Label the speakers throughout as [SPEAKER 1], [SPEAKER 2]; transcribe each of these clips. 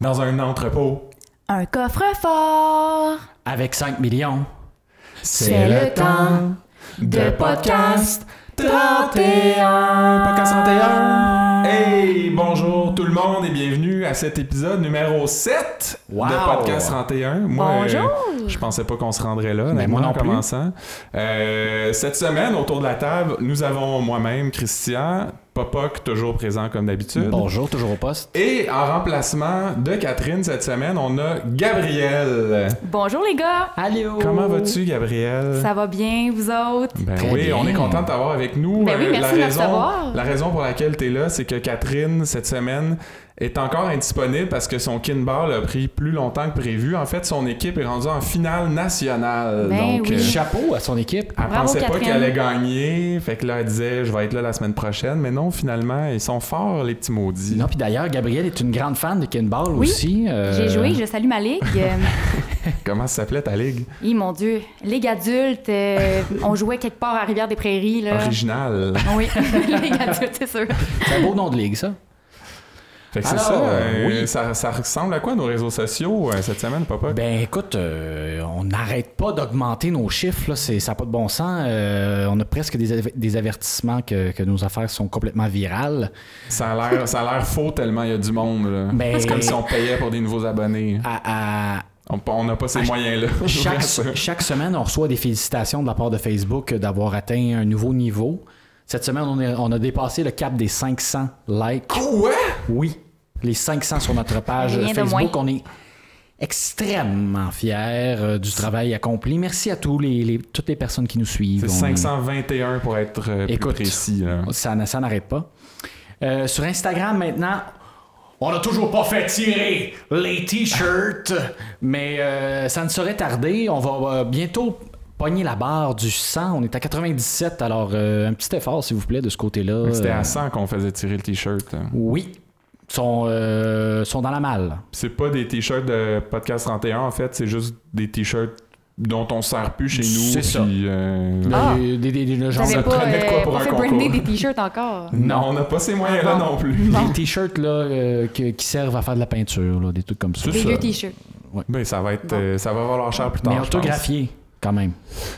[SPEAKER 1] dans un entrepôt
[SPEAKER 2] Un coffre-fort.
[SPEAKER 3] Avec 5 millions.
[SPEAKER 2] C'est le temps de podcast 31.
[SPEAKER 1] Podcast 31. Hey, bonjour tout le monde et bienvenue à cet épisode numéro 7
[SPEAKER 3] Wow.
[SPEAKER 1] de Podcast 31. Moi,
[SPEAKER 2] Bonjour.
[SPEAKER 1] euh, je pensais pas qu'on se rendrait là,
[SPEAKER 3] Mais
[SPEAKER 1] honnêtement,
[SPEAKER 3] moi non
[SPEAKER 1] en
[SPEAKER 3] plus.
[SPEAKER 1] commençant. Euh, cette semaine, autour de la table, nous avons moi-même, Christian, Popoc, toujours présent comme d'habitude.
[SPEAKER 3] Bonjour, toujours au poste.
[SPEAKER 1] Et en remplacement de Catherine cette semaine, on a Gabriel.
[SPEAKER 2] Bonjour les gars.
[SPEAKER 3] Allô!
[SPEAKER 1] Comment vas-tu, Gabriel?
[SPEAKER 2] Oh. Ça va bien, vous autres?
[SPEAKER 1] Ben
[SPEAKER 3] Très
[SPEAKER 1] oui,
[SPEAKER 3] bien.
[SPEAKER 1] on est content de t'avoir avec nous. Euh,
[SPEAKER 2] Ben oui, merci
[SPEAKER 1] la,
[SPEAKER 2] de me
[SPEAKER 1] raison,
[SPEAKER 2] recevoir.
[SPEAKER 1] la raison pour laquelle tu es là, c'est que Catherine, cette semaine, est encore indisponible parce que son kinball a pris plus longtemps que prévu. En fait, son équipe est rendue en finale nationale.
[SPEAKER 2] Ben
[SPEAKER 1] donc,
[SPEAKER 2] oui.
[SPEAKER 1] euh,
[SPEAKER 3] Chapeau à son équipe. Ah,
[SPEAKER 1] elle
[SPEAKER 2] Bravo,
[SPEAKER 1] pensait pas
[SPEAKER 2] Catherine.
[SPEAKER 1] qu'elle allait gagner. Fait que là, elle disait, je vais être là la semaine prochaine. Mais non, finalement, ils sont forts, les petits maudits.
[SPEAKER 3] Non, puis d'ailleurs, Gabrielle est une grande fan de Kinball
[SPEAKER 2] Oui.
[SPEAKER 3] aussi. euh,
[SPEAKER 2] J'ai joué, je salue ma ligue. Euh,
[SPEAKER 1] Comment ça s'appelait ta ligue?
[SPEAKER 2] Hi, mon Dieu. Ligue adulte, euh, on jouait quelque part à Rivière-des-Prairies. Là.
[SPEAKER 1] Originale.
[SPEAKER 2] Oui, ligue adulte, c'est sûr.
[SPEAKER 3] C'est un beau nom de ligue, ça.
[SPEAKER 1] Fait que c'est
[SPEAKER 3] Alors,
[SPEAKER 1] ça, euh,
[SPEAKER 3] oui.
[SPEAKER 1] ça. Ça ressemble à quoi nos réseaux sociaux euh, cette semaine, papa?
[SPEAKER 3] Ben écoute, euh, on n'arrête pas d'augmenter nos chiffres, là, c'est- ça n'a pas de bon sens. Euh, on a presque des, av- des avertissements que, que nos affaires sont complètement virales.
[SPEAKER 1] Ça a l'air, ça a l'air faux tellement il y a du monde. là.
[SPEAKER 3] Ben-
[SPEAKER 1] C'est comme si on payait pour des nouveaux abonnés.
[SPEAKER 3] À- à-
[SPEAKER 1] On on n'a pas ces
[SPEAKER 3] À-
[SPEAKER 1] moyens-là.
[SPEAKER 3] Ah, chaque,
[SPEAKER 1] Ça.
[SPEAKER 3] chaque semaine, on reçoit des félicitations de la part de Facebook d'avoir atteint un nouveau niveau. Cette semaine, on, est- on a dépassé le cap des 500 likes.
[SPEAKER 1] Quoi?
[SPEAKER 3] Oui, les 500 sur notre page
[SPEAKER 2] Rien de
[SPEAKER 3] Facebook.
[SPEAKER 2] moins.
[SPEAKER 3] On est extrêmement fiers euh, du travail accompli. Merci à tous les, les- toutes les personnes qui nous suivent.
[SPEAKER 1] C'est
[SPEAKER 3] On-
[SPEAKER 1] 521 pour être euh, plus
[SPEAKER 3] Écoute.
[SPEAKER 1] précis. là.
[SPEAKER 3] Ça, n- ça n'arrête pas. Euh, sur Instagram, maintenant, on n'a toujours pas fait tirer les t-shirts, mais euh, ça ne saurait tarder. On va euh, bientôt pogner la barre du 100. On est à 97, alors euh, un petit effort, s'il vous plaît, de ce côté-là.
[SPEAKER 1] C'était
[SPEAKER 3] Euh,
[SPEAKER 1] à 100 qu'on faisait tirer le t-shirt. hein.
[SPEAKER 3] Oui. Sont, euh, sont dans la malle.
[SPEAKER 1] C'est pas des t-shirts de Podcast 31, en fait. C'est juste des t-shirts dont on ne sert plus chez nous.
[SPEAKER 3] C'est ça.
[SPEAKER 1] puis, euh,
[SPEAKER 3] Le-
[SPEAKER 2] Ah.
[SPEAKER 3] des- des- des- le genre
[SPEAKER 1] Ça
[SPEAKER 2] J'avais
[SPEAKER 3] de-
[SPEAKER 2] pas,
[SPEAKER 1] prenait de quoi
[SPEAKER 2] euh,
[SPEAKER 1] pour
[SPEAKER 2] pas
[SPEAKER 1] un
[SPEAKER 2] fait
[SPEAKER 1] concours.
[SPEAKER 2] brander des t-shirts encore.
[SPEAKER 1] Non, on n'a pas ces moyens-là
[SPEAKER 2] Ah
[SPEAKER 1] non,
[SPEAKER 2] bon.
[SPEAKER 1] plus.
[SPEAKER 3] Des t-shirts là, euh, que- qui servent à faire de la peinture, là, des trucs comme ça.
[SPEAKER 1] C'est
[SPEAKER 2] Des
[SPEAKER 1] ça.
[SPEAKER 2] vieux t-shirts.
[SPEAKER 1] Ben, ça va être,
[SPEAKER 2] Bon.
[SPEAKER 1] euh, ça va valoir cher plus tard.
[SPEAKER 3] Mais
[SPEAKER 1] je pense.
[SPEAKER 3] autographiés, quand même.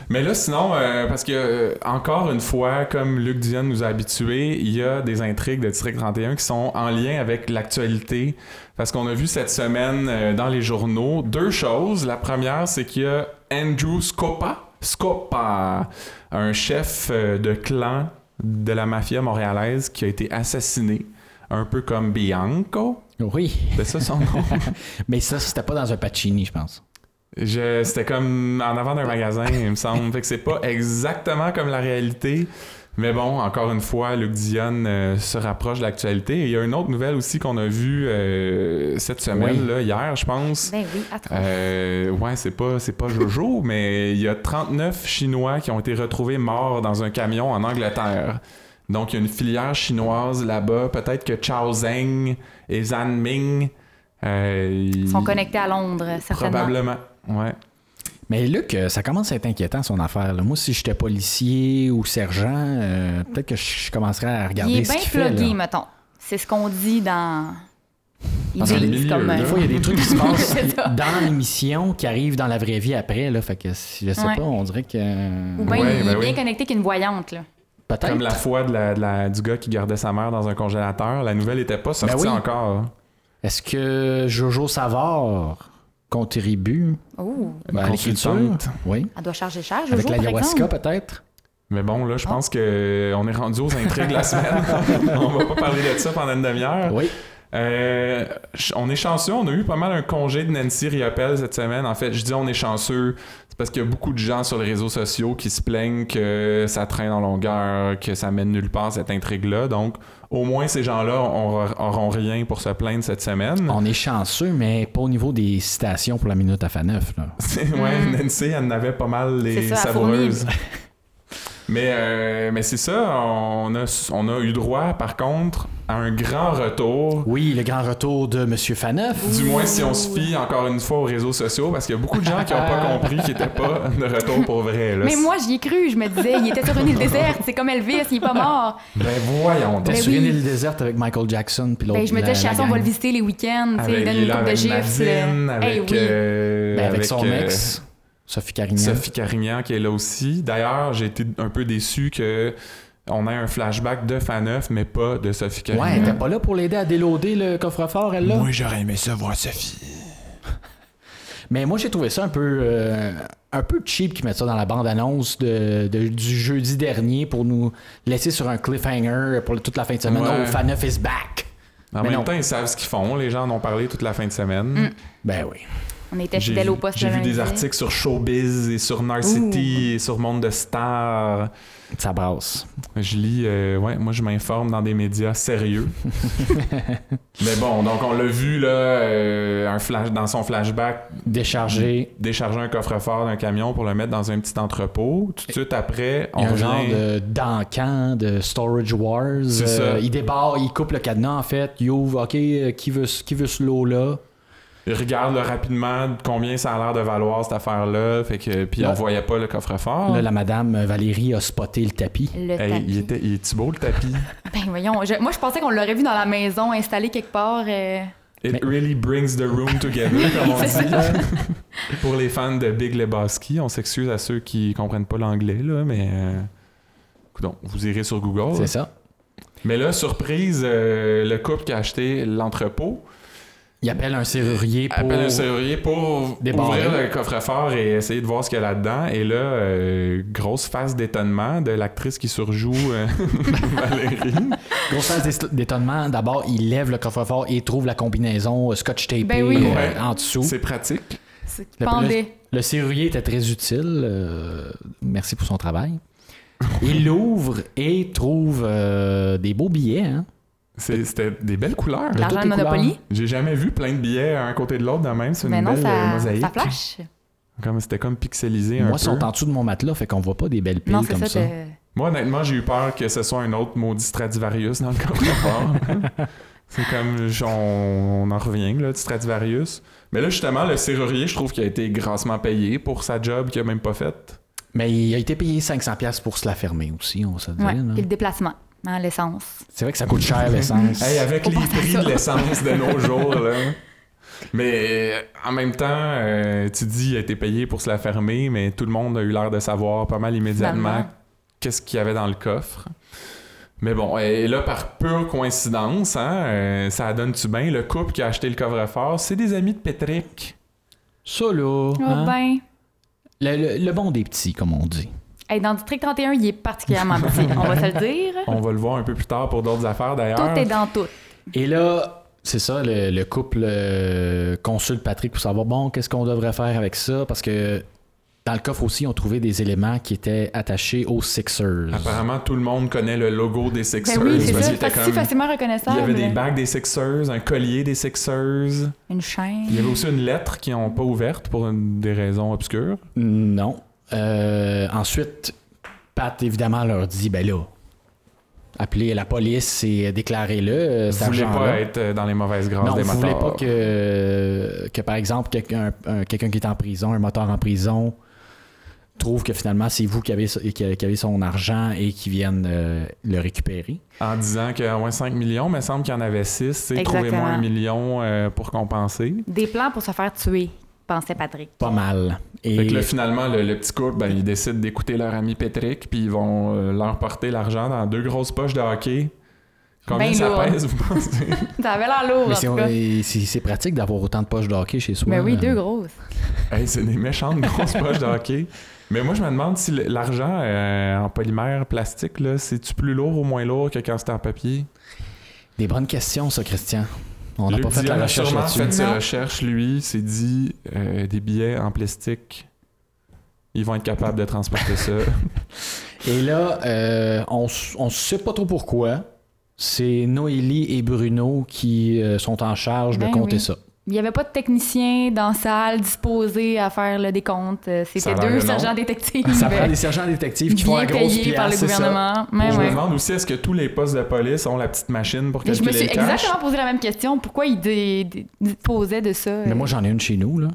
[SPEAKER 1] Mais là, sinon, euh, parce que euh, encore une fois, comme Luc Dion nous a habitués, il y a des intrigues de District 31 qui sont en lien avec l'actualité. Parce qu'on a vu cette semaine euh, dans les journaux deux choses. La première, c'est qu'il y a Andrew Scopa, Scopa, un chef euh, de clan de la mafia montréalaise qui a été assassiné, un peu comme Bianco.
[SPEAKER 3] Oui.
[SPEAKER 1] C'est ça son nom?
[SPEAKER 3] Mais ça, c'était pas dans un Pacini, je pense.
[SPEAKER 1] Je- C'était comme en avant d'un magasin, il me semble. Fait que c'est pas exactement comme la réalité. Mais bon, encore une fois, Luc Dionne euh, se rapproche de l'actualité. Et il y a une autre nouvelle aussi qu'on a vue euh, cette semaine,
[SPEAKER 3] Oui.
[SPEAKER 1] là, hier, je pense.
[SPEAKER 2] Ben oui, attends.
[SPEAKER 1] Euh, ouais, c'est pas, c'est pas Jojo, mais il y a 39 Chinois qui ont été retrouvés morts dans un camion en Angleterre. Donc, il y a une filière chinoise là-bas. Peut-être que Chao Zeng et Zhan Ming euh,
[SPEAKER 2] Ils sont connectés à Londres, certainement.
[SPEAKER 1] Probablement, ouais.
[SPEAKER 3] Mais Luc, euh, ça commence à être inquiétant, son affaire. là. Moi, si j'étais policier ou sergent, euh, peut-être que je je commencerais à regarder
[SPEAKER 2] Il est
[SPEAKER 3] ce
[SPEAKER 2] bien
[SPEAKER 3] qu'il fait,
[SPEAKER 2] plugué,
[SPEAKER 3] là.
[SPEAKER 2] mettons. C'est ce qu'on dit dans. Ils
[SPEAKER 3] Dans le
[SPEAKER 2] disent
[SPEAKER 1] milieu,
[SPEAKER 2] comme. euh,
[SPEAKER 1] là.
[SPEAKER 3] Des fois, il y a des trucs qui se passent
[SPEAKER 2] C'est ça.
[SPEAKER 3] dans l'émission qui arrivent dans la vraie vie après. Là. Fait que, si- je sais
[SPEAKER 2] Ouais.
[SPEAKER 3] pas, on dirait que...
[SPEAKER 2] Ou
[SPEAKER 1] Ouais,
[SPEAKER 2] bien il est
[SPEAKER 1] ben
[SPEAKER 2] bien
[SPEAKER 1] oui.
[SPEAKER 2] connecté qu'une voyante, là.
[SPEAKER 3] Peut-être.
[SPEAKER 1] Comme la fois de la- de la- du gars qui gardait sa mère dans un congélateur, la nouvelle n'était pas sortie
[SPEAKER 3] Ben oui.
[SPEAKER 1] encore.
[SPEAKER 3] Est-ce que Jojo Savard contribue
[SPEAKER 2] Oh,
[SPEAKER 1] Une
[SPEAKER 3] à l'écriture?
[SPEAKER 1] consultante.
[SPEAKER 3] Oui.
[SPEAKER 2] elle doit charger cher, Jojo,
[SPEAKER 3] Avec
[SPEAKER 2] par
[SPEAKER 3] l'ayahuasca,
[SPEAKER 2] exemple.
[SPEAKER 3] peut-être?
[SPEAKER 1] Mais bon, là,
[SPEAKER 2] Ah.
[SPEAKER 1] je pense que euh, on est rendu aux intrigues de la semaine. on va pas parler de ça pendant une
[SPEAKER 2] Ah.
[SPEAKER 1] demi-heure.
[SPEAKER 3] Oui.
[SPEAKER 1] Euh, ch- on est chanceux, on a eu pas mal un congé de Nancy Riopelle cette semaine. En fait, je dis on est chanceux, c'est parce qu'il y a beaucoup de gens sur les réseaux sociaux qui se plaignent que ça traîne en longueur, que ça mène nulle part cette intrigue-là. Donc, au moins, ces gens-là auront- auront rien pour se plaindre cette semaine.
[SPEAKER 3] On est chanceux, mais pas au niveau des citations pour la minute à FA9. là.
[SPEAKER 1] C'est- ouais, Nancy, elle en avait pas mal les
[SPEAKER 2] Hmm. C'est ça, à
[SPEAKER 1] savoureuses. mais euh, mais c'est ça, on a, on a eu droit, par contre, à un grand retour.
[SPEAKER 3] Oui, le grand retour de Monsieur Faneuf.
[SPEAKER 1] Du moins, si on se fie encore une fois aux réseaux sociaux, parce qu'il y a beaucoup de gens qui n'ont pas compris qu'il n'était pas de retour pour vrai. là.
[SPEAKER 2] Mais moi, j'y ai cru. Je me disais, il était sur une île déserte. C'est comme Elvis, il est pas mort.
[SPEAKER 1] Ben voyons
[SPEAKER 3] T'es
[SPEAKER 1] donc.
[SPEAKER 2] Ben
[SPEAKER 3] sur une
[SPEAKER 2] oui.
[SPEAKER 3] île déserte avec Michael Jackson. Puis l'autre,
[SPEAKER 2] Ben, je me
[SPEAKER 3] la-
[SPEAKER 2] disais,
[SPEAKER 3] la
[SPEAKER 2] Chasson, on va
[SPEAKER 3] gang.
[SPEAKER 2] le visiter les week-ends. tu sais, Il
[SPEAKER 1] Avec,
[SPEAKER 2] donne une
[SPEAKER 1] là,
[SPEAKER 2] coupe de
[SPEAKER 1] avec
[SPEAKER 2] gifs.
[SPEAKER 1] Nadine,
[SPEAKER 2] là.
[SPEAKER 1] avec,
[SPEAKER 2] Eh oui.
[SPEAKER 1] euh,
[SPEAKER 3] Ben, avec,
[SPEAKER 1] avec,
[SPEAKER 3] son
[SPEAKER 1] euh,
[SPEAKER 3] ex, Sophie Carignan.
[SPEAKER 1] Sophie Carignan qui est là aussi. D'ailleurs, j'ai été un peu déçu que on ait un flashback de Faneuf, mais pas de Sophie
[SPEAKER 3] Ouais, elle
[SPEAKER 1] Carignan.
[SPEAKER 3] était pas là pour l'aider à déloader le coffre-fort, elle, là.
[SPEAKER 1] Moi, j'aurais aimé ça voir Sophie.
[SPEAKER 3] Mais moi, j'ai trouvé ça un peu, euh, un peu cheap qu'ils mettent ça dans la bande-annonce de, de- du jeudi dernier pour nous laisser sur un cliffhanger pour le- toute la fin de semaine.
[SPEAKER 1] Ouais.
[SPEAKER 3] Oh, Faneuf is back!
[SPEAKER 1] En
[SPEAKER 3] Mais
[SPEAKER 1] même
[SPEAKER 3] non.
[SPEAKER 1] temps, ils savent ce qu'ils font. Les gens en ont parlé toute la fin de semaine.
[SPEAKER 3] Ben oui.
[SPEAKER 2] On était
[SPEAKER 1] J'ai
[SPEAKER 2] fidèles
[SPEAKER 1] vu-
[SPEAKER 2] au poste.
[SPEAKER 1] J'ai
[SPEAKER 2] le
[SPEAKER 1] vu des
[SPEAKER 2] lundi.
[SPEAKER 1] articles sur Showbiz et sur Narcity et sur Monde de Stars.
[SPEAKER 3] Ça brasse.
[SPEAKER 1] Je lis, euh, ouais, moi je m'informe dans des médias sérieux. Mais bon, donc on l'a vu là, euh, un flash, dans son flashback,
[SPEAKER 3] Déchargé.
[SPEAKER 1] décharger un coffre-fort d'un camion pour le mettre dans un petit entrepôt. Tout de suite après,
[SPEAKER 3] Il y
[SPEAKER 1] on
[SPEAKER 3] a un genre
[SPEAKER 1] vient-
[SPEAKER 3] de d'encan, de Storage Wars. Euh,
[SPEAKER 1] C'est ça.
[SPEAKER 3] Il débarre, il coupe le cadenas, en fait. Il ouvre, OK, euh, qui veut, ce- qui veut ce lot-là?
[SPEAKER 1] il regarde là, rapidement combien ça a l'air de valoir cette affaire-là. Fait que puis
[SPEAKER 3] Là-
[SPEAKER 1] on voyait pas le coffre-fort.
[SPEAKER 3] Là, la madame euh, Valérie a spoté le tapis.
[SPEAKER 2] Le
[SPEAKER 1] Hey,
[SPEAKER 2] tapis.
[SPEAKER 1] il était, il est beau le tapis.
[SPEAKER 2] Ben voyons, je- moi je pensais qu'on l'aurait vu dans la maison, installé quelque part. euh,
[SPEAKER 1] It
[SPEAKER 3] Mais-
[SPEAKER 1] really brings the room together, comme on
[SPEAKER 2] C'est
[SPEAKER 1] dit.
[SPEAKER 2] ça.
[SPEAKER 1] Pour les fans de Big Lebowski, on s'excuse à ceux qui comprennent pas l'anglais, là, mais. euh, coudonc, vous irez sur Google.
[SPEAKER 3] C'est ça.
[SPEAKER 1] Mais là, surprise, euh, le couple qui a acheté l'entrepôt
[SPEAKER 3] Il appelle un serrurier pour...
[SPEAKER 1] appelle un serrurier pour
[SPEAKER 3] Débarrer.
[SPEAKER 1] ouvrir le coffre-fort et essayer de voir ce qu'il y a là-dedans. Et là, euh, grosse phase d'étonnement de l'actrice qui surjoue euh, Valérie.
[SPEAKER 3] Grosse phase d'est- d'étonnement. D'abord, il lève le coffre-fort et trouve la combinaison euh, scotch tapée
[SPEAKER 2] Ben oui.
[SPEAKER 3] euh,
[SPEAKER 1] Ouais.
[SPEAKER 3] en dessous.
[SPEAKER 1] C'est pratique.
[SPEAKER 2] c'est-
[SPEAKER 3] Le-
[SPEAKER 2] pendé.
[SPEAKER 3] Le serrurier était très utile. euh, merci pour son travail. Il l'ouvre et trouve euh, des beaux billets. hein.
[SPEAKER 1] C'est- C'était des belles couleurs.
[SPEAKER 3] de
[SPEAKER 2] L'argent
[SPEAKER 3] toutes
[SPEAKER 2] de
[SPEAKER 3] les
[SPEAKER 2] Monopoly.
[SPEAKER 1] J'ai jamais vu plein de billets à un côté de l'autre de même. C'est une
[SPEAKER 2] Mais non,
[SPEAKER 1] belle euh,
[SPEAKER 2] ça,
[SPEAKER 1] mosaïque.
[SPEAKER 2] ça flash.
[SPEAKER 1] Comme c'était comme pixelisé un
[SPEAKER 3] Moi,
[SPEAKER 1] peu.
[SPEAKER 3] ils sont en dessous de mon matelas, fait qu'on voit pas des belles piles
[SPEAKER 2] Non, c'est
[SPEAKER 3] comme ça.
[SPEAKER 2] ça. t'es-
[SPEAKER 1] Moi, honnêtement, j'ai eu peur que ce soit un autre maudit Stradivarius dans le coffre-fort. C'est comme, je- on, on en revient, là, du Stradivarius. Mais là, justement, le serrurier, je trouve qu'il a été grassement payé pour sa job qu'il a même pas faite.
[SPEAKER 3] Mais il a été payé 500$ pour se la fermer aussi, on se dit.
[SPEAKER 2] Ouais.
[SPEAKER 3] là.
[SPEAKER 2] Puis le déplacement, hein, l'essence.
[SPEAKER 3] C'est vrai que ça coûte cher l'essence.
[SPEAKER 1] Hey, avec
[SPEAKER 2] Faut
[SPEAKER 1] les
[SPEAKER 2] penser à
[SPEAKER 1] prix
[SPEAKER 2] ça.
[SPEAKER 1] de l'essence de nos jours, là. Mais euh, en même temps, euh, tu dis, il a été payé pour se la fermer, mais tout le monde a eu l'air de savoir pas mal immédiatement
[SPEAKER 2] Finalement.
[SPEAKER 1] qu'est-ce qu'il y avait dans le coffre. Mais bon, et là, par pure coïncidence, hein, euh, ça donne-tu bien, le couple qui a acheté le coffre-fort, c'est des amis de Petrick.
[SPEAKER 3] Ça, là,
[SPEAKER 2] Oh
[SPEAKER 1] Ah.
[SPEAKER 3] hein,
[SPEAKER 2] ben.
[SPEAKER 3] le, le- le bon des petits, comme on dit.
[SPEAKER 2] Hey, dans District 31, il est particulièrement petit, on va se le dire.
[SPEAKER 1] On va le voir un peu plus tard pour d'autres affaires, d'ailleurs.
[SPEAKER 2] Tout est dans tout.
[SPEAKER 3] Et là, c'est ça, le, le couple euh, consulte Patrick pour savoir, bon, qu'est-ce qu'on devrait faire avec ça? Parce que dans le coffre aussi, on trouvait des éléments qui étaient attachés aux Sixers.
[SPEAKER 1] Apparemment, tout le monde connaît le logo des Sixers.
[SPEAKER 2] Ben oui, c'est
[SPEAKER 1] parce
[SPEAKER 2] ça.
[SPEAKER 1] qu'il était
[SPEAKER 2] fac- Si
[SPEAKER 1] comme-
[SPEAKER 2] facilement
[SPEAKER 1] Il
[SPEAKER 2] reconnaissable.
[SPEAKER 1] y avait des bagues des Sixers, un collier des Sixers.
[SPEAKER 2] Une chaîne.
[SPEAKER 1] Il y avait aussi une lettre qu'ils n'ont pas ouverte pour une- des raisons obscures.
[SPEAKER 3] Non. Euh, ensuite, Pat, évidemment, leur dit, ben là, appelez la police et déclarez-le. euh,
[SPEAKER 1] Vous
[SPEAKER 3] cet
[SPEAKER 1] voulez
[SPEAKER 3] argent-là.
[SPEAKER 1] pas être euh, dans les mauvaises grâces
[SPEAKER 3] Non,
[SPEAKER 1] des
[SPEAKER 3] vous voulez
[SPEAKER 1] motards.
[SPEAKER 3] pas que, que par exemple, quelqu'un un- quelqu'un qui est en prison, un moteur en prison, trouve que finalement, c'est vous qui avez, so- qui, qui avez son argent et qui viennent euh, le récupérer.
[SPEAKER 1] En disant que ouais, 5 millions, mais il semble qu'il y en avait 6.
[SPEAKER 2] Exactement.
[SPEAKER 1] Trouvez-moi un million euh, pour compenser.
[SPEAKER 2] Des plans pour se faire tuer, pensait Patrick.
[SPEAKER 3] Pas mal. Et
[SPEAKER 1] Fait que là, finalement, le, le petit couple, ben, ils décident d'écouter leur ami Patrick, puis ils vont euh, leur porter l'argent dans deux grosses poches de hockey. Combien
[SPEAKER 2] Ben
[SPEAKER 1] ça
[SPEAKER 2] lourd.
[SPEAKER 1] pèse, vous pensez?
[SPEAKER 2] Ça avait l'air lourd,
[SPEAKER 3] mais
[SPEAKER 2] en
[SPEAKER 3] c'est-
[SPEAKER 2] tout cas.
[SPEAKER 3] et c'est c'est pratique d'avoir autant de poches de hockey chez soi. Euh,
[SPEAKER 2] Ben oui,
[SPEAKER 3] là.
[SPEAKER 2] deux grosses.
[SPEAKER 1] Hey, c'est des méchantes grosses poches de hockey. Mais moi, je me demande si le- l'argent euh, en polymère plastique, là, c'est-tu plus lourd ou moins lourd que quand c'était en papier?
[SPEAKER 3] Des bonnes questions, ça, Christian. On n'a
[SPEAKER 1] Luc
[SPEAKER 3] pas fait
[SPEAKER 1] Dion
[SPEAKER 3] la
[SPEAKER 1] a
[SPEAKER 3] recherche
[SPEAKER 1] sûrement
[SPEAKER 3] là-dessus.
[SPEAKER 1] fait ses
[SPEAKER 2] Non.
[SPEAKER 1] recherches, lui, s'est dit euh, des billets en plastique. Ils vont être capables de transporter ça.
[SPEAKER 3] Et là, euh, on ne sait pas trop pourquoi. C'est Noélie et Bruno qui euh, sont en charge de
[SPEAKER 2] Ben
[SPEAKER 3] compter
[SPEAKER 2] oui.
[SPEAKER 3] ça.
[SPEAKER 2] Il n'y avait pas de technicien dans la salle disposé à faire le décompte. Euh,
[SPEAKER 1] Ça
[SPEAKER 2] C'était
[SPEAKER 1] a l'air
[SPEAKER 2] deux
[SPEAKER 1] long.
[SPEAKER 2] sergents détectives.
[SPEAKER 3] Ça prend
[SPEAKER 2] euh,
[SPEAKER 3] des sergents détectives qui font
[SPEAKER 2] bien
[SPEAKER 3] la grosse
[SPEAKER 2] payés
[SPEAKER 3] pièce,
[SPEAKER 2] par le
[SPEAKER 3] c'est ça.
[SPEAKER 2] gouvernement. Mais
[SPEAKER 1] Je me
[SPEAKER 2] Ben ouais.
[SPEAKER 1] demande aussi, est-ce que tous les postes de police ont la petite machine pour
[SPEAKER 2] Mais je me
[SPEAKER 1] calculer le
[SPEAKER 2] suis
[SPEAKER 1] cash?
[SPEAKER 2] exactement posé la même question. Pourquoi ils dé- dé- disposaient de ça?
[SPEAKER 3] Mais moi, j'en ai une chez nous, là.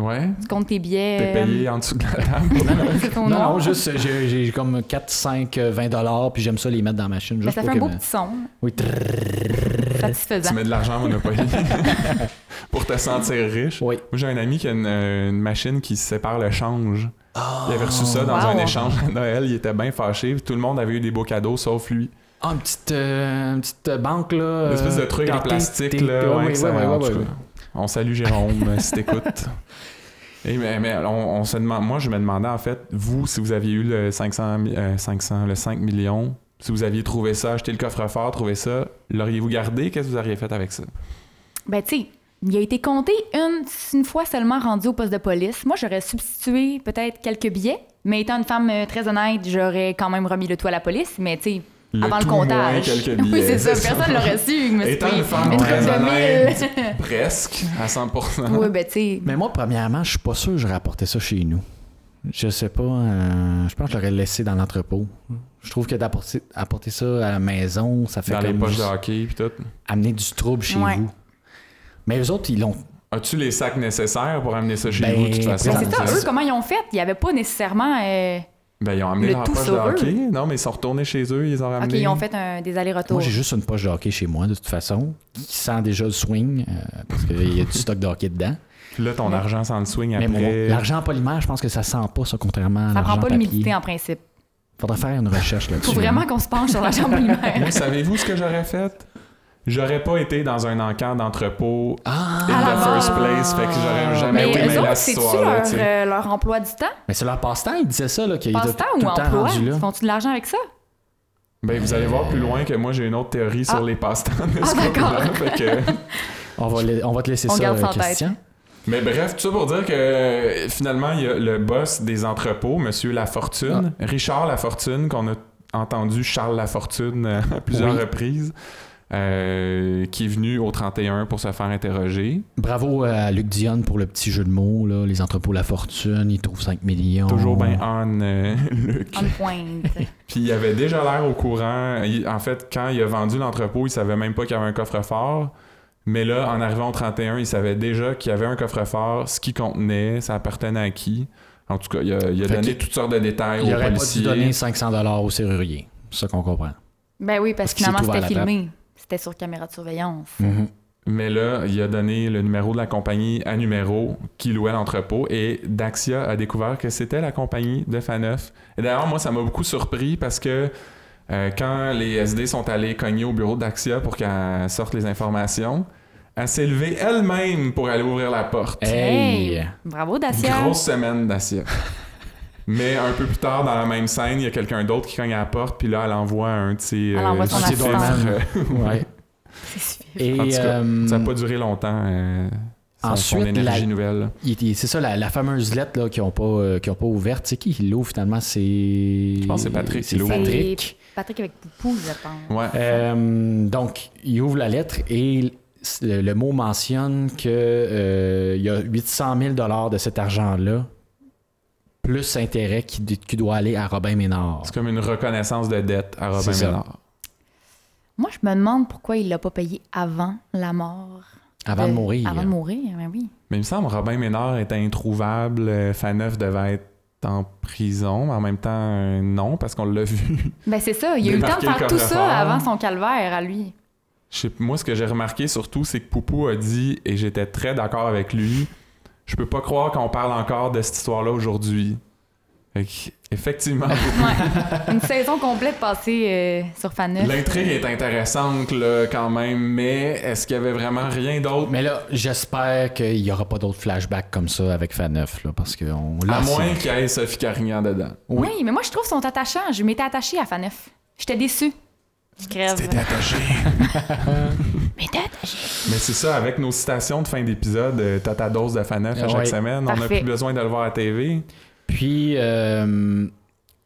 [SPEAKER 1] Ouais.
[SPEAKER 2] tu comptes tes billets.
[SPEAKER 1] T'es payé en dessous de la table.
[SPEAKER 2] euh, c'est ton
[SPEAKER 3] Non,
[SPEAKER 2] nom.
[SPEAKER 3] non, juste, euh, j'ai j'ai comme 4, 5, euh, 20 dollars, puis j'aime ça les mettre dans la machine.
[SPEAKER 2] Ben,
[SPEAKER 3] Juste
[SPEAKER 2] ça fait
[SPEAKER 3] pour
[SPEAKER 2] un
[SPEAKER 3] que
[SPEAKER 2] beau
[SPEAKER 3] ma-
[SPEAKER 2] petit son
[SPEAKER 3] Oui, trrrr.
[SPEAKER 1] tu
[SPEAKER 2] satisfaisant.
[SPEAKER 1] mets de l'argent à Monopoly pour te sentir riche.
[SPEAKER 3] Oui.
[SPEAKER 1] Moi, j'ai un ami qui a une, euh, une machine qui sépare le change. Il avait reçu ça dans
[SPEAKER 2] Ah, Wow.
[SPEAKER 1] un échange à Noël. Il était bien fâché. puis Tout le monde avait eu des beaux cadeaux sauf lui.
[SPEAKER 3] Ah, une petite, euh, une petite euh, banque, là.
[SPEAKER 1] Une
[SPEAKER 3] euh,
[SPEAKER 1] espèce de truc en
[SPEAKER 3] t'es-
[SPEAKER 1] plastique.
[SPEAKER 3] t'es-
[SPEAKER 1] Là,
[SPEAKER 3] ouais,
[SPEAKER 1] ouais,
[SPEAKER 3] ouais,
[SPEAKER 1] que ça-
[SPEAKER 3] ouais,
[SPEAKER 1] en
[SPEAKER 3] ouais,
[SPEAKER 1] tout
[SPEAKER 3] ouais.
[SPEAKER 1] cas, On salue Jérôme euh, si t'écoutes. Et mais, mais on, on se demande, moi, je me demandais en fait, vous, si vous aviez eu le 500, mi- euh, 500 le 5 millions, si vous aviez trouvé ça, acheté le coffre-fort, trouvé ça, l'auriez-vous gardé? Qu'est-ce que vous auriez fait avec ça?
[SPEAKER 2] Ben, tu sais, il a été compté une, une fois seulement rendu au poste de police. Moi, j'aurais substitué peut-être quelques billets, mais étant une femme euh, très honnête, j'aurais quand même remis le tout à la police, mais tu sais, avant le
[SPEAKER 1] tout moins
[SPEAKER 2] comptage.
[SPEAKER 1] quelques
[SPEAKER 2] oui,
[SPEAKER 1] billets,
[SPEAKER 2] c'est ça, personne l'aurait su. je me suis
[SPEAKER 1] Étant
[SPEAKER 2] pris
[SPEAKER 1] une femme
[SPEAKER 2] une coupe
[SPEAKER 1] très
[SPEAKER 2] de
[SPEAKER 1] honnête.
[SPEAKER 2] mille.
[SPEAKER 1] Presque, à 100%.
[SPEAKER 2] oui, ben, tu sais,
[SPEAKER 3] Mais moi, premièrement, je suis pas sûr que j'aurais apporté ça chez nous. Je sais pas. euh, je pense que j'aurais laissé dans l'entrepôt. Je trouve que d'apporter apporter ça à la maison, ça fait
[SPEAKER 1] Dans les
[SPEAKER 3] comme
[SPEAKER 1] poches de
[SPEAKER 3] juste
[SPEAKER 1] hockey puis tout.
[SPEAKER 3] amener du trouble chez
[SPEAKER 2] Ouais.
[SPEAKER 3] vous. Mais les autres, ils l'ont.
[SPEAKER 1] As-tu les sacs nécessaires pour amener ça chez
[SPEAKER 3] Ben,
[SPEAKER 1] vous, de toute façon?
[SPEAKER 2] ben,
[SPEAKER 3] ça,
[SPEAKER 2] c'est ça,
[SPEAKER 3] ça.
[SPEAKER 2] eux, comment ils ont fait? Il n'y avait pas nécessairement. euh,
[SPEAKER 1] Ben, ils ont amené
[SPEAKER 2] Le
[SPEAKER 1] leur
[SPEAKER 2] tout
[SPEAKER 1] poche de
[SPEAKER 2] sur eux.
[SPEAKER 1] hockey. Non, mais ils sont retournés chez eux, ils ont
[SPEAKER 2] Ok,
[SPEAKER 1] ramené.
[SPEAKER 2] ils ont fait un, des allers-retours.
[SPEAKER 3] Moi, j'ai juste une poche de hockey chez moi, de toute façon, qui sent déjà le swing, euh, parce qu'il y a du stock de hockey dedans.
[SPEAKER 1] Puis là, ton
[SPEAKER 2] Mais-
[SPEAKER 1] argent sans le swing
[SPEAKER 3] Mais
[SPEAKER 1] après.
[SPEAKER 3] bon, l'argent en polymère, je pense que ça sent pas ça, contrairement à
[SPEAKER 2] ça
[SPEAKER 3] l'argent
[SPEAKER 2] prend pas l'humidité
[SPEAKER 3] papier.
[SPEAKER 2] en principe.
[SPEAKER 3] Faudrait faire une recherche
[SPEAKER 2] Faut
[SPEAKER 3] là-dessus.
[SPEAKER 2] vraiment qu'on se penche sur la jambe polymère.
[SPEAKER 1] Moi, savez-vous ce que j'aurais fait? J'aurais pas été dans un encamp d'entrepôt
[SPEAKER 3] Ah!
[SPEAKER 1] in
[SPEAKER 2] À la
[SPEAKER 1] the first place,
[SPEAKER 2] base.
[SPEAKER 1] fait que j'aurais jamais
[SPEAKER 2] Mais
[SPEAKER 1] oui, mais là,
[SPEAKER 2] eux autres,
[SPEAKER 1] ce
[SPEAKER 2] c'est-tu
[SPEAKER 1] soir-là,
[SPEAKER 2] leur,
[SPEAKER 1] tu sais.
[SPEAKER 2] euh, leur emploi du temps?
[SPEAKER 3] Mais c'est leur passe-temps, ils disaient ça, là, qu'ils étaient
[SPEAKER 2] Passe-temps
[SPEAKER 3] tout
[SPEAKER 2] ou
[SPEAKER 3] le temps
[SPEAKER 2] emploi?
[SPEAKER 3] rendus là.
[SPEAKER 2] Font-tu de l'argent avec ça?
[SPEAKER 1] Ben, vous allez voir plus loin que moi, j'ai une autre théorie sur
[SPEAKER 2] Ah.
[SPEAKER 1] les passe-temps de
[SPEAKER 2] Ah,
[SPEAKER 1] ce
[SPEAKER 2] d'accord.
[SPEAKER 1] couple-là, fait que...
[SPEAKER 3] On va, la- on va te laisser
[SPEAKER 2] On
[SPEAKER 3] ça, euh,
[SPEAKER 2] garde ça en tête.
[SPEAKER 3] Christian.
[SPEAKER 1] Mais bref, tout ça pour dire que euh, finalement, il y a le boss des entrepôts, Monsieur Lafortune,
[SPEAKER 2] Ah.
[SPEAKER 1] Richard Lafortune, qu'on a entendu Charles Lafortune euh, à plusieurs
[SPEAKER 3] Oui.
[SPEAKER 1] reprises, euh, qui est venu au 31 pour se faire interroger.
[SPEAKER 3] Bravo à Luc Dionne pour le petit jeu de mots, là, les entrepôts La Fortune, ils trouvent 5 millions.
[SPEAKER 2] Oh.
[SPEAKER 1] Toujours bien on, euh, Luc.
[SPEAKER 2] En pointe.
[SPEAKER 1] Puis il avait déjà l'air au courant. Il- en fait, quand il a vendu l'entrepôt, il savait même pas qu'il y avait un coffre-fort. Mais là, en arrivant au 31, il savait déjà qu'il y avait un coffre-fort, ce qu'il contenait, ça appartenait à qui. En tout cas, il a, il a
[SPEAKER 3] Fait
[SPEAKER 1] donné
[SPEAKER 3] que-
[SPEAKER 1] toutes sortes de détails
[SPEAKER 3] Il
[SPEAKER 1] aux
[SPEAKER 3] aurait pas dû
[SPEAKER 1] policiers.
[SPEAKER 3] donner 500 dollars au serrurier. C'est ça qu'on comprend.
[SPEAKER 2] Ben oui, parce
[SPEAKER 3] Parce
[SPEAKER 2] que
[SPEAKER 3] qu'il s'est
[SPEAKER 2] finalement,
[SPEAKER 3] trouvé à
[SPEAKER 2] c'était
[SPEAKER 3] la table.
[SPEAKER 2] filmé. C'était sur caméra de surveillance.
[SPEAKER 1] Mais là, il a donné le numéro de la compagnie à numéro qui louait l'entrepôt et Daxia a découvert que c'était la compagnie de Faneuf. Et d'ailleurs, moi, ça m'a beaucoup surpris parce que euh, quand les SD sont allés cogner au bureau de Daxia pour qu'elle sorte les informations, elle s'est levée elle-même pour aller ouvrir la
[SPEAKER 2] Euh,
[SPEAKER 1] porte.
[SPEAKER 3] Hey!
[SPEAKER 2] Bravo, Dacia!
[SPEAKER 1] Grosse semaine d'Acia. Mais un peu plus tard, dans la même scène, il y a quelqu'un d'autre qui cogne à la porte, puis là, elle envoie un euh, petit.
[SPEAKER 2] Elle envoie son
[SPEAKER 1] un petit
[SPEAKER 2] assistant.
[SPEAKER 1] doigt.
[SPEAKER 3] Ouais.
[SPEAKER 2] C'est suffisant.
[SPEAKER 3] Et
[SPEAKER 1] En tout cas,
[SPEAKER 3] euh,
[SPEAKER 1] Ça n'a pas duré longtemps. euh, son- son
[SPEAKER 3] Ensuite,
[SPEAKER 1] énergie
[SPEAKER 3] la-
[SPEAKER 1] nouvelle.
[SPEAKER 3] il- il- c'est ça, la, la fameuse lettre là, qu'ils n'ont pas, euh, qu'ils ont pas ouverte. C'est qui qui l'ouvre finalement? C'est. Je
[SPEAKER 1] pense que c'est Patrick qui
[SPEAKER 3] C'est
[SPEAKER 1] l'ouvre.
[SPEAKER 3] Patrick.
[SPEAKER 2] Patrick avec Poupou, je pense.
[SPEAKER 1] Ouais.
[SPEAKER 3] Euh, donc, il ouvre la lettre et le, le mot mentionne que euh, il y a 800 000 dollars de cet argent-là, plus intérêt qui, qui doit aller à Robin Ménard.
[SPEAKER 1] C'est comme une reconnaissance de dette à Robin
[SPEAKER 3] C'est ça.
[SPEAKER 1] Ménard.
[SPEAKER 2] Moi, je me demande pourquoi il l'a pas payé avant la mort.
[SPEAKER 3] Avant de
[SPEAKER 2] Euh,
[SPEAKER 3] mourir.
[SPEAKER 2] Avant de mourir, ben oui.
[SPEAKER 1] Mais il me semble que Robin Ménard était introuvable. euh, Faneuf devait être en prison. mais En même temps, euh, non, parce qu'on l'a vu.
[SPEAKER 2] Ben c'est ça, il a eu le temps de
[SPEAKER 1] Démarquer le
[SPEAKER 2] faire tout
[SPEAKER 1] coffre-fort.
[SPEAKER 2] ça avant son calvaire à lui.
[SPEAKER 1] Je sais- moi, ce que j'ai remarqué surtout, c'est que Poupou a dit, et j'étais très d'accord avec lui, je peux pas croire qu'on parle encore de cette histoire-là aujourd'hui. Fait que, Effectivement,
[SPEAKER 2] Ouais. Une saison complète passée euh, sur Faneuf.
[SPEAKER 1] l'intrigue est intéressante là, quand même, mais est-ce qu'il y avait vraiment rien d'autre?
[SPEAKER 3] Mais là, j'espère qu'il n'y aura pas d'autres flashbacks comme ça avec Faneuf, là, parce qu'on l'a
[SPEAKER 1] À moins
[SPEAKER 3] assez.
[SPEAKER 1] qu'il y ait Sophie Carignan dedans.
[SPEAKER 2] Oui. mais moi, je trouve son attachant. Je m'étais attachée à Faneuf. J'étais déçue. Je crève.
[SPEAKER 1] T'étais attaché.
[SPEAKER 2] Mais t'es attachée.
[SPEAKER 1] Mais c'est ça, avec nos citations de fin d'épisode, euh, t'as ta dose de FANEF à
[SPEAKER 3] Ouais.
[SPEAKER 1] chaque semaine. On n'a
[SPEAKER 2] Parfait.
[SPEAKER 1] plus besoin de le voir à TV.
[SPEAKER 3] Puis, euh,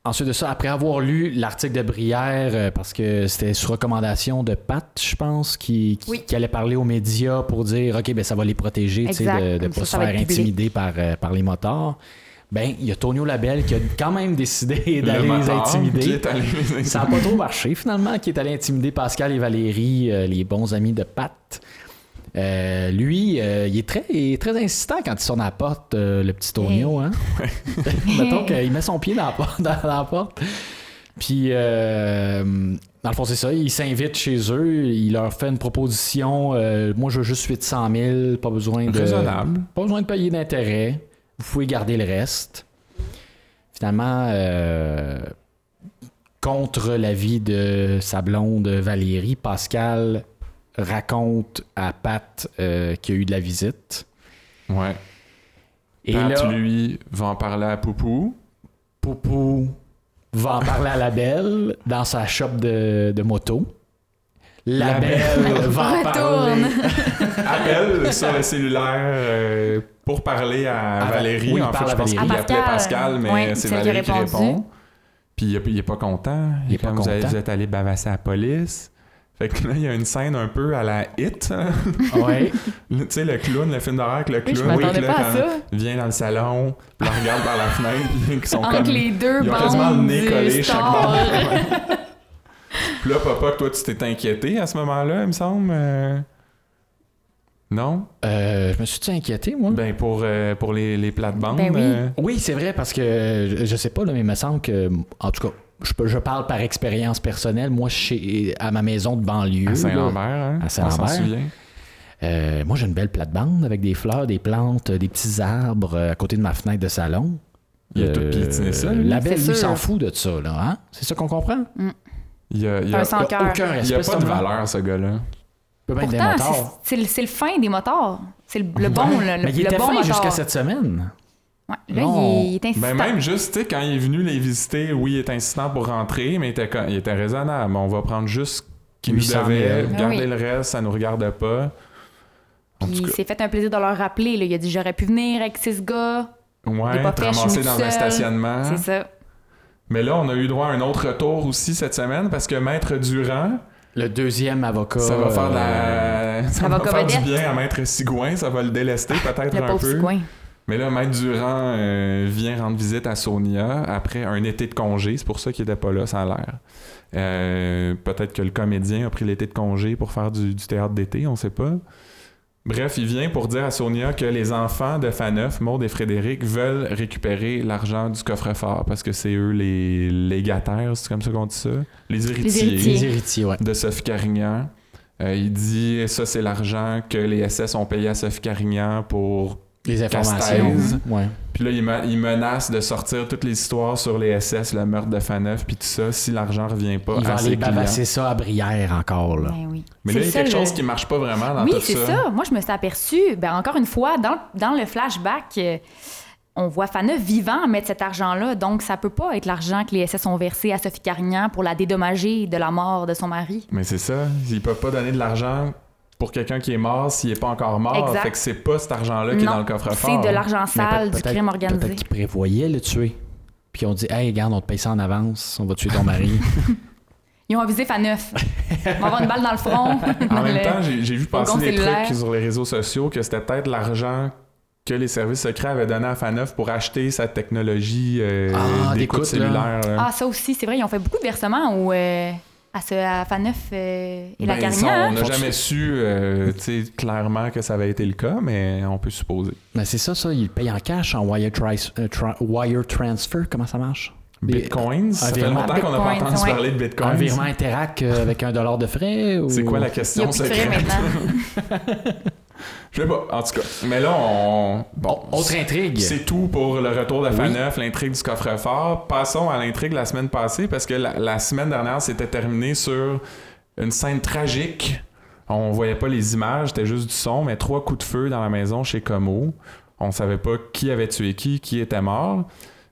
[SPEAKER 3] Ensuite de ça, après avoir lu l'article de Brière, euh, parce que c'était sur recommandation de Pat, je pense, qui, qui,
[SPEAKER 2] Oui.
[SPEAKER 3] qui allait parler aux médias pour dire OK, ben ça va les protéger tu sais,
[SPEAKER 2] Exact.
[SPEAKER 3] de ne
[SPEAKER 2] Comme ça,
[SPEAKER 3] pas
[SPEAKER 2] ça
[SPEAKER 3] se
[SPEAKER 2] va
[SPEAKER 3] faire
[SPEAKER 2] être publié.
[SPEAKER 3] intimider par, euh, par les motards. Ben, il y a Tonio Labelle qui a quand même décidé
[SPEAKER 1] Le
[SPEAKER 3] d'aller les
[SPEAKER 1] motard qui
[SPEAKER 3] intimider.
[SPEAKER 1] est allé les intimider.
[SPEAKER 3] Ça n'a pas trop marché finalement, qui est allé intimider Pascal et Valérie, euh, les bons amis de Pat. Euh, lui, euh, il, est très, il est très insistant quand il sort dans la porte, euh, le petit Tonio. Hein? Mettons qu'il met son pied dans la porte. dans la porte. Puis, euh, dans le fond, c'est ça. Il s'invite chez eux. Il leur fait une proposition. euh, moi, je veux juste 800 000. Pas besoin de...
[SPEAKER 1] Raisonnable.
[SPEAKER 3] Pas besoin de payer d'intérêt. Vous pouvez garder le reste. Finalement, euh, contre l'avis de sa blonde Valérie, Pascal raconte à Pat euh, qu'il y a eu de la visite.
[SPEAKER 1] Ouais.
[SPEAKER 3] Et
[SPEAKER 1] Pat,
[SPEAKER 3] là,
[SPEAKER 1] lui, va en parler à Poupou.
[SPEAKER 3] Poupou va en parler à la belle dans sa shop de, de moto. La,
[SPEAKER 1] La
[SPEAKER 3] belle
[SPEAKER 1] Belle
[SPEAKER 3] va en parler.
[SPEAKER 2] Retourne.
[SPEAKER 1] Appelle sur le cellulaire euh, pour parler à
[SPEAKER 3] Ah,
[SPEAKER 1] Valérie.
[SPEAKER 3] oui, il
[SPEAKER 1] en fait,
[SPEAKER 3] parle
[SPEAKER 1] je
[SPEAKER 3] à
[SPEAKER 1] pense
[SPEAKER 3] Valérie.
[SPEAKER 1] qu'il
[SPEAKER 2] À
[SPEAKER 1] appelait
[SPEAKER 2] Pascal.
[SPEAKER 1] Pascal, mais
[SPEAKER 2] Ouais,
[SPEAKER 1] c'est
[SPEAKER 2] celle qui a
[SPEAKER 1] Valérie qui
[SPEAKER 2] répondu.
[SPEAKER 1] répond. Puis il, est- il est pas content.
[SPEAKER 3] Il est
[SPEAKER 1] comme,
[SPEAKER 3] pas
[SPEAKER 1] Vous, avez-
[SPEAKER 3] content.
[SPEAKER 1] vous êtes allé bavasser à la police. Fait que là, il y a une scène un peu à la hit. hein.
[SPEAKER 3] Ouais.
[SPEAKER 1] Le- Tu sais, le clown, le film d'horreur avec le
[SPEAKER 2] Oui, je
[SPEAKER 1] clown. qui,
[SPEAKER 2] m'attendais
[SPEAKER 1] là,
[SPEAKER 2] pas à
[SPEAKER 1] quand
[SPEAKER 2] ça.
[SPEAKER 1] il Vient dans le salon, puis la regarde par la fenêtre, puis qui sont
[SPEAKER 2] Entre
[SPEAKER 1] comme...
[SPEAKER 2] les deux
[SPEAKER 1] Ils ont
[SPEAKER 2] bandes
[SPEAKER 1] quasiment le nez
[SPEAKER 2] du
[SPEAKER 1] collé chaque
[SPEAKER 2] store.
[SPEAKER 1] bord. Puis là, papa, toi, tu t'es inquiété à ce moment-là, il me semble. euh? Non?
[SPEAKER 3] Euh, je me suis-tu inquiété, moi?
[SPEAKER 1] Ben, pour, euh, pour les, les plates-bandes.
[SPEAKER 2] Ben oui.
[SPEAKER 1] euh,
[SPEAKER 3] Oui, c'est vrai, parce que euh, je sais pas, là, mais il me semble que, en tout cas, je, peux- je parle par expérience personnelle. Moi, chez, à ma maison de banlieue,
[SPEAKER 1] à
[SPEAKER 3] là,
[SPEAKER 1] Saint-Lambert, hein?
[SPEAKER 3] À
[SPEAKER 1] On
[SPEAKER 3] Saint-Lambert.
[SPEAKER 1] s'en souvient.
[SPEAKER 3] euh, moi, j'ai une belle plate-bande avec des fleurs, des plantes, euh, des petits arbres euh, à côté de ma fenêtre de salon.
[SPEAKER 1] Il a
[SPEAKER 3] Euh,
[SPEAKER 1] tout piétiné ça, lui.
[SPEAKER 3] La belle,
[SPEAKER 2] C'est
[SPEAKER 3] lui,
[SPEAKER 2] sûr.
[SPEAKER 3] s'en fout de ça, là. Hein? C'est ça qu'on comprend?
[SPEAKER 1] Il y a, il y a-
[SPEAKER 2] Un sans
[SPEAKER 3] Il y a
[SPEAKER 2] cœur.
[SPEAKER 3] aucun
[SPEAKER 1] il y a
[SPEAKER 3] respect,
[SPEAKER 1] pas de valeur, ce gars-là.
[SPEAKER 3] Peut bien être des
[SPEAKER 2] Pourtant,
[SPEAKER 3] motards.
[SPEAKER 2] c'est- c'est le- c'est le fin des motards. C'est le, le bon, le, le-
[SPEAKER 3] Mais il
[SPEAKER 2] le
[SPEAKER 3] était
[SPEAKER 2] bon
[SPEAKER 3] fin
[SPEAKER 2] motard.
[SPEAKER 3] jusqu'à cette semaine.
[SPEAKER 2] Ouais, là,
[SPEAKER 3] Non.
[SPEAKER 2] il, il est insistant.
[SPEAKER 1] Ben, même juste, tu sais, quand il est venu les visiter, oui, il est insistant pour rentrer, mais il était, co- il était raisonnable. On va prendre juste ce qu'il nous
[SPEAKER 3] 800 000.
[SPEAKER 1] devait,
[SPEAKER 2] Ah
[SPEAKER 1] garder
[SPEAKER 2] oui.
[SPEAKER 1] le reste, ça nous regarde pas. En
[SPEAKER 2] Puis
[SPEAKER 1] tout
[SPEAKER 2] il
[SPEAKER 1] cas,
[SPEAKER 2] s'est fait un plaisir de leur rappeler. là. Il a dit J'aurais pu venir avec six gars.
[SPEAKER 3] Hein?
[SPEAKER 2] il est
[SPEAKER 1] ouais,
[SPEAKER 2] pas
[SPEAKER 1] te
[SPEAKER 2] fait, je suis
[SPEAKER 1] ramasser
[SPEAKER 2] toute
[SPEAKER 1] dans un
[SPEAKER 2] seule.
[SPEAKER 1] stationnement.
[SPEAKER 2] C'est ça.
[SPEAKER 1] Mais là, on a eu droit à un autre retour aussi cette semaine parce que Maître Durand,
[SPEAKER 3] Le deuxième avocat.
[SPEAKER 1] ça va faire de
[SPEAKER 3] euh,
[SPEAKER 1] la... ça va
[SPEAKER 2] va
[SPEAKER 1] faire du
[SPEAKER 2] vedette.
[SPEAKER 1] bien à Maître Sigouin, ça va le délester peut-être
[SPEAKER 2] Le
[SPEAKER 1] un
[SPEAKER 2] pauvre
[SPEAKER 1] peu.
[SPEAKER 2] Sigouin.
[SPEAKER 1] Mais là, Maître Durand euh, vient rendre visite à Sonia après un été de congé. C'est pour ça qu'il était pas là, ça a l'air. Euh, Peut-être que le comédien a pris l'été de congé pour faire du, du théâtre d'été, on sait pas. Bref, il vient pour dire à Sonia que les enfants de Faneuf, Maude et Frédéric, veulent récérer l'argent du coffre-fort parce que c'est eux les légataires, c'est comme ça qu'on dit ça? Les héritiers,
[SPEAKER 2] héritiers.
[SPEAKER 3] Les héritiers, ouais.
[SPEAKER 1] de Sophie Carignan. Euh, il dit ça, c'est l'argent que les SS ont payé à Sophie Carignan pour
[SPEAKER 3] Les informations.
[SPEAKER 1] Castaise.
[SPEAKER 3] Ouais.
[SPEAKER 1] puis là, il, me- il menace de sortir toutes les histoires sur les SS, le meurtre de Faneuf, puis tout ça, si l'argent revient pas
[SPEAKER 3] Il va
[SPEAKER 1] à ses
[SPEAKER 3] aller
[SPEAKER 1] clients.
[SPEAKER 3] bavasser ça à Brière encore, là.
[SPEAKER 2] Ben oui.
[SPEAKER 1] Mais
[SPEAKER 2] C'est
[SPEAKER 1] là, il y
[SPEAKER 2] le
[SPEAKER 1] a quelque
[SPEAKER 2] seul- euh,
[SPEAKER 1] chose qui marche pas vraiment dans
[SPEAKER 2] Oui,
[SPEAKER 1] tout
[SPEAKER 2] c'est
[SPEAKER 1] ça.
[SPEAKER 2] ça. Moi, je me suis aperçue, ben, encore une fois, dans, dans le flashback, euh, on voit Fana vivant mettre cet argent-là. Donc, ça peut pas être l'argent que les SS ont versé à Sophie Carignan pour la dédommager de la mort de son mari.
[SPEAKER 1] Mais c'est ça. Ils peuvent pas donner de l'argent pour quelqu'un qui est mort s'il est pas encore mort.
[SPEAKER 2] Exact.
[SPEAKER 1] Fait que c'est pas cet argent-là qui est
[SPEAKER 2] Non,
[SPEAKER 1] dans le coffre-fort.
[SPEAKER 2] C'est de l'argent
[SPEAKER 3] Mais peut-
[SPEAKER 2] sale, du
[SPEAKER 3] peut-être-
[SPEAKER 2] crime organisé.
[SPEAKER 3] Peut-être qu'ils prévoyaient le tuer. Puis on dit, hey, regarde, on te paye ça en avance, on va tuer ton mari.
[SPEAKER 2] Ils ont avisé Faneuf. On va avoir une balle dans le front.
[SPEAKER 1] En
[SPEAKER 2] Dans
[SPEAKER 1] même
[SPEAKER 2] le-
[SPEAKER 1] temps, j'ai j'ai vu passer
[SPEAKER 2] Au
[SPEAKER 1] des
[SPEAKER 2] consulaire.
[SPEAKER 1] trucs sur les réseaux sociaux que c'était peut-être l'argent que les services secrets avaient donné à Faneuf pour acheter sa technologie euh,
[SPEAKER 3] Ah,
[SPEAKER 1] d'écoute
[SPEAKER 3] d'écoute, là.
[SPEAKER 1] cellulaire. là.
[SPEAKER 2] Ah, ça aussi, c'est vrai, ils ont fait beaucoup de versements au, euh, à, ce, à Faneuf euh, et la
[SPEAKER 1] Ben,
[SPEAKER 2] Carignan.
[SPEAKER 1] ça,
[SPEAKER 2] hein.
[SPEAKER 1] on n'a
[SPEAKER 3] Faut que
[SPEAKER 1] jamais
[SPEAKER 3] tu-
[SPEAKER 1] su euh, tu sais, clairement que ça avait été le cas, mais on peut supposer.
[SPEAKER 3] Mais c'est ça, ça, ils le payent en cash, en wire, tri- euh, tra- wire transfer, comment ça marche? Des-
[SPEAKER 1] Bitcoins, ça fait
[SPEAKER 3] virement-
[SPEAKER 1] longtemps qu'on n'a pas
[SPEAKER 2] Bitcoins,
[SPEAKER 1] entendu
[SPEAKER 2] ouais.
[SPEAKER 1] parler de
[SPEAKER 3] Un
[SPEAKER 1] Bitcoins.
[SPEAKER 3] virement Interac euh, avec un dollar de frais? ou-
[SPEAKER 1] C'est quoi la
[SPEAKER 2] Il y a
[SPEAKER 1] question
[SPEAKER 2] plus de frais
[SPEAKER 1] secrète?
[SPEAKER 2] maintenant.
[SPEAKER 1] Je sais pas, en tout cas. Mais là, on... Bon,
[SPEAKER 3] Bon, autre intrigue.
[SPEAKER 1] c'est tout pour le retour de Faneuf, l'intrigue du coffre-fort. Passons à l'intrigue de la semaine passée, parce que la, la semaine dernière, c'était terminé sur une scène tragique. On voyait pas les images, c'était juste du son, mais trois coups de feu dans la maison chez Como. On savait pas qui avait tué qui, qui était mort.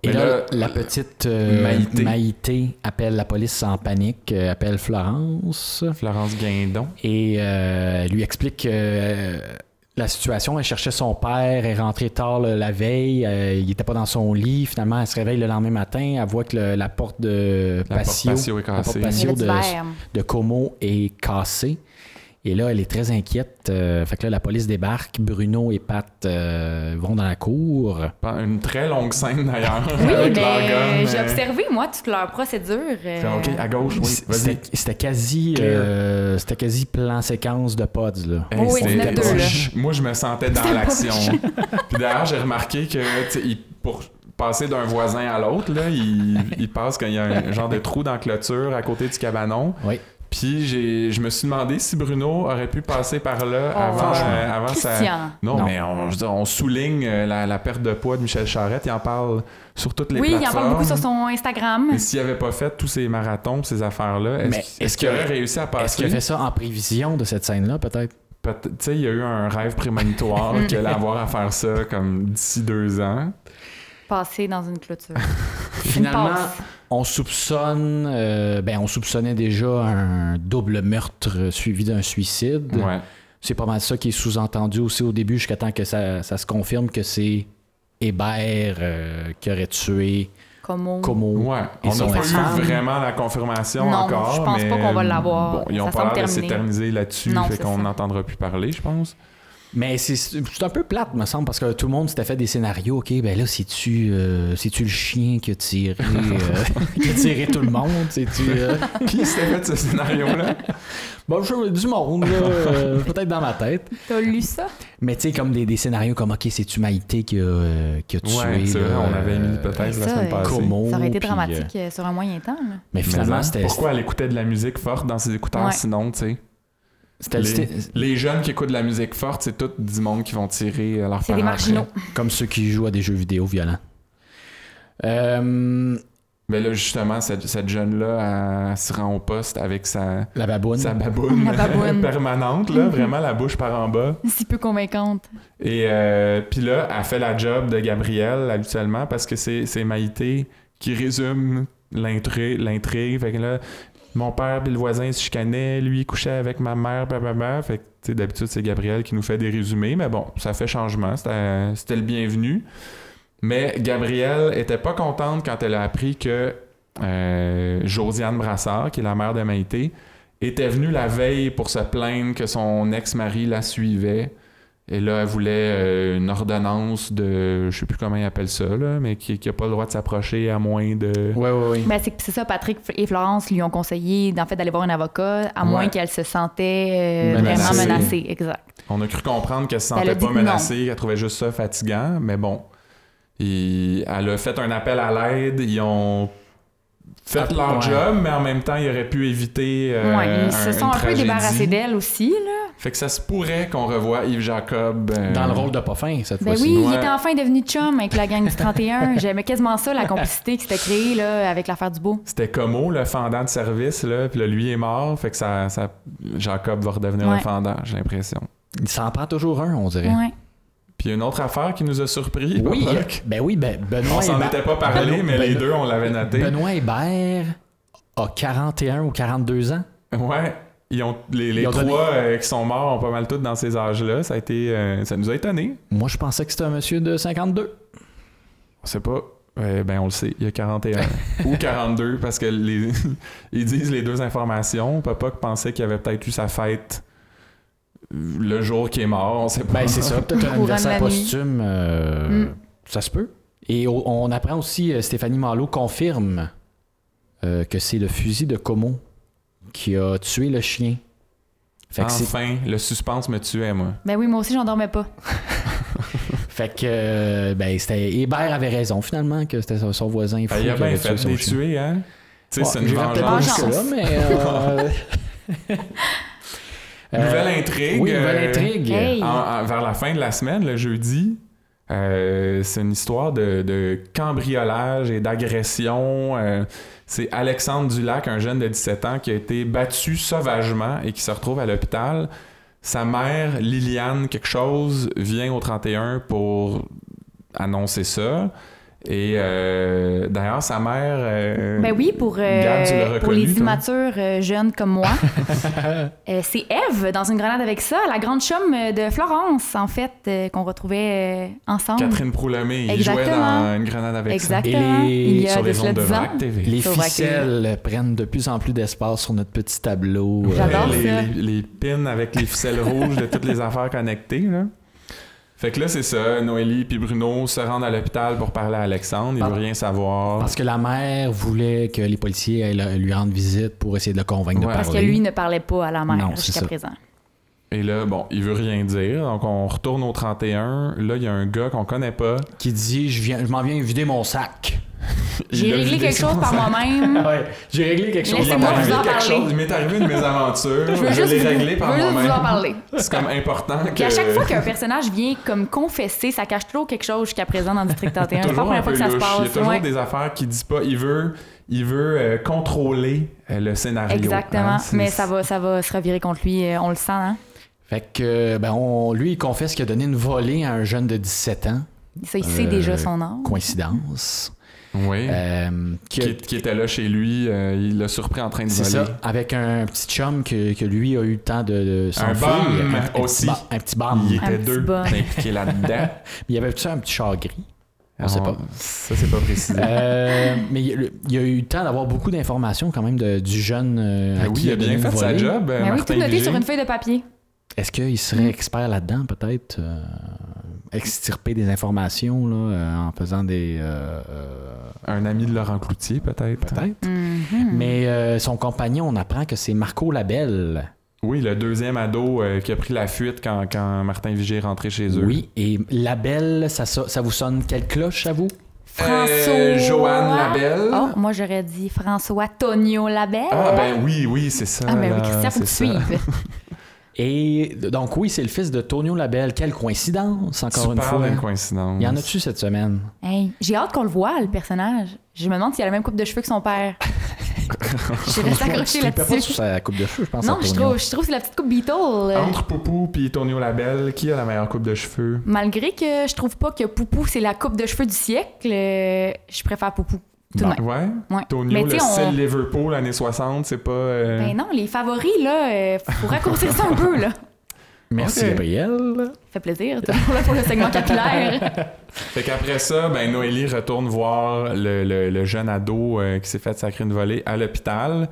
[SPEAKER 3] Et
[SPEAKER 1] Mais
[SPEAKER 3] là,
[SPEAKER 1] là,
[SPEAKER 3] la petite euh,
[SPEAKER 1] Maïté.
[SPEAKER 3] Maïté. appelle la police en panique, euh, appelle Florence
[SPEAKER 1] Florence Guindon.
[SPEAKER 3] et euh, lui explique que la situation. Elle cherchait son père, elle est rentrée tard le- la veille, euh, il n'était pas dans son lit. Finalement, elle se réveille le lendemain matin, elle voit que le- la porte de
[SPEAKER 1] La porte
[SPEAKER 3] patio,
[SPEAKER 1] patio est
[SPEAKER 3] la porte
[SPEAKER 1] cassée.
[SPEAKER 3] patio
[SPEAKER 2] Elle a du
[SPEAKER 3] de,
[SPEAKER 2] verre.
[SPEAKER 3] de Como est cassée. Et là, elle est très inquiète. Euh, fait que là, la police débarque. Bruno et Pat euh, vont dans la cour.
[SPEAKER 1] Une très longue scène d'ailleurs.
[SPEAKER 2] Oui,
[SPEAKER 1] avec leur gun,
[SPEAKER 2] ben, j'ai
[SPEAKER 1] euh,
[SPEAKER 2] observé, moi, toute leur procédure. euh,
[SPEAKER 1] genre, OK, à gauche, oui,
[SPEAKER 3] C-
[SPEAKER 1] vas-y.
[SPEAKER 3] C'était c'était quasi,
[SPEAKER 1] Clear.
[SPEAKER 3] euh, c'était quasi plan séquence de pods. Là.
[SPEAKER 1] Hey,
[SPEAKER 2] Oui, oui,
[SPEAKER 1] c'était
[SPEAKER 2] c'était deux,
[SPEAKER 1] poche. Moi, je me sentais dans l'action. Puis d'ailleurs, j'ai remarqué que tu sais, il- pour passer d'un voisin à l'autre, là, il, il passe quand il y a un genre de trou dans la clôture à côté du cabanon.
[SPEAKER 3] Oui.
[SPEAKER 1] Puis j'ai, je me suis demandé si Bruno aurait pu passer par là
[SPEAKER 2] Oh.
[SPEAKER 1] avant,
[SPEAKER 2] Franchement.
[SPEAKER 1] euh, avant sa...
[SPEAKER 2] Christian.
[SPEAKER 1] Non,
[SPEAKER 3] Non.
[SPEAKER 1] mais on, je veux dire, on souligne euh, la, la perte de poids de Michel Charette. Il en parle sur toutes les
[SPEAKER 2] Oui, il en
[SPEAKER 1] plateformes.
[SPEAKER 2] parle beaucoup sur son Instagram.
[SPEAKER 1] Et s'il n'avait pas fait tous ces marathons, ces affaires-là, est-ce,
[SPEAKER 3] Mais
[SPEAKER 1] qu'il-
[SPEAKER 3] est-ce
[SPEAKER 1] qu'il
[SPEAKER 3] que-
[SPEAKER 1] aurait réussi à
[SPEAKER 3] Est-ce
[SPEAKER 1] passer?
[SPEAKER 3] qu'il a fait ça en prévision de cette scène-là, peut-être?
[SPEAKER 1] Peut- Tu sais, il y a eu un rêve prémonitoire qu'il allait avoir à faire ça comme d'ici deux ans.
[SPEAKER 2] Passer dans une clôture.
[SPEAKER 3] Finalement,
[SPEAKER 2] passe.
[SPEAKER 3] on soupçonne, euh, ben on soupçonnait déjà un double meurtre suivi d'un suicide.
[SPEAKER 1] Ouais.
[SPEAKER 3] C'est pas mal ça qui est sous-entendu aussi au début, jusqu'à temps que ça, ça se confirme que c'est Hébert euh, qui aurait tué
[SPEAKER 2] Comme on...
[SPEAKER 3] Como.
[SPEAKER 1] Ouais.
[SPEAKER 3] Et
[SPEAKER 1] on
[SPEAKER 3] son
[SPEAKER 1] n'a pas
[SPEAKER 3] ex-femme.
[SPEAKER 1] eu vraiment la confirmation
[SPEAKER 2] Non,
[SPEAKER 1] encore.
[SPEAKER 2] je pense
[SPEAKER 1] mais
[SPEAKER 2] pas qu'on va l'avoir.
[SPEAKER 1] Bon, ils ont
[SPEAKER 2] Ça
[SPEAKER 1] pas
[SPEAKER 2] semble
[SPEAKER 1] l'air de
[SPEAKER 2] terminé.
[SPEAKER 1] s'éterniser là-dessus,
[SPEAKER 2] Non,
[SPEAKER 1] fait
[SPEAKER 2] c'est
[SPEAKER 1] qu'on
[SPEAKER 2] ça.
[SPEAKER 1] n'entendra plus parler, je pense.
[SPEAKER 3] Mais c'est c'est un peu plate, me semble, parce que tout le monde s'était fait des scénarios. OK, ben là, c'est-tu euh, c'est-tu le chien qui a tiré, euh, qui a tiré tout le monde? C'est-tu. euh,
[SPEAKER 1] Qui s'était fait ce scénario-là?
[SPEAKER 3] Bon, je du monde, là, euh, peut-être dans ma tête.
[SPEAKER 2] T'as lu ça?
[SPEAKER 3] Mais tu sais, comme des, des scénarios comme OK, c'est-tu Maïté qui a, euh, qui a tué.
[SPEAKER 1] Ouais, c'est vrai,
[SPEAKER 3] là,
[SPEAKER 1] on avait mis
[SPEAKER 3] euh,
[SPEAKER 1] peut-être la
[SPEAKER 2] ça,
[SPEAKER 1] semaine
[SPEAKER 2] euh,
[SPEAKER 1] passée.
[SPEAKER 3] Como,
[SPEAKER 2] Ça aurait été
[SPEAKER 3] puis,
[SPEAKER 2] dramatique euh, sur un moyen temps. là.
[SPEAKER 3] Mais
[SPEAKER 1] Mais
[SPEAKER 3] finalement,
[SPEAKER 1] hein,
[SPEAKER 3] c'était
[SPEAKER 1] pourquoi elle écoutait de la musique forte dans ses écouteurs
[SPEAKER 2] Ouais.
[SPEAKER 1] sinon, tu sais?
[SPEAKER 3] c'était le
[SPEAKER 1] Les,
[SPEAKER 3] sté-
[SPEAKER 1] les jeunes qui écoutent de la musique forte, c'est tout du monde qui vont tirer euh, à leurs
[SPEAKER 2] C'est des
[SPEAKER 1] parents après.
[SPEAKER 2] marginaux.
[SPEAKER 3] comme ceux qui jouent à des jeux vidéo violents. Euh,
[SPEAKER 1] Mais là, justement, cette, cette jeune-là, elle se rend au poste avec sa,
[SPEAKER 3] la baboune.
[SPEAKER 1] sa baboune,
[SPEAKER 2] La baboune.
[SPEAKER 1] permanente, là, vraiment la bouche par en bas.
[SPEAKER 2] Si peu convaincante.
[SPEAKER 1] Et euh, puis là, elle fait la job de Gabrielle habituellement parce que c'est c'est Maïté qui résume l'intri- l'intrigue. Fait que là, mon père puis le voisin se chicanaient, lui il couchait avec ma mère, blablabla. Fait que tu sais, d'habitude, c'est Gabrielle qui nous fait des résumés, mais bon, ça fait changement. C'était c'était le bienvenu. Mais Gabrielle était pas contente quand elle a appris que euh, Josiane Brassard, qui est la mère de Maïté, était venue la veille pour se plaindre que son ex-mari la suivait. Et là, elle voulait euh, une ordonnance de, je sais plus comment ils appellent ça, là, mais qui n'a pas le droit de s'approcher à moins de...
[SPEAKER 3] Ouais, ouais, ouais.
[SPEAKER 2] Ben, c'est c'est ça, Patrick et Florence lui ont conseillé d'en fait d'aller voir un avocat, à
[SPEAKER 1] Ouais.
[SPEAKER 2] moins qu'elle se sentait euh,
[SPEAKER 1] Menacée.
[SPEAKER 2] vraiment menacée. Exact.
[SPEAKER 1] On a cru comprendre qu'elle se
[SPEAKER 2] Elle
[SPEAKER 1] sentait
[SPEAKER 2] a dit
[SPEAKER 1] pas
[SPEAKER 2] non.
[SPEAKER 1] menacée, qu'elle trouvait juste ça fatigant, mais bon. Et elle a fait un appel à l'aide, ils ont fait
[SPEAKER 3] Ah,
[SPEAKER 1] leur
[SPEAKER 3] ouais.
[SPEAKER 1] job, mais en même temps, ils auraient pu éviter euh,
[SPEAKER 2] ouais, ils
[SPEAKER 1] un-
[SPEAKER 2] se sont
[SPEAKER 1] une
[SPEAKER 2] un peu
[SPEAKER 1] tragédie.
[SPEAKER 2] débarrassés d'elle aussi. Là.
[SPEAKER 1] Fait que ça se pourrait qu'on revoie Yves Jacob... euh,
[SPEAKER 3] Dans le rôle de pas fin, cette
[SPEAKER 2] Ben
[SPEAKER 3] fois-ci.
[SPEAKER 2] oui, il
[SPEAKER 1] ouais.
[SPEAKER 2] était enfin devenu chum avec la gang du 31. J'aimais quasiment ça, la complicité qui s'était créée là, avec l'affaire du beau.
[SPEAKER 1] C'était Como, le fendant de service, là, puis là, lui est mort, fait que ça, ça- Jacob va redevenir
[SPEAKER 2] Ouais.
[SPEAKER 1] un fendant, j'ai l'impression.
[SPEAKER 3] Il s'en prend toujours un, on dirait.
[SPEAKER 2] Ouais.
[SPEAKER 1] Puis une autre affaire qui nous a surpris,
[SPEAKER 3] Oui,
[SPEAKER 1] Patrick.
[SPEAKER 3] ben oui, ben Benoît.
[SPEAKER 1] on s'en
[SPEAKER 3] Hébert-
[SPEAKER 1] était pas parlé,
[SPEAKER 3] Benoît-
[SPEAKER 1] mais les
[SPEAKER 3] Benoît-
[SPEAKER 1] deux, on l'avait noté.
[SPEAKER 3] Benoît Hébert a 41 ou 42 ans.
[SPEAKER 1] Ouais. Ils ont, les les
[SPEAKER 3] Ils ont
[SPEAKER 1] trois
[SPEAKER 3] donné-
[SPEAKER 1] euh, qui sont morts ont pas mal tous dans ces âges-là. Ça, a été, euh, ça nous a étonnés.
[SPEAKER 3] Moi, je pensais que c'était un monsieur de 52.
[SPEAKER 1] On sait pas. Euh, ben, on le sait. Il y a 41 ou 42 parce que les, ils disent les deux informations. Papa pensait qu'il avait peut-être eu sa fête euh, le jour qu'il est mort. On sait pas.
[SPEAKER 3] Ben, c'est ça, peut-être un
[SPEAKER 2] Courant de
[SPEAKER 3] anniversaire
[SPEAKER 2] la nuit.
[SPEAKER 3] posthume. euh,
[SPEAKER 2] Mm.
[SPEAKER 3] Ça se peut. Et o- on apprend aussi, euh, Stéphanie Marlowe confirme euh, que c'est le fusil de Como qui a tué le chien. Fait que, c'est-
[SPEAKER 1] Enfin, le suspense me tuait, moi.
[SPEAKER 2] Ben oui, moi aussi, j'en dormais pas.
[SPEAKER 3] fait que, euh, ben, c'était. Hébert avait raison, finalement, que c'était son son voisin. fou
[SPEAKER 1] Ben, il a
[SPEAKER 3] qui avait
[SPEAKER 1] bien
[SPEAKER 3] tué
[SPEAKER 1] fait de
[SPEAKER 3] son
[SPEAKER 1] les
[SPEAKER 3] chien.
[SPEAKER 1] tuer, hein? Tu sais, c'est une
[SPEAKER 3] J'irai peut-être pas
[SPEAKER 1] vengeance.
[SPEAKER 2] Vengeance.
[SPEAKER 3] jusque-là, mais. euh, euh,
[SPEAKER 1] Nouvelle intrigue.
[SPEAKER 3] Oui, nouvelle
[SPEAKER 1] euh,
[SPEAKER 3] intrigue.
[SPEAKER 2] Hey.
[SPEAKER 1] En- en- vers la fin de la semaine, le jeudi, euh, c'est une histoire de, de cambriolage et d'agression. Euh, c'est Alexandre Dulac, un jeune de 17 ans, qui a été battu sauvagement et qui se retrouve à l'hôpital. Sa mère, Liliane, quelque chose, vient au 31 pour annoncer ça. Et euh, d'ailleurs, sa mère. euh,
[SPEAKER 2] Ben oui, pour, euh,
[SPEAKER 1] Gab, tu l'as
[SPEAKER 2] pour
[SPEAKER 1] reconnu,
[SPEAKER 2] les
[SPEAKER 1] toi.
[SPEAKER 2] immatures euh, jeunes comme moi. Euh, c'est Eve dans une grenade avec ça, la grande chum euh, de Florence, en fait, euh, qu'on retrouvait euh, ensemble.
[SPEAKER 1] Catherine Proulomé, il jouait
[SPEAKER 2] Exactement.
[SPEAKER 1] dans Une grenade avec
[SPEAKER 2] Exactement.
[SPEAKER 3] Et les-
[SPEAKER 2] Il y
[SPEAKER 1] ça.
[SPEAKER 2] a
[SPEAKER 1] Sur
[SPEAKER 2] de
[SPEAKER 1] les
[SPEAKER 2] cela
[SPEAKER 1] ondes de
[SPEAKER 2] 10 ans.
[SPEAKER 1] Vrac TV.
[SPEAKER 3] Les
[SPEAKER 2] Faudra
[SPEAKER 3] ficelles prennent de plus en plus d'espace sur notre petit tableau.
[SPEAKER 1] Euh,
[SPEAKER 2] J'adore
[SPEAKER 1] les,
[SPEAKER 2] ça.
[SPEAKER 1] les- les pins avec les ficelles rouges de toutes les affaires connectées. Là. Fait que là, c'est ça. Noélie puis Bruno se rendent à l'hôpital pour parler à Alexandre. Il
[SPEAKER 3] Par-
[SPEAKER 1] veut rien savoir.
[SPEAKER 3] Parce que la mère voulait que les policiers aillent le- lui rendre visite pour essayer de le convaincre de
[SPEAKER 1] Ouais.
[SPEAKER 3] parler.
[SPEAKER 2] Parce que lui ne parlait pas à la mère
[SPEAKER 3] Non, c'est
[SPEAKER 2] jusqu'à
[SPEAKER 3] ça.
[SPEAKER 2] présent.
[SPEAKER 1] Et là, bon, il veut rien dire. Donc, on retourne au 31. Là, il y a un gars qu'on connaît pas.
[SPEAKER 3] Qui dit Je, viens, je m'en viens vider mon sac.
[SPEAKER 1] Il
[SPEAKER 2] J'ai
[SPEAKER 1] a
[SPEAKER 2] réglé
[SPEAKER 1] vidé
[SPEAKER 2] quelque
[SPEAKER 1] son
[SPEAKER 2] chose par
[SPEAKER 1] sac.
[SPEAKER 2] moi-même.
[SPEAKER 3] Ouais, j'ai réglé quelque
[SPEAKER 1] Il
[SPEAKER 2] chose.
[SPEAKER 1] m'est
[SPEAKER 2] Laissez-moi
[SPEAKER 1] arrivé
[SPEAKER 2] vous en
[SPEAKER 1] quelque
[SPEAKER 2] parler.
[SPEAKER 1] chose. Il m'est arrivé une mésaventure.
[SPEAKER 2] Je veux juste,
[SPEAKER 1] l'ai
[SPEAKER 2] vous-
[SPEAKER 1] réglé
[SPEAKER 2] je
[SPEAKER 1] par
[SPEAKER 2] veux juste vous en
[SPEAKER 1] moi-même.
[SPEAKER 2] parler.
[SPEAKER 1] C'est comme important que...
[SPEAKER 2] Puis à chaque fois qu'un personnage vient comme confesser, ça cache toujours quelque chose jusqu'à présent dans District 31. C'est pas la
[SPEAKER 1] toujours un
[SPEAKER 2] première fois
[SPEAKER 1] peu
[SPEAKER 2] que ça se
[SPEAKER 1] louche. Il y a
[SPEAKER 2] passe.
[SPEAKER 1] toujours
[SPEAKER 2] Ouais.
[SPEAKER 1] des affaires qui disent pas. Il veut, il veut euh, contrôler euh, le scénario.
[SPEAKER 2] Exactement.
[SPEAKER 1] hein. C'est-
[SPEAKER 2] Mais ça va, ça va se revirer contre lui, euh, on le sent. Hein?
[SPEAKER 3] Fait que, euh, ben, on, lui, il confesse qu'il a donné une volée à un jeune de 17 ans.
[SPEAKER 2] Ça, il sait
[SPEAKER 3] Euh,
[SPEAKER 2] déjà son âge.
[SPEAKER 3] Coïncidence.
[SPEAKER 1] Oui.
[SPEAKER 3] Euh, qui a-
[SPEAKER 1] qui, qui était là chez lui, euh, il l'a surpris en train de
[SPEAKER 3] c'est
[SPEAKER 1] voler.
[SPEAKER 3] ça, avec un petit chum que, que lui a eu le temps de, de s'enfuir.
[SPEAKER 1] bum
[SPEAKER 3] un, un
[SPEAKER 1] aussi.
[SPEAKER 3] Petit ba- un petit bum.
[SPEAKER 1] Il
[SPEAKER 3] Mais
[SPEAKER 1] était
[SPEAKER 2] petit
[SPEAKER 1] deux
[SPEAKER 2] bas.
[SPEAKER 1] impliqués là-dedans.
[SPEAKER 3] Il y avait tout ça un petit char gris. On sait pas.
[SPEAKER 1] Ça, c'est pas précisé.
[SPEAKER 3] Euh, mais il, le- il a eu le temps d'avoir beaucoup d'informations quand même de- du jeune. euh, à
[SPEAKER 1] Ben oui,
[SPEAKER 3] qui
[SPEAKER 1] il a bien
[SPEAKER 3] donné une
[SPEAKER 1] fait sa
[SPEAKER 3] volée.
[SPEAKER 1] job, euh,
[SPEAKER 2] Mais Ben oui, tout
[SPEAKER 1] Martin
[SPEAKER 2] noté
[SPEAKER 1] Léger.
[SPEAKER 2] sur une feuille de papier.
[SPEAKER 3] Est-ce qu'il serait
[SPEAKER 2] Mm.
[SPEAKER 3] expert là-dedans, peut-être? euh, extirper des informations là, euh, en faisant des. euh, euh,
[SPEAKER 1] Un ami de Laurent Cloutier, peut-être.
[SPEAKER 3] peut-être.
[SPEAKER 2] Mhm.
[SPEAKER 3] Mais euh, son compagnon, on apprend que c'est Marco Labelle.
[SPEAKER 1] Oui, le deuxième ado euh, qui a pris la fuite quand, quand Martin Vigé est rentré chez eux.
[SPEAKER 3] Oui, et Labelle, ça, so- ça vous sonne quelle cloche à vous?
[SPEAKER 1] Euh, Joanne Labelle.
[SPEAKER 2] Oh, moi, j'aurais dit François Tonio Labelle.
[SPEAKER 1] Ah, ben oui, oui, c'est ça.
[SPEAKER 2] Ah, ben oui,
[SPEAKER 1] là,
[SPEAKER 2] Christian, faut
[SPEAKER 1] c'est
[SPEAKER 2] que tu
[SPEAKER 1] ça.
[SPEAKER 2] suives.
[SPEAKER 3] Et donc, oui, c'est le fils de Tonio Labelle. Quelle coïncidence, encore
[SPEAKER 1] Super
[SPEAKER 3] une fois.
[SPEAKER 1] belle coïncidence.
[SPEAKER 3] Il y en a-tu cette semaine?
[SPEAKER 2] Hey, j'ai hâte qu'on le voie, le personnage. Je me demande s'il a la même coupe de cheveux que son père. je suis restée accrochée
[SPEAKER 3] Tu tripais pas sur
[SPEAKER 2] là-dessus.
[SPEAKER 3] sa coupe de cheveux, je pense.
[SPEAKER 2] Non,
[SPEAKER 3] à
[SPEAKER 2] je
[SPEAKER 3] Tonio.
[SPEAKER 2] trouve, je trouve que c'est la petite coupe Beatle. euh,
[SPEAKER 1] Entre Poupou puis Tonio Labelle, qui a la meilleure coupe de cheveux?
[SPEAKER 2] Malgré que je trouve pas que Poupou, c'est la coupe de cheveux du siècle, euh, je préfère Poupou. Tout de
[SPEAKER 3] Bon.
[SPEAKER 2] même.
[SPEAKER 1] Ouais.
[SPEAKER 2] Ouais.
[SPEAKER 1] Tonio,
[SPEAKER 2] tu
[SPEAKER 1] le
[SPEAKER 2] sais, on-
[SPEAKER 1] style Liverpool, années 60, c'est pas... euh,
[SPEAKER 2] Ben non, les favoris, là, euh, faut raccourcir ça un peu, là.
[SPEAKER 3] Merci,
[SPEAKER 1] Ok.
[SPEAKER 3] Gabriel.
[SPEAKER 2] Ça fait plaisir, toujours là pour le segment capillaire.
[SPEAKER 1] Fait qu'après ça, ben Noélie retourne voir le, le- le jeune ado euh, qui s'est fait sacrer une volée à l'hôpital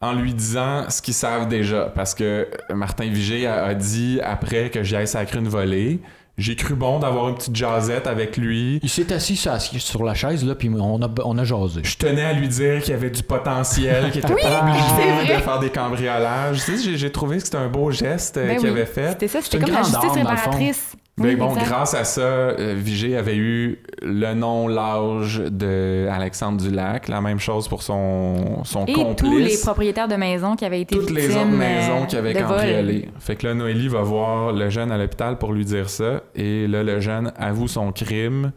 [SPEAKER 1] en lui disant ce qu'ils savent déjà. Parce que Martin Vigé a, a dit après que j'y aille sacrer une volée, j'ai cru bon d'avoir une petite jasette avec lui.
[SPEAKER 3] Il s'est assis sur, sur la chaise, là, puis on a, on a jasé.
[SPEAKER 1] Je tenais à lui dire qu'il y avait du potentiel, qu'il était pas obligé de faire des cambriolages. Tu sais, j'ai- j'ai trouvé que c'était un beau geste euh,
[SPEAKER 2] Ben
[SPEAKER 1] qu'il
[SPEAKER 2] oui.
[SPEAKER 1] avait fait.
[SPEAKER 2] C'était ça,
[SPEAKER 3] C'est
[SPEAKER 2] c'était
[SPEAKER 3] une
[SPEAKER 2] comme la
[SPEAKER 3] grande
[SPEAKER 2] justice
[SPEAKER 3] arme, dans le fond.
[SPEAKER 2] réparatrice.
[SPEAKER 1] Ben
[SPEAKER 2] Oui,
[SPEAKER 1] bon,
[SPEAKER 2] exact.
[SPEAKER 1] grâce à ça, euh, Vigée avait eu le nom, l'âge de Alexandre Dulac. La même chose pour son, son
[SPEAKER 2] Et
[SPEAKER 1] complice.
[SPEAKER 2] tous les propriétaires de maisons qui avaient été
[SPEAKER 1] toutes les
[SPEAKER 2] victimes,
[SPEAKER 1] autres maisons
[SPEAKER 2] euh,
[SPEAKER 1] qui avaient
[SPEAKER 2] de vol.
[SPEAKER 1] cambriolé. Fait que là, Noélie va voir le jeune à l'hôpital pour lui dire ça. Et là, le jeune avoue son crime.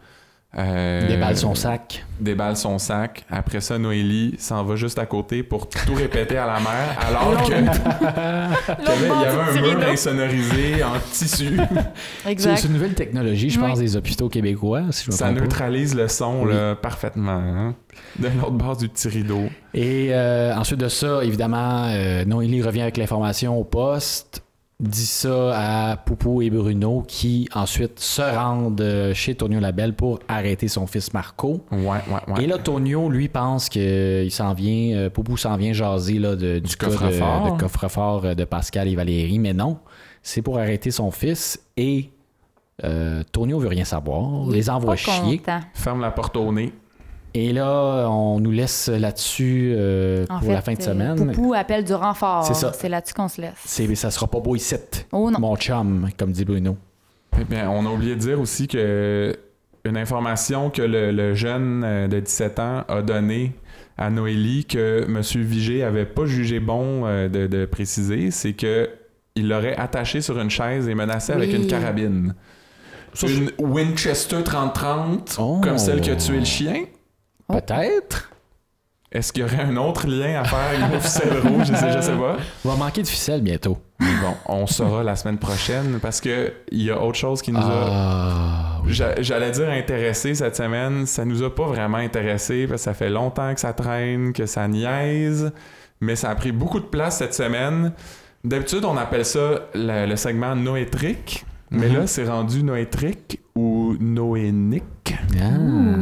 [SPEAKER 3] Il
[SPEAKER 1] euh,
[SPEAKER 3] déballe son sac.
[SPEAKER 1] déballe son sac. Après ça, Noélie s'en va juste à côté pour tout répéter à la mère, alors
[SPEAKER 2] L'autre-
[SPEAKER 1] que qu'il y avait- il y
[SPEAKER 2] bord du
[SPEAKER 1] avait
[SPEAKER 2] petit
[SPEAKER 1] un mur
[SPEAKER 2] rideau.
[SPEAKER 1] insonorisé en tissu.
[SPEAKER 3] C'est
[SPEAKER 2] Exact.
[SPEAKER 3] c'est une nouvelle technologie, je
[SPEAKER 2] Oui.
[SPEAKER 3] pense, des hôpitaux québécois, si je me
[SPEAKER 1] Ça
[SPEAKER 3] trompe pas.
[SPEAKER 1] neutralise le son
[SPEAKER 3] Oui.
[SPEAKER 1] là, parfaitement. hein, de l'autre bord du petit rideau.
[SPEAKER 3] Et euh, ensuite de ça, évidemment, euh, Noélie revient avec l'information au poste, dit ça à Poupou et Bruno, qui ensuite se rendent euh, chez Tonio Labelle pour arrêter son fils Marco.
[SPEAKER 1] Ouais, ouais, ouais.
[SPEAKER 3] Et là, Tonio, lui, pense qu'il s'en vient, euh, Poupou s'en vient jaser là, de- du, cas de-
[SPEAKER 1] coffre-fort.
[SPEAKER 3] de coffre-fort euh, de Pascal et Valérie, mais non, c'est pour arrêter son fils et euh, Tonio veut rien savoir, les envoie
[SPEAKER 2] Pas
[SPEAKER 3] chier.
[SPEAKER 2] content.
[SPEAKER 1] Ferme la porte au nez.
[SPEAKER 3] Et là, on nous laisse là-dessus euh,
[SPEAKER 2] En
[SPEAKER 3] pour
[SPEAKER 2] fait,
[SPEAKER 3] la fin de
[SPEAKER 2] euh,
[SPEAKER 3] semaine.
[SPEAKER 2] Poupou appelle du renfort.
[SPEAKER 3] C'est ça.
[SPEAKER 2] C'est là-dessus qu'on se laisse.
[SPEAKER 3] C'est, ça sera pas beau ici,
[SPEAKER 2] Oh non.
[SPEAKER 3] mon chum, comme dit Bruno.
[SPEAKER 1] Eh bien, on a oublié de dire aussi que une information que le, le jeune euh, de 17 ans a donnée à Noélie que M. Vigé avait pas jugé bon euh, de, de préciser, c'est que il l'aurait attaché sur une chaise et menacé avec
[SPEAKER 2] Oui.
[SPEAKER 1] une carabine.
[SPEAKER 3] Ça,
[SPEAKER 1] une Winchester 30-30,
[SPEAKER 3] Oh.
[SPEAKER 1] comme celle qui a tué le chien.
[SPEAKER 2] Oh.
[SPEAKER 3] Peut-être.
[SPEAKER 1] Est-ce qu'il y aurait un autre lien à faire, une ficelle rouge, je sais, je sais pas.
[SPEAKER 3] On va manquer de ficelle bientôt.
[SPEAKER 1] Mais bon, on saura la semaine prochaine parce que il y a autre chose qui nous a
[SPEAKER 3] Ah,
[SPEAKER 1] j'a- j'allais dire intéressé cette semaine, ça nous a pas vraiment intéressé parce que ça fait longtemps que ça traîne, que ça niaise, mais ça a pris beaucoup de place cette semaine. D'habitude, on appelle ça le, le segment noétrique, mais
[SPEAKER 3] Mhm.
[SPEAKER 1] là, c'est rendu noétrique ou noénique
[SPEAKER 2] Hmm,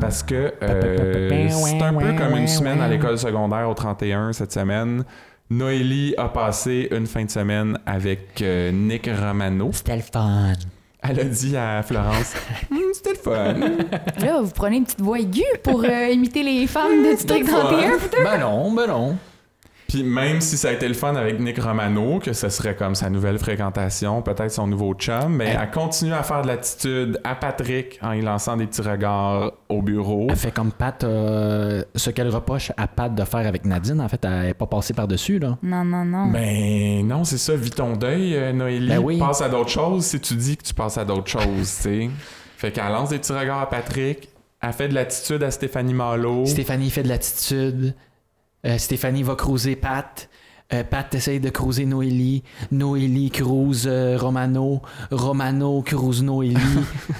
[SPEAKER 1] parce que euh, c'est un peu comme une semaine à l'école secondaire au 31 cette semaine. Noélie a passé une fin de semaine avec euh, Nick Romano.
[SPEAKER 4] C'était le fun.
[SPEAKER 1] Elle a dit à Florence Hmm, C'était le fun.
[SPEAKER 2] Là, vous prenez une petite voix aiguë pour euh, imiter les femmes de District
[SPEAKER 1] Des fois.
[SPEAKER 2] 31.
[SPEAKER 3] Ben non, ben non.
[SPEAKER 1] Puis même si ça a été le fun avec Nick Romano, que ce serait comme sa nouvelle fréquentation, peut-être son nouveau chum, mais
[SPEAKER 3] Elle-
[SPEAKER 1] elle continue à faire de l'attitude à Patrick en y lançant des petits regards au bureau.
[SPEAKER 3] Elle fait comme Pat, euh, ce qu'elle reproche à Pat de faire avec Nadine, en fait, elle n'est pas passée par-dessus, là.
[SPEAKER 2] Non, non, non.
[SPEAKER 1] Ben non, c'est ça, vis ton deuil, euh, Noélie.
[SPEAKER 3] Ben oui.
[SPEAKER 1] Passe à d'autres choses si tu dis que tu passes à d'autres choses, tu sais. Fait qu'elle lance des petits regards à Patrick, elle fait de l'attitude à Stéphanie Malo.
[SPEAKER 3] Stéphanie fait de l'attitude. Euh, Stéphanie va cruiser Pat. Euh, Pat essaye de cruiser Noélie. Noélie cruise euh, Romano. Romano cruise Noélie.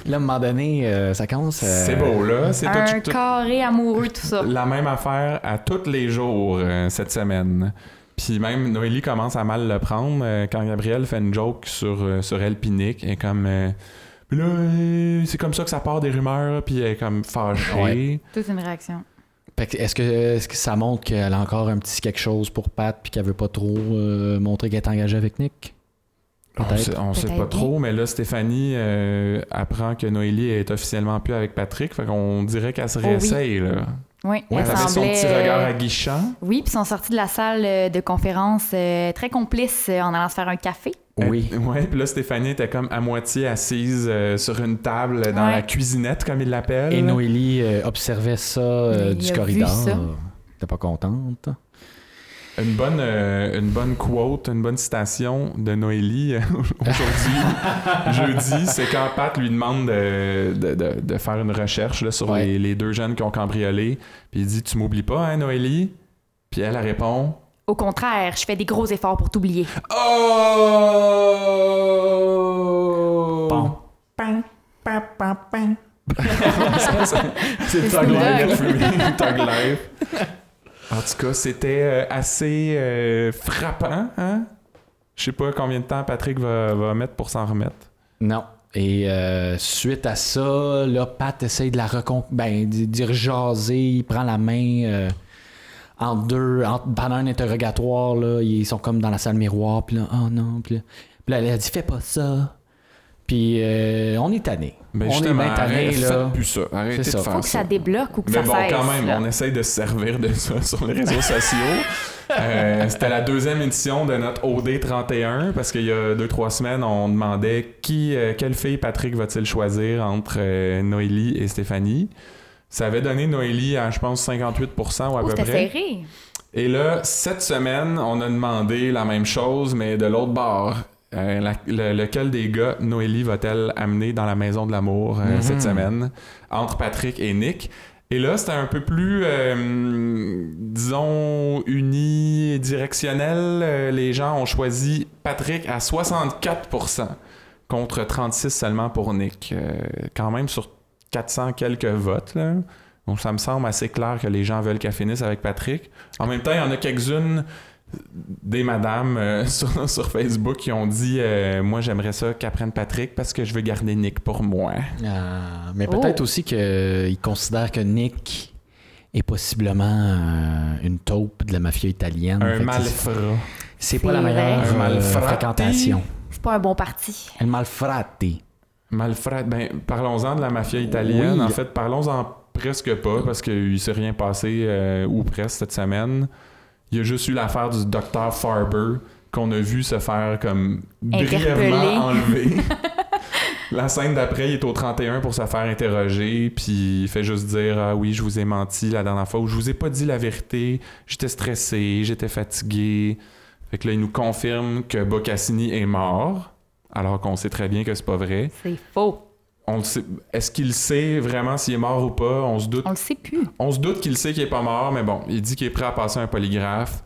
[SPEAKER 3] là, à un moment donné, euh, ça commence. euh,
[SPEAKER 1] C'est beau, là. C'est
[SPEAKER 2] un
[SPEAKER 1] tout- tout-
[SPEAKER 2] carré amoureux, tout ça.
[SPEAKER 1] la même affaire à tous les jours euh, cette semaine. Puis même Noélie commence à mal le prendre euh, quand Gabriel fait une joke sur, euh, sur elle puis Nick. Elle est comme... euh, Puis là, euh, c'est comme ça que ça part des rumeurs, puis elle est comme fâchée.
[SPEAKER 3] Ouais.
[SPEAKER 2] Toute une réaction.
[SPEAKER 3] Fait que Est-ce que, est-ce que ça montre qu'elle a encore un petit quelque chose pour Pat puis qu'elle veut pas trop euh, montrer qu'elle est engagée avec Nick?
[SPEAKER 1] On
[SPEAKER 3] Peut-être.
[SPEAKER 1] sait, on sait
[SPEAKER 2] Peut-être
[SPEAKER 1] pas
[SPEAKER 2] bien.
[SPEAKER 1] trop, mais là, Stéphanie euh, apprend que Noélie est officiellement plus avec Patrick. Fait qu'on dirait qu'elle se
[SPEAKER 2] Oh oui.
[SPEAKER 1] réessaye, là.
[SPEAKER 2] Oui,
[SPEAKER 3] Ouais,
[SPEAKER 2] elle
[SPEAKER 1] Elle avait son
[SPEAKER 2] semblait,
[SPEAKER 1] petit
[SPEAKER 2] euh,
[SPEAKER 1] regard aguichant.
[SPEAKER 2] Oui, puis ils sont sortis de la salle euh, de conférence euh, très complices euh, en allant se faire un café.
[SPEAKER 3] Oui.
[SPEAKER 1] Euh, ouais, puis là, Stéphanie était comme à moitié assise euh, sur une table dans
[SPEAKER 2] Ouais.
[SPEAKER 1] la cuisinette, comme ils l'appellent.
[SPEAKER 3] Et Noélie euh, observait ça euh,
[SPEAKER 2] Il
[SPEAKER 3] du
[SPEAKER 2] a vu
[SPEAKER 3] corridor.
[SPEAKER 2] ça.
[SPEAKER 3] T'es pas contente?
[SPEAKER 1] Une bonne, euh, une bonne quote, une bonne citation de Noélie euh, aujourd'hui, jeudi, c'est quand Pat lui demande de, de- de- de faire une recherche là, sur
[SPEAKER 3] Ouais.
[SPEAKER 1] les, les deux jeunes qui ont cambriolé. Puis il dit Tu m'oublies pas, hein, Noélie Puis elle, elle répond
[SPEAKER 2] Au contraire, je fais des gros efforts pour t'oublier.
[SPEAKER 1] Oh
[SPEAKER 3] Bon.
[SPEAKER 1] C'est
[SPEAKER 2] Snoop Dogg.
[SPEAKER 1] Tug Life. En tout cas, c'était euh, assez euh, frappant. Hein? Je sais pas combien de temps Patrick va, va mettre pour s'en remettre.
[SPEAKER 3] Non. Et euh, suite à ça, là, Pat essaye de la recon... ben, d'y d'y rejaser. Il prend la main euh, en deux, en- pendant un interrogatoire. Là, ils sont comme dans la salle miroir. Puis là, oh non. Puis là, puis là, elle a dit, fais pas ça. Puis euh, on est tanné.
[SPEAKER 1] Ben,
[SPEAKER 3] on est
[SPEAKER 1] justement,
[SPEAKER 3] bien tanné.
[SPEAKER 1] arrête,
[SPEAKER 3] Là.
[SPEAKER 1] faites plus ça. Arrêtez
[SPEAKER 3] C'est
[SPEAKER 1] de
[SPEAKER 3] Ah, ça.
[SPEAKER 1] faire
[SPEAKER 2] Faut que ça
[SPEAKER 1] ça.
[SPEAKER 2] débloque ou que
[SPEAKER 1] Mais
[SPEAKER 2] ça
[SPEAKER 1] bon,
[SPEAKER 2] cesse.
[SPEAKER 1] quand même,
[SPEAKER 2] là.
[SPEAKER 1] on essaye de se servir de ça sur les réseaux sociaux. Euh, C'était la deuxième édition de notre OD 31 parce qu'il y a deux, trois semaines, on demandait qui, euh, quelle fille Patrick va-t-il choisir entre euh, Noélie et Stéphanie. Ça avait donné Noélie à, je pense, 58% ou à
[SPEAKER 2] Oh,
[SPEAKER 1] peu
[SPEAKER 2] c'était
[SPEAKER 1] près.
[SPEAKER 2] serré.
[SPEAKER 1] Et là, cette semaine, on a demandé la même chose, mais de l'autre bord. Euh, la- le- lequel des gars Noélie va-t-elle amener dans la maison de l'amour euh,
[SPEAKER 3] Mhm.
[SPEAKER 1] cette semaine entre Patrick et Nick? Et là, c'était un peu plus, euh, disons, unidirectionnel. Euh, les gens ont choisi Patrick à 64% contre 36 seulement pour Nick. Euh, quand même sur 400 quelques votes. Là. Donc ça me semble assez clair que les gens veulent qu'elle finisse avec Patrick. En même temps, il y en a quelques-unes des madames euh, sur, sur Facebook qui ont dit euh, Moi j'aimerais ça qu'elle prenne Patrick parce que je veux garder Nick pour moi.
[SPEAKER 3] Ah, mais peut-être
[SPEAKER 2] Oh.
[SPEAKER 3] aussi qu'il considère que Nick est possiblement euh, une taupe de la mafia italienne. Fait
[SPEAKER 1] Un
[SPEAKER 3] que c'est-
[SPEAKER 1] malfrat.
[SPEAKER 3] C'est pas la
[SPEAKER 2] C'est
[SPEAKER 3] meilleure
[SPEAKER 1] vrai. Un
[SPEAKER 3] euh,
[SPEAKER 1] malfrati.
[SPEAKER 3] fréquentation.
[SPEAKER 2] C'est pas un bon parti.
[SPEAKER 3] Un malfrati.
[SPEAKER 1] Malfrat, ben parlons-en de la mafia italienne.
[SPEAKER 3] Oui.
[SPEAKER 1] En fait, parlons-en presque pas parce qu'il s'est rien passé euh, ou presque cette semaine. Il y a juste eu l'affaire du docteur Farber qu'on a vu se faire comme
[SPEAKER 2] Interpeller.
[SPEAKER 1] brièvement enlever. La scène d'après, il est au 31 pour se faire interroger, puis il fait juste dire Ah oui, je vous ai menti la dernière fois, ou je vous ai pas dit la vérité, j'étais stressé, j'étais fatigué. Fait que là, il nous confirme que Boccassini est mort, alors qu'on sait très bien que c'est pas vrai.
[SPEAKER 2] C'est faux.
[SPEAKER 1] On le sait- Est-ce qu'il sait vraiment s'il est mort ou pas? On se doute,
[SPEAKER 2] On le sait plus.
[SPEAKER 1] on se doute qu'il sait qu'il est pas mort, mais bon, il dit qu'il est prêt à passer un polygraphe.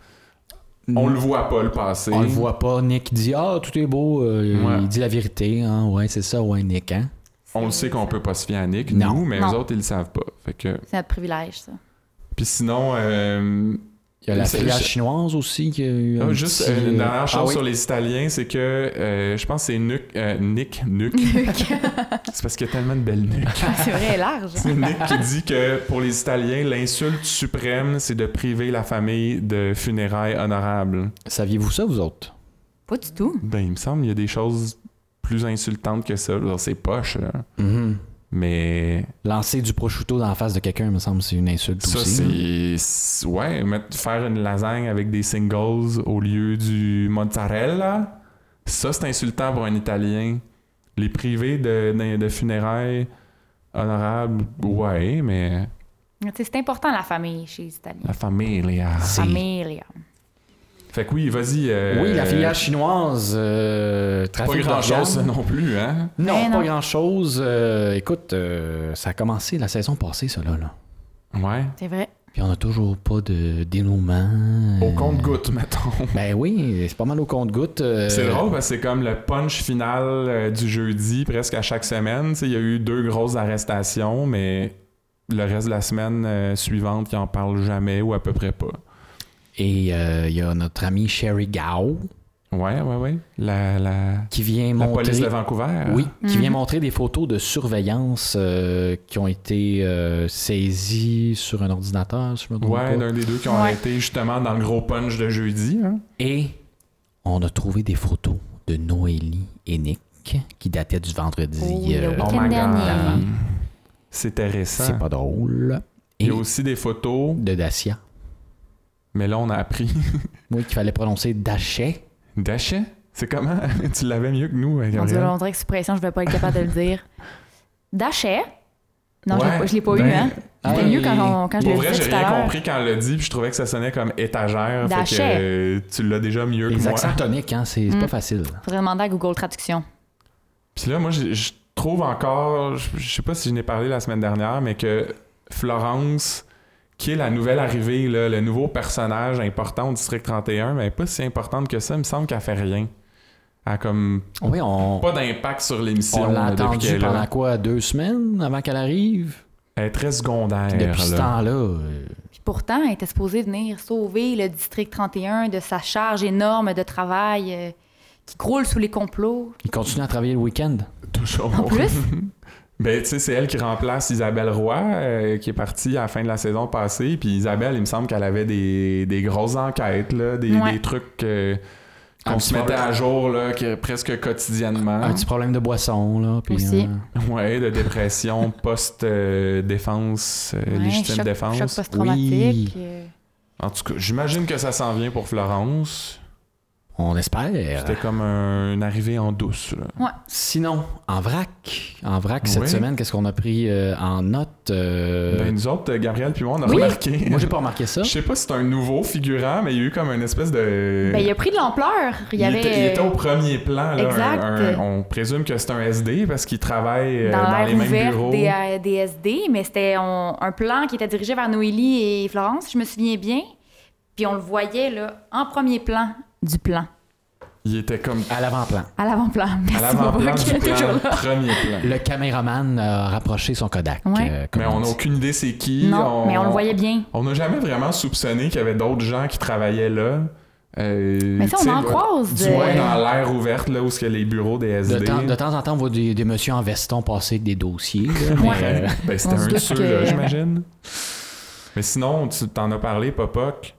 [SPEAKER 1] On le voit pas le passer.
[SPEAKER 3] On le voit pas. Nick dit Ah, tout est beau. euh,
[SPEAKER 1] Ouais.
[SPEAKER 3] Il dit la vérité. hein. Ouais, c'est ça, ouais, Nick. Hein?
[SPEAKER 1] on le sait qu'on peut pas se fier à Nick,
[SPEAKER 3] Non.
[SPEAKER 1] nous, mais
[SPEAKER 2] Non.
[SPEAKER 1] eux autres, ils le savent pas. Fait que...
[SPEAKER 2] C'est notre privilège, ça.
[SPEAKER 1] Puis sinon, euh,
[SPEAKER 3] Il y a la
[SPEAKER 1] C'est-
[SPEAKER 3] filiale
[SPEAKER 1] je-
[SPEAKER 3] chinoise aussi qui a eu.
[SPEAKER 1] ah,
[SPEAKER 3] un
[SPEAKER 1] juste
[SPEAKER 3] petit-
[SPEAKER 1] euh, une dernière chose
[SPEAKER 3] Ah oui.
[SPEAKER 1] sur les Italiens, c'est que euh, je pense que c'est Nuc- euh, Nick, Nuc, c'est parce qu'il y a tellement de belles nuques.
[SPEAKER 2] c'est vrai, elle est large.
[SPEAKER 1] C'est Nick qui dit que pour les Italiens, l'insulte suprême, c'est de priver la famille de funérailles honorables.
[SPEAKER 3] Saviez-vous ça, vous autres?
[SPEAKER 2] Pas du tout.
[SPEAKER 1] Ben, il me semble qu'il y a des choses plus insultantes que ça. Genre, C'est poche, là. Mm-hmm. Mais
[SPEAKER 3] Lancer du prosciutto dans la face de quelqu'un, me semble, c'est une insulte
[SPEAKER 1] ça,
[SPEAKER 3] aussi. hein?
[SPEAKER 1] c'est... c'est- Ouais, mettre- faire une lasagne avec des singles au lieu du mozzarella, ça, c'est insultant pour un Italien. Les privés de, de- de funérailles honorables, ouais, mais
[SPEAKER 2] Tu sais, C'est important, la famille, chez les Italiens.
[SPEAKER 1] la famille, Léa.
[SPEAKER 2] Ah,
[SPEAKER 3] C'est-
[SPEAKER 2] Famille.
[SPEAKER 1] Fait que oui, vas-y. euh,
[SPEAKER 3] Oui, la filiale chinoise. euh,
[SPEAKER 1] Pas
[SPEAKER 3] trafic
[SPEAKER 1] grand-chose
[SPEAKER 3] d'organes.
[SPEAKER 1] non plus, hein?
[SPEAKER 3] Non,
[SPEAKER 2] Mais
[SPEAKER 3] pas
[SPEAKER 2] non.
[SPEAKER 3] grand-chose. Euh, écoute, euh, ça a commencé la saison passée, ça, là. là.
[SPEAKER 1] Ouais.
[SPEAKER 2] C'est vrai.
[SPEAKER 3] Puis on a toujours pas de dénouement.
[SPEAKER 1] Au
[SPEAKER 3] Euh,
[SPEAKER 1] compte-goutte, mettons.
[SPEAKER 3] Ben oui, c'est pas mal au compte-goutte. euh,
[SPEAKER 1] C'est drôle parce que c'est comme le punch final euh, du jeudi presque à chaque semaine. Tu sais, Il y a eu deux grosses arrestations, mais le reste de la semaine euh, suivante, ils en parlent jamais ou à peu près pas.
[SPEAKER 3] Et euh, il y a notre amie Sherry Gao
[SPEAKER 1] Ouais, ouais, ouais. La, la,
[SPEAKER 3] qui vient
[SPEAKER 1] la
[SPEAKER 3] montrer.
[SPEAKER 1] police de Vancouver.
[SPEAKER 3] Oui, qui
[SPEAKER 2] Mhm.
[SPEAKER 3] vient montrer des photos de surveillance euh, qui ont été euh, saisies sur un ordinateur, si je me trompe
[SPEAKER 1] Ouais,
[SPEAKER 3] pas.
[SPEAKER 1] l'un des deux qui ont
[SPEAKER 2] Ouais.
[SPEAKER 1] arrêté justement dans le gros punch de jeudi. hein.
[SPEAKER 3] Et on a trouvé des photos de Noélie et Nick qui dataient du vendredi.
[SPEAKER 2] Oh, il y a
[SPEAKER 3] euh,
[SPEAKER 2] Week-end dernier.
[SPEAKER 1] C'était récent.
[SPEAKER 3] c'est pas drôle.
[SPEAKER 1] Il
[SPEAKER 3] Et
[SPEAKER 1] y a aussi des photos,
[SPEAKER 3] de Dacia.
[SPEAKER 1] mais là on a appris.
[SPEAKER 3] Oui, qu'il fallait prononcer Dachet.
[SPEAKER 1] Dachet? C'est comment? tu l'avais mieux que nous, hein,
[SPEAKER 2] On
[SPEAKER 1] Gabriel.
[SPEAKER 2] dirait, on dirait que sous pression, je vais pas être capable de le dire. Dachet. Non, je l'ai
[SPEAKER 1] Ouais,
[SPEAKER 2] pas- je l'ai pas eu,
[SPEAKER 1] ben,
[SPEAKER 2] hein. C'était
[SPEAKER 3] ouais.
[SPEAKER 2] mieux quand, on- quand je
[SPEAKER 1] Pour
[SPEAKER 2] l'ai
[SPEAKER 1] vrai,
[SPEAKER 2] fait
[SPEAKER 1] j'ai
[SPEAKER 2] tout à
[SPEAKER 1] rien
[SPEAKER 2] l'heure.
[SPEAKER 1] compris quand elle l'a dit, puis je trouvais que ça sonnait comme étagère. Fait que
[SPEAKER 2] D'achet.
[SPEAKER 1] euh, tu l'as déjà mieux que
[SPEAKER 3] Les
[SPEAKER 1] moi.
[SPEAKER 3] accents toniques, hein, c'est c'est
[SPEAKER 2] Mm.
[SPEAKER 3] pas facile.
[SPEAKER 2] Faudrait demander à Google Traduction.
[SPEAKER 1] Puis là, moi, je je trouve encore, je je sais pas si je n'ai parlé la semaine dernière, mais que Florence, qui est la nouvelle arrivée, là, le nouveau personnage important au District 31, mais pas si importante que ça, il me semble qu'elle fait rien. Elle a comme
[SPEAKER 3] Oui, on,
[SPEAKER 1] pas d'impact sur
[SPEAKER 3] on
[SPEAKER 1] l'émission
[SPEAKER 3] l'a
[SPEAKER 1] là, depuis
[SPEAKER 3] entendu
[SPEAKER 1] qu'elle est là.
[SPEAKER 3] pendant quoi Deux semaines avant qu'elle arrive
[SPEAKER 1] Elle est très secondaire.
[SPEAKER 3] Puis Depuis ce
[SPEAKER 1] Eh, là.
[SPEAKER 3] temps-là, euh,
[SPEAKER 2] Puis pourtant, elle était supposée venir sauver le district 31 de sa charge énorme de travail euh, qui croule sous les complots.
[SPEAKER 3] il continue à travailler le week-end.
[SPEAKER 1] Toujours.
[SPEAKER 2] En plus?
[SPEAKER 1] ben, tu sais, c'est elle qui remplace Isabelle Roy, euh, qui est partie à la fin de la saison passée. Puis Isabelle, il me semble qu'elle avait des, des grosses enquêtes, là, des,
[SPEAKER 2] Ouais.
[SPEAKER 1] des trucs euh,
[SPEAKER 3] Un
[SPEAKER 1] qu'on
[SPEAKER 3] petit
[SPEAKER 1] se mettait
[SPEAKER 3] problème.
[SPEAKER 1] à jour là, que- presque quotidiennement.
[SPEAKER 3] Un petit problème de boisson, là. Puis,
[SPEAKER 2] Aussi.
[SPEAKER 3] euh,
[SPEAKER 1] Ouais, de dépression, post-défense, euh,
[SPEAKER 2] Ouais,
[SPEAKER 1] légitime
[SPEAKER 2] choc-
[SPEAKER 1] défense.
[SPEAKER 2] Choc post-traumatique.
[SPEAKER 3] Oui.
[SPEAKER 2] euh,
[SPEAKER 1] En tout cas, j'imagine que ça s'en vient pour Florence.
[SPEAKER 3] on espère.
[SPEAKER 1] C'était comme un- une arrivée en douce. là.
[SPEAKER 3] Sinon, en vrac, en vrac cette
[SPEAKER 1] Oui.
[SPEAKER 3] semaine, qu'est-ce qu'on a pris euh, en note euh,
[SPEAKER 1] Ben, nous autres, Gabriel puis moi, on a
[SPEAKER 3] Oui.
[SPEAKER 1] remarqué.
[SPEAKER 3] Moi, j'ai pas remarqué ça.
[SPEAKER 1] Je sais pas si c'est un nouveau figurant, mais il y a eu comme une espèce de.
[SPEAKER 2] Ben, il a pris de l'ampleur. Il, y avait, euh,
[SPEAKER 1] était, Euh, il était au premier plan. Là,
[SPEAKER 2] Exact.
[SPEAKER 1] un- un- on présume que c'est un SD parce qu'il travaille euh,
[SPEAKER 2] dans,
[SPEAKER 1] dans,
[SPEAKER 2] l'air
[SPEAKER 1] les mêmes
[SPEAKER 2] ouvert
[SPEAKER 1] bureaux.
[SPEAKER 2] Des, euh, des SD, mais c'était on- un plan qui était dirigé vers Noélie et Florence, je me souviens bien. Puis on le voyait là, en premier plan du plan,
[SPEAKER 1] Il était comme
[SPEAKER 3] À l'avant-plan.
[SPEAKER 2] à l'avant-plan.
[SPEAKER 1] à
[SPEAKER 2] Merci,
[SPEAKER 1] l'avant-plan
[SPEAKER 2] Bobo, qui
[SPEAKER 1] du
[SPEAKER 2] est toujours
[SPEAKER 1] plan,
[SPEAKER 2] là.
[SPEAKER 1] premier plan.
[SPEAKER 3] Le caméraman a rapproché son Kodak.
[SPEAKER 2] Ouais.
[SPEAKER 3] euh, comme
[SPEAKER 1] Mais on n'a
[SPEAKER 3] dit.
[SPEAKER 1] aucune idée c'est qui.
[SPEAKER 2] Non, mais on le voyait bien.
[SPEAKER 1] On n'a jamais vraiment soupçonné qu'il y avait d'autres gens qui travaillaient là. Euh,
[SPEAKER 2] Mais ça,
[SPEAKER 1] tu
[SPEAKER 2] on
[SPEAKER 1] sais,
[SPEAKER 2] en
[SPEAKER 1] euh,
[SPEAKER 2] croise.
[SPEAKER 1] Du
[SPEAKER 2] de-
[SPEAKER 1] moins dans l'air ouverte, là, où ce que les bureaux des
[SPEAKER 3] De,
[SPEAKER 1] SD.
[SPEAKER 3] temps, de temps en temps, on voit des, des messieurs en veston passer avec des dossiers. là, mais,
[SPEAKER 1] Ouais.
[SPEAKER 3] euh,
[SPEAKER 1] Ben, c'était
[SPEAKER 2] On se
[SPEAKER 1] un de
[SPEAKER 2] doute
[SPEAKER 1] ceux,
[SPEAKER 2] que-
[SPEAKER 1] là, j'imagine. Mais sinon, tu t'en as parlé, Popoc.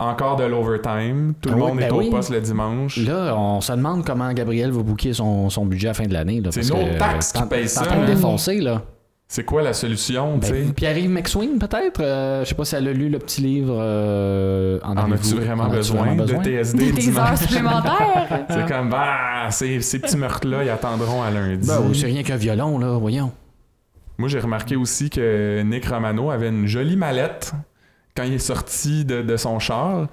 [SPEAKER 1] Encore de l'overtime. Tout le
[SPEAKER 3] Ah oui,
[SPEAKER 1] monde est
[SPEAKER 3] ben
[SPEAKER 1] au
[SPEAKER 3] oui.
[SPEAKER 1] poste le dimanche.
[SPEAKER 3] Là, on se demande comment Gabriel va bouquer son, son budget à la fin de l'année. là,
[SPEAKER 1] C'est
[SPEAKER 3] parce
[SPEAKER 1] nos
[SPEAKER 3] que,
[SPEAKER 1] taxes
[SPEAKER 3] euh,
[SPEAKER 1] qui payent
[SPEAKER 3] t'es en
[SPEAKER 1] ça,
[SPEAKER 3] train de
[SPEAKER 2] hein.
[SPEAKER 3] défoncer, là.
[SPEAKER 1] C'est quoi la solution, tu sais?
[SPEAKER 3] Ben, puis arrive McSween, peut-être. euh, je sais pas si elle a lu le petit livre. euh, en
[SPEAKER 1] En
[SPEAKER 3] avez-vous-
[SPEAKER 1] as-tu vraiment,
[SPEAKER 3] en as-tu
[SPEAKER 1] besoin
[SPEAKER 3] vraiment
[SPEAKER 1] de TSD le
[SPEAKER 2] des heures
[SPEAKER 1] dimanche?
[SPEAKER 2] supplémentaires. Ben
[SPEAKER 1] C'est comme, bah, ces, ces petits meurtres-là, ils attendront à lundi.
[SPEAKER 3] Ben oui, c'est rien qu'un violon, là, voyons.
[SPEAKER 1] Moi, j'ai remarqué aussi que Nick Romano avait une jolie mallette quand il est sorti de, de son char.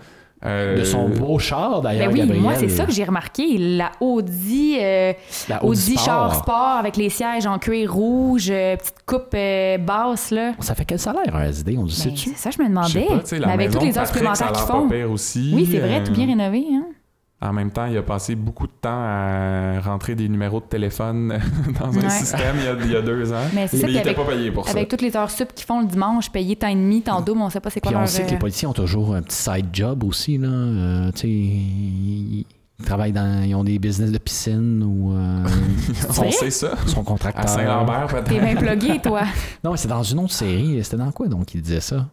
[SPEAKER 1] Euh,
[SPEAKER 3] De son beau char, d'ailleurs.
[SPEAKER 2] Ben oui,
[SPEAKER 3] Gabriel. euh,
[SPEAKER 2] moi, c'est ça que j'ai remarqué. La Audi, euh,
[SPEAKER 3] La
[SPEAKER 2] Audi,
[SPEAKER 3] Audi
[SPEAKER 2] char
[SPEAKER 3] Sport.
[SPEAKER 2] sport avec les sièges en cuir rouge, euh, petite coupe euh, basse, là.
[SPEAKER 3] Ça fait quel salaire, un SD, on le
[SPEAKER 2] Ben,
[SPEAKER 3] sait-tu?
[SPEAKER 2] c'est ça, je me
[SPEAKER 1] Je sais
[SPEAKER 2] demandais.
[SPEAKER 1] pas, tu sais, la
[SPEAKER 2] Mais avec
[SPEAKER 1] maison
[SPEAKER 2] toutes les
[SPEAKER 1] de
[SPEAKER 2] heures
[SPEAKER 1] Patrick, ça a
[SPEAKER 2] supplémentaires qu'ils
[SPEAKER 1] l'air
[SPEAKER 2] font.
[SPEAKER 1] pas pire aussi.
[SPEAKER 2] Oui, c'est vrai,
[SPEAKER 1] Euh,
[SPEAKER 2] tout bien rénové. Hein?
[SPEAKER 1] En même temps, il a passé beaucoup de temps à rentrer des numéros de téléphone dans un
[SPEAKER 2] Ouais.
[SPEAKER 1] système il y, a, il y a deux ans.
[SPEAKER 2] Mais c'est ça
[SPEAKER 1] Mais il
[SPEAKER 2] qu'avec-
[SPEAKER 1] n'était pas payé pour ça.
[SPEAKER 2] Avec toutes les heures sup qu'ils font le dimanche, payer tant et demi, tant double, on sait pas c'est quoi
[SPEAKER 3] Puis on
[SPEAKER 2] leur... euh,
[SPEAKER 3] sait que les policiers ont toujours un petit side job aussi. Là. Euh, tu sais, ils ils travaillent dans. Ils ont des business de piscine ou. euh,
[SPEAKER 1] On
[SPEAKER 2] vrai?
[SPEAKER 1] sait ça.
[SPEAKER 3] ils sont
[SPEAKER 1] À
[SPEAKER 3] contracteurs.
[SPEAKER 1] Saint-Lambert,
[SPEAKER 2] T'es
[SPEAKER 1] peut-être.
[SPEAKER 2] bien plugué, toi.
[SPEAKER 3] Non, mais c'est dans une autre série. C'était dans quoi donc il disait ça?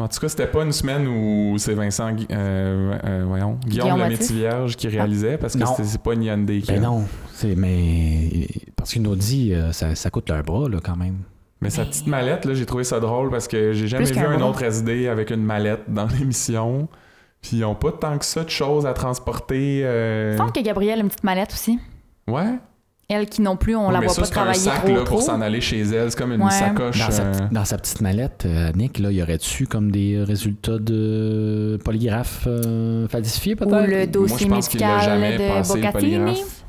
[SPEAKER 1] En tout cas, c'était pas une semaine où c'est Vincent, Gui- euh, euh, voyons, Guillaume,
[SPEAKER 2] Guillaume
[SPEAKER 1] le
[SPEAKER 2] Matif.
[SPEAKER 1] Métivierge qui réalisait parce que
[SPEAKER 3] Non.
[SPEAKER 1] c'est- c'est pas une Hyundai. qui
[SPEAKER 3] Ben
[SPEAKER 1] a-
[SPEAKER 3] Ah, non. c'est- Mais. Parce qu'une Audi, euh, ça, ça coûte leur bras là, quand même.
[SPEAKER 1] Mais sa petite mallette, là, j'ai trouvé ça drôle parce que j'ai jamais
[SPEAKER 2] Plus
[SPEAKER 1] vu
[SPEAKER 2] qu'un
[SPEAKER 1] un
[SPEAKER 2] bras.
[SPEAKER 1] autre SD avec une mallette dans l'émission. Puis ils ont pas tant que ça de choses à transporter. euh,
[SPEAKER 2] Il semble que Gabrielle a une petite mallette aussi.
[SPEAKER 1] Ouais.
[SPEAKER 2] Elle qui non plus, on la
[SPEAKER 1] mais
[SPEAKER 2] voit
[SPEAKER 1] ça,
[SPEAKER 2] pas
[SPEAKER 1] c'est un
[SPEAKER 2] travailler
[SPEAKER 1] sac
[SPEAKER 2] trop
[SPEAKER 1] là, pour
[SPEAKER 2] trop.
[SPEAKER 1] s'en aller chez elle. C'est comme une
[SPEAKER 2] Ouais.
[SPEAKER 1] sacoche.
[SPEAKER 3] Dans, sa,
[SPEAKER 1] euh,
[SPEAKER 3] petite- dans sa petite mallette, euh, Nick, là, il y aurait dessus comme des résultats de polygraphe euh, falsifiés
[SPEAKER 2] Ou
[SPEAKER 3] peut-être?
[SPEAKER 2] le
[SPEAKER 1] Moi, je
[SPEAKER 2] dossier
[SPEAKER 1] pense qu'il l'a
[SPEAKER 2] médical
[SPEAKER 1] jamais
[SPEAKER 2] de
[SPEAKER 1] passé, le
[SPEAKER 2] Bocatini.
[SPEAKER 1] polygraphe.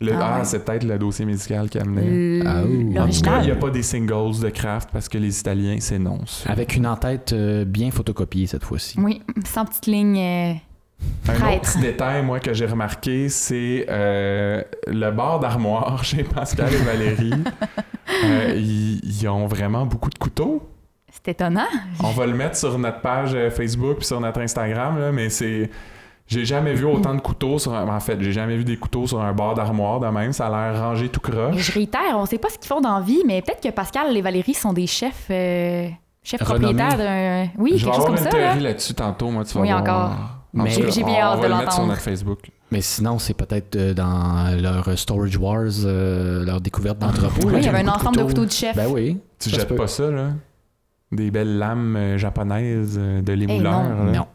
[SPEAKER 1] Le-
[SPEAKER 2] Ah
[SPEAKER 1] ah,
[SPEAKER 2] ouais.
[SPEAKER 1] c'est peut-être le dossier médical qui a amené.
[SPEAKER 3] Ah, ouh.
[SPEAKER 2] L-
[SPEAKER 1] En tout cas, il n'y a
[SPEAKER 2] L'original.
[SPEAKER 1] pas des singles de Kraft parce que les Italiens s'énoncent.
[SPEAKER 3] Avec une entête euh, bien photocopiée cette fois-ci.
[SPEAKER 2] Oui, sans petite ligne. euh,
[SPEAKER 1] Un autre
[SPEAKER 2] Traître.
[SPEAKER 1] petit détail, moi, que j'ai remarqué, c'est euh, le bar d'armoire chez Pascal et Valérie. Euh, Ils ils ont vraiment beaucoup de couteaux.
[SPEAKER 2] C'est étonnant.
[SPEAKER 1] On va le mettre sur notre page euh, Facebook puis sur notre Instagram, là, mais c'est. J'ai jamais vu autant de couteaux sur un. En fait, j'ai jamais vu des couteaux sur un bar d'armoire de même. Ça a l'air rangé tout
[SPEAKER 2] Mais
[SPEAKER 1] croche.
[SPEAKER 2] Je réitère, on sait pas ce qu'ils font dans la vie, mais peut-être que Pascal et Valérie sont des chefs, euh, chefs
[SPEAKER 3] Renommés.
[SPEAKER 2] propriétaires d'un. Oui,
[SPEAKER 1] je vais
[SPEAKER 2] quelque chose
[SPEAKER 1] avoir
[SPEAKER 2] comme
[SPEAKER 1] une
[SPEAKER 2] ça. là.
[SPEAKER 1] théorie là-dessus tantôt, moi, tu vas
[SPEAKER 2] Oui,
[SPEAKER 1] voir.
[SPEAKER 2] encore.
[SPEAKER 1] En
[SPEAKER 3] Mais-
[SPEAKER 1] tout cas,
[SPEAKER 2] J'ai bien
[SPEAKER 1] on-
[SPEAKER 2] hâte
[SPEAKER 1] on
[SPEAKER 2] de
[SPEAKER 1] va le mettre sur
[SPEAKER 2] l'entendre.
[SPEAKER 1] notre Facebook.
[SPEAKER 3] Mais sinon, c'est peut-être euh, dans leur Storage Wars, euh, leur découverte d'entrepôt.
[SPEAKER 2] Oui,
[SPEAKER 3] là,
[SPEAKER 2] il y avait un
[SPEAKER 3] beaucoup
[SPEAKER 2] ensemble de couteaux de chef.
[SPEAKER 3] Ben oui.
[SPEAKER 1] Tu
[SPEAKER 3] Ça se
[SPEAKER 1] jettes
[SPEAKER 3] peut.
[SPEAKER 1] pas ça, là? Des belles lames euh, japonaises euh, de l'émouleur.
[SPEAKER 2] Eh non.
[SPEAKER 1] là.
[SPEAKER 3] Non.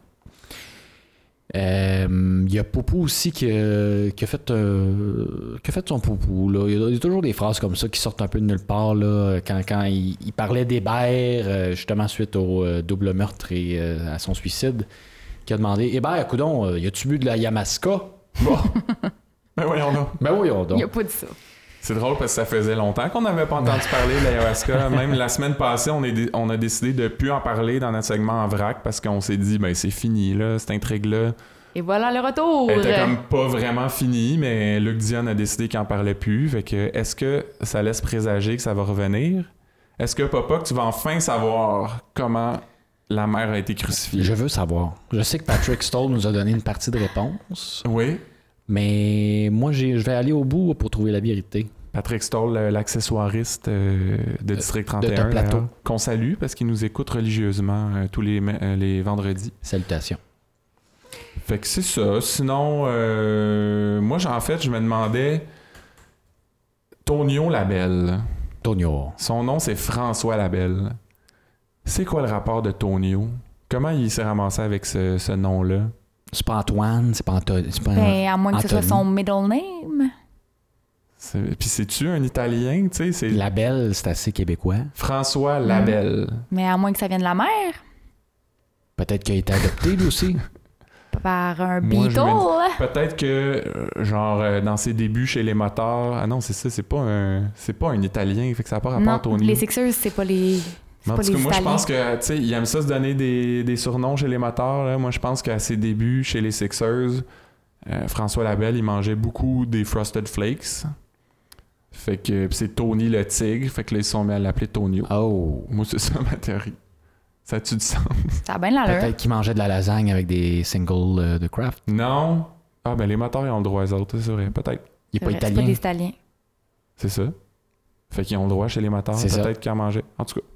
[SPEAKER 3] Euh, Il y a Poupou aussi qui, euh, qui a fait, euh, qui a fait son Poupou. là. Il y a- il y a toujours des phrases comme ça qui sortent un peu de nulle part. Là, quand quand il, il parlait d'Hébert, euh, justement suite au euh, double meurtre et euh, à son suicide, qui a demandé Hébert, coudon, euh, y a-tu bu de la Yamaska Bon,
[SPEAKER 1] Ben voyons donc.
[SPEAKER 3] ben voyons donc.
[SPEAKER 2] Il a pas dit ça.
[SPEAKER 1] C'est drôle parce que ça faisait longtemps qu'on n'avait pas entendu parler de l'ayahuasca. Même la semaine passée, on, est dé- on a décidé de plus en parler dans notre segment en vrac parce qu'on s'est dit, ben c'est fini, là, cette intrigue-là.
[SPEAKER 2] Et voilà le retour.
[SPEAKER 1] Elle était comme pas vraiment finie, mais Luc Dion a décidé qu'il en parlait plus. Fait que, est-ce que ça laisse présager que ça va revenir? Est-ce que, Papa, que tu vas enfin savoir comment la mère a été crucifiée?
[SPEAKER 3] Je veux savoir. Je sais que Patrick Stoll nous a donné une partie de réponse,
[SPEAKER 1] Oui.
[SPEAKER 3] mais moi, j'ai- je vais aller au bout pour trouver la vérité.
[SPEAKER 1] Patrick Stoll, euh, l'accessoiriste euh, de District
[SPEAKER 3] de
[SPEAKER 1] 31,
[SPEAKER 3] Top Plateau.
[SPEAKER 1] d'ailleurs, euh, qu'on salue parce qu'il nous écoute religieusement euh, tous les, ma- euh, les vendredis.
[SPEAKER 3] Salutations.
[SPEAKER 1] Fait que c'est ça. Sinon, euh, moi, j'en- en fait, je me demandais Tonio Labelle.
[SPEAKER 3] Tonio.
[SPEAKER 1] Son nom, c'est François Labelle. C'est quoi le rapport de Tonio? Comment il s'est ramassé avec ce, ce nom-là?
[SPEAKER 3] C'est pas Antoine, c'est pas Anthony. C'est pas
[SPEAKER 2] Ben, à moins que ce
[SPEAKER 3] Anthony.
[SPEAKER 2] soit son middle name.
[SPEAKER 1] C'est- Puis c'est-tu un Italien? Tu sais,
[SPEAKER 2] euh,
[SPEAKER 1] c'est
[SPEAKER 3] La belle, c'est assez québécois.
[SPEAKER 1] François Labelle.
[SPEAKER 2] Mais à moins que ça vienne de la mer,
[SPEAKER 3] Peut-être qu'il a été adopté, lui aussi.
[SPEAKER 2] par un
[SPEAKER 1] Moi, je
[SPEAKER 2] Beatle.
[SPEAKER 1] Peut-être que, euh, genre, euh, dans ses débuts chez les motards. Ah non, c'est ça, c'est pas un. C'est pas un Italien, fait que ça n'a pas rapport à
[SPEAKER 2] Non,
[SPEAKER 1] Tony.
[SPEAKER 2] les Sixers, c'est pas les. c'est
[SPEAKER 1] Mais en
[SPEAKER 2] pas
[SPEAKER 1] tout cas,
[SPEAKER 2] les
[SPEAKER 1] moi, je
[SPEAKER 2] Italiens.
[SPEAKER 1] pense que, tu sais, il aime ça se donner des, des surnoms chez les motards. là. Moi, je pense qu'à ses débuts chez les Sixers, euh, François Labelle, il mangeait beaucoup des Frosted Flakes. Fait que, pis c'est Tony le Tigre, fait que là, ils se sont mis à l'appeler Tonio.
[SPEAKER 3] Oh.
[SPEAKER 1] Moi, c'est ça ma théorie. Ça a-tu du sens?
[SPEAKER 2] Ça a bien de l'allure.
[SPEAKER 3] Peut-être qu'il mangeait de la lasagne avec des singles euh, de craft.
[SPEAKER 1] Non? Ah, ben les motards, ils ont le droit, eux autres, c'est vrai. Peut-être.
[SPEAKER 3] Il est pas
[SPEAKER 2] Euh, C'est vrai, C'est pas
[SPEAKER 3] italien.
[SPEAKER 2] des Italiens.
[SPEAKER 1] C'est ça. Fait qu'ils ont le droit chez les motards,
[SPEAKER 3] C'est ça.
[SPEAKER 1] peut-être qu'ils en mangeaient. En tout cas.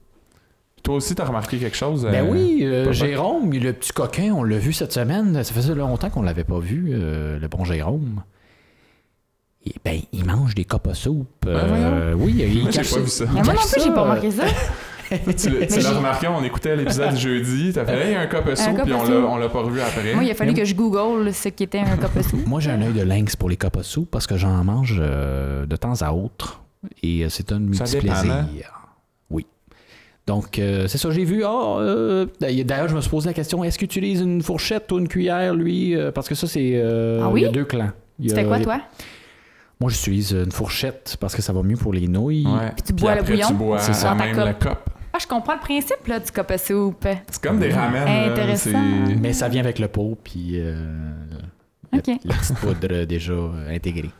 [SPEAKER 1] Toi aussi, t'as remarqué quelque chose?
[SPEAKER 3] Ben
[SPEAKER 1] euh,
[SPEAKER 3] oui, euh,
[SPEAKER 1] pas vrai.
[SPEAKER 3] Jérôme, le petit coquin, on l'a vu cette semaine. Ça faisait longtemps qu'on l'avait pas vu, euh, le bon Jérôme. Et ben, il mange des copes à soupe. Euh, oui, il
[SPEAKER 1] Moi, j'ai
[SPEAKER 3] cache
[SPEAKER 1] pas
[SPEAKER 3] ça-
[SPEAKER 1] vu ça.
[SPEAKER 3] il
[SPEAKER 2] Ah, Mais moi non
[SPEAKER 3] cache
[SPEAKER 2] plus, j'ai
[SPEAKER 3] ça,
[SPEAKER 2] pas
[SPEAKER 3] euh,
[SPEAKER 2] remarqué ça.
[SPEAKER 1] Tu l'as- tu
[SPEAKER 2] Mais
[SPEAKER 1] l'as
[SPEAKER 2] j'ai-
[SPEAKER 1] remarqué, on écoutait l'épisode jeudi, t'as fait Hey, un cop
[SPEAKER 2] Un
[SPEAKER 1] soupe,
[SPEAKER 2] cup
[SPEAKER 1] puis
[SPEAKER 2] à
[SPEAKER 1] on l'a-
[SPEAKER 2] soupe.
[SPEAKER 1] on l'a pas revu après.
[SPEAKER 2] Moi, il a fallu que je google ce qui était un copa soup.
[SPEAKER 3] Moi, j'ai un œil de lynx pour les copes à soupe parce que j'en mange euh, de temps à autre et euh, c'est un
[SPEAKER 1] Ça
[SPEAKER 3] multi-plaisir.
[SPEAKER 1] dépend, hein?
[SPEAKER 3] Oui. Donc, euh, c'est ça, j'ai vu. Ah, euh, D'ailleurs, je me suis posé la question est-ce qu'il utilise une fourchette ou une cuillère, lui Euh, Parce que ça, c'est. euh,
[SPEAKER 2] Ah oui?
[SPEAKER 3] Il y a deux clans. Il y a-
[SPEAKER 2] C'était quoi, toi?
[SPEAKER 3] Moi, j'utilise une fourchette parce que ça va mieux pour les nouilles.
[SPEAKER 1] Ouais.
[SPEAKER 2] Puis tu bois le
[SPEAKER 1] après,
[SPEAKER 2] bouillon
[SPEAKER 1] Tu bois
[SPEAKER 2] C'est ça.
[SPEAKER 1] à
[SPEAKER 2] dans ta
[SPEAKER 1] même
[SPEAKER 2] coupe.
[SPEAKER 1] la coupe.
[SPEAKER 2] Ah, je comprends le principe là, du copa soup.
[SPEAKER 1] C'est comme des ramen. là,
[SPEAKER 2] Intéressant.
[SPEAKER 1] c'est-
[SPEAKER 3] Mais ça vient avec le pot, puis euh, La-
[SPEAKER 2] Ok.
[SPEAKER 3] La petite poudre euh, déjà euh, intégrée.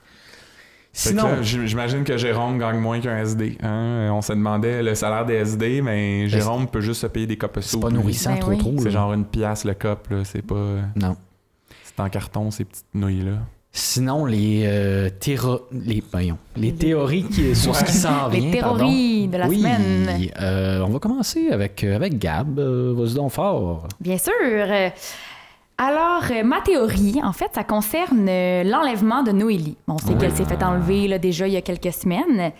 [SPEAKER 1] Fait que
[SPEAKER 3] Sinon,
[SPEAKER 1] là, j'im- j'imagine que Jérôme gagne moins qu'un SD. hein. Euh, On se demandait le salaire des SD, mais Jérôme peut juste se payer des copes
[SPEAKER 3] Ben, c'est pas nourrissant
[SPEAKER 2] Ben
[SPEAKER 3] trop
[SPEAKER 2] oui.
[SPEAKER 3] trop. là.
[SPEAKER 1] C'est genre une pièce le cop, là. C'est pas.
[SPEAKER 3] Non.
[SPEAKER 1] C'est en carton, ces petites nouilles-là.
[SPEAKER 3] Sinon, les, euh, théro- les, voyons, les théories qui, sur ce qui s'en vient.
[SPEAKER 2] Les
[SPEAKER 3] pardon.
[SPEAKER 2] théories de la
[SPEAKER 3] oui,
[SPEAKER 2] semaine.
[SPEAKER 3] euh, on va commencer avec, euh, avec Gab. Euh, Vas-y donc fort.
[SPEAKER 2] Bien sûr. Euh, Alors, euh, ma théorie, en fait, ça concerne euh, l'enlèvement de Noélie. On sait qu'elle s'est fait enlever là, déjà il y a quelques semaines.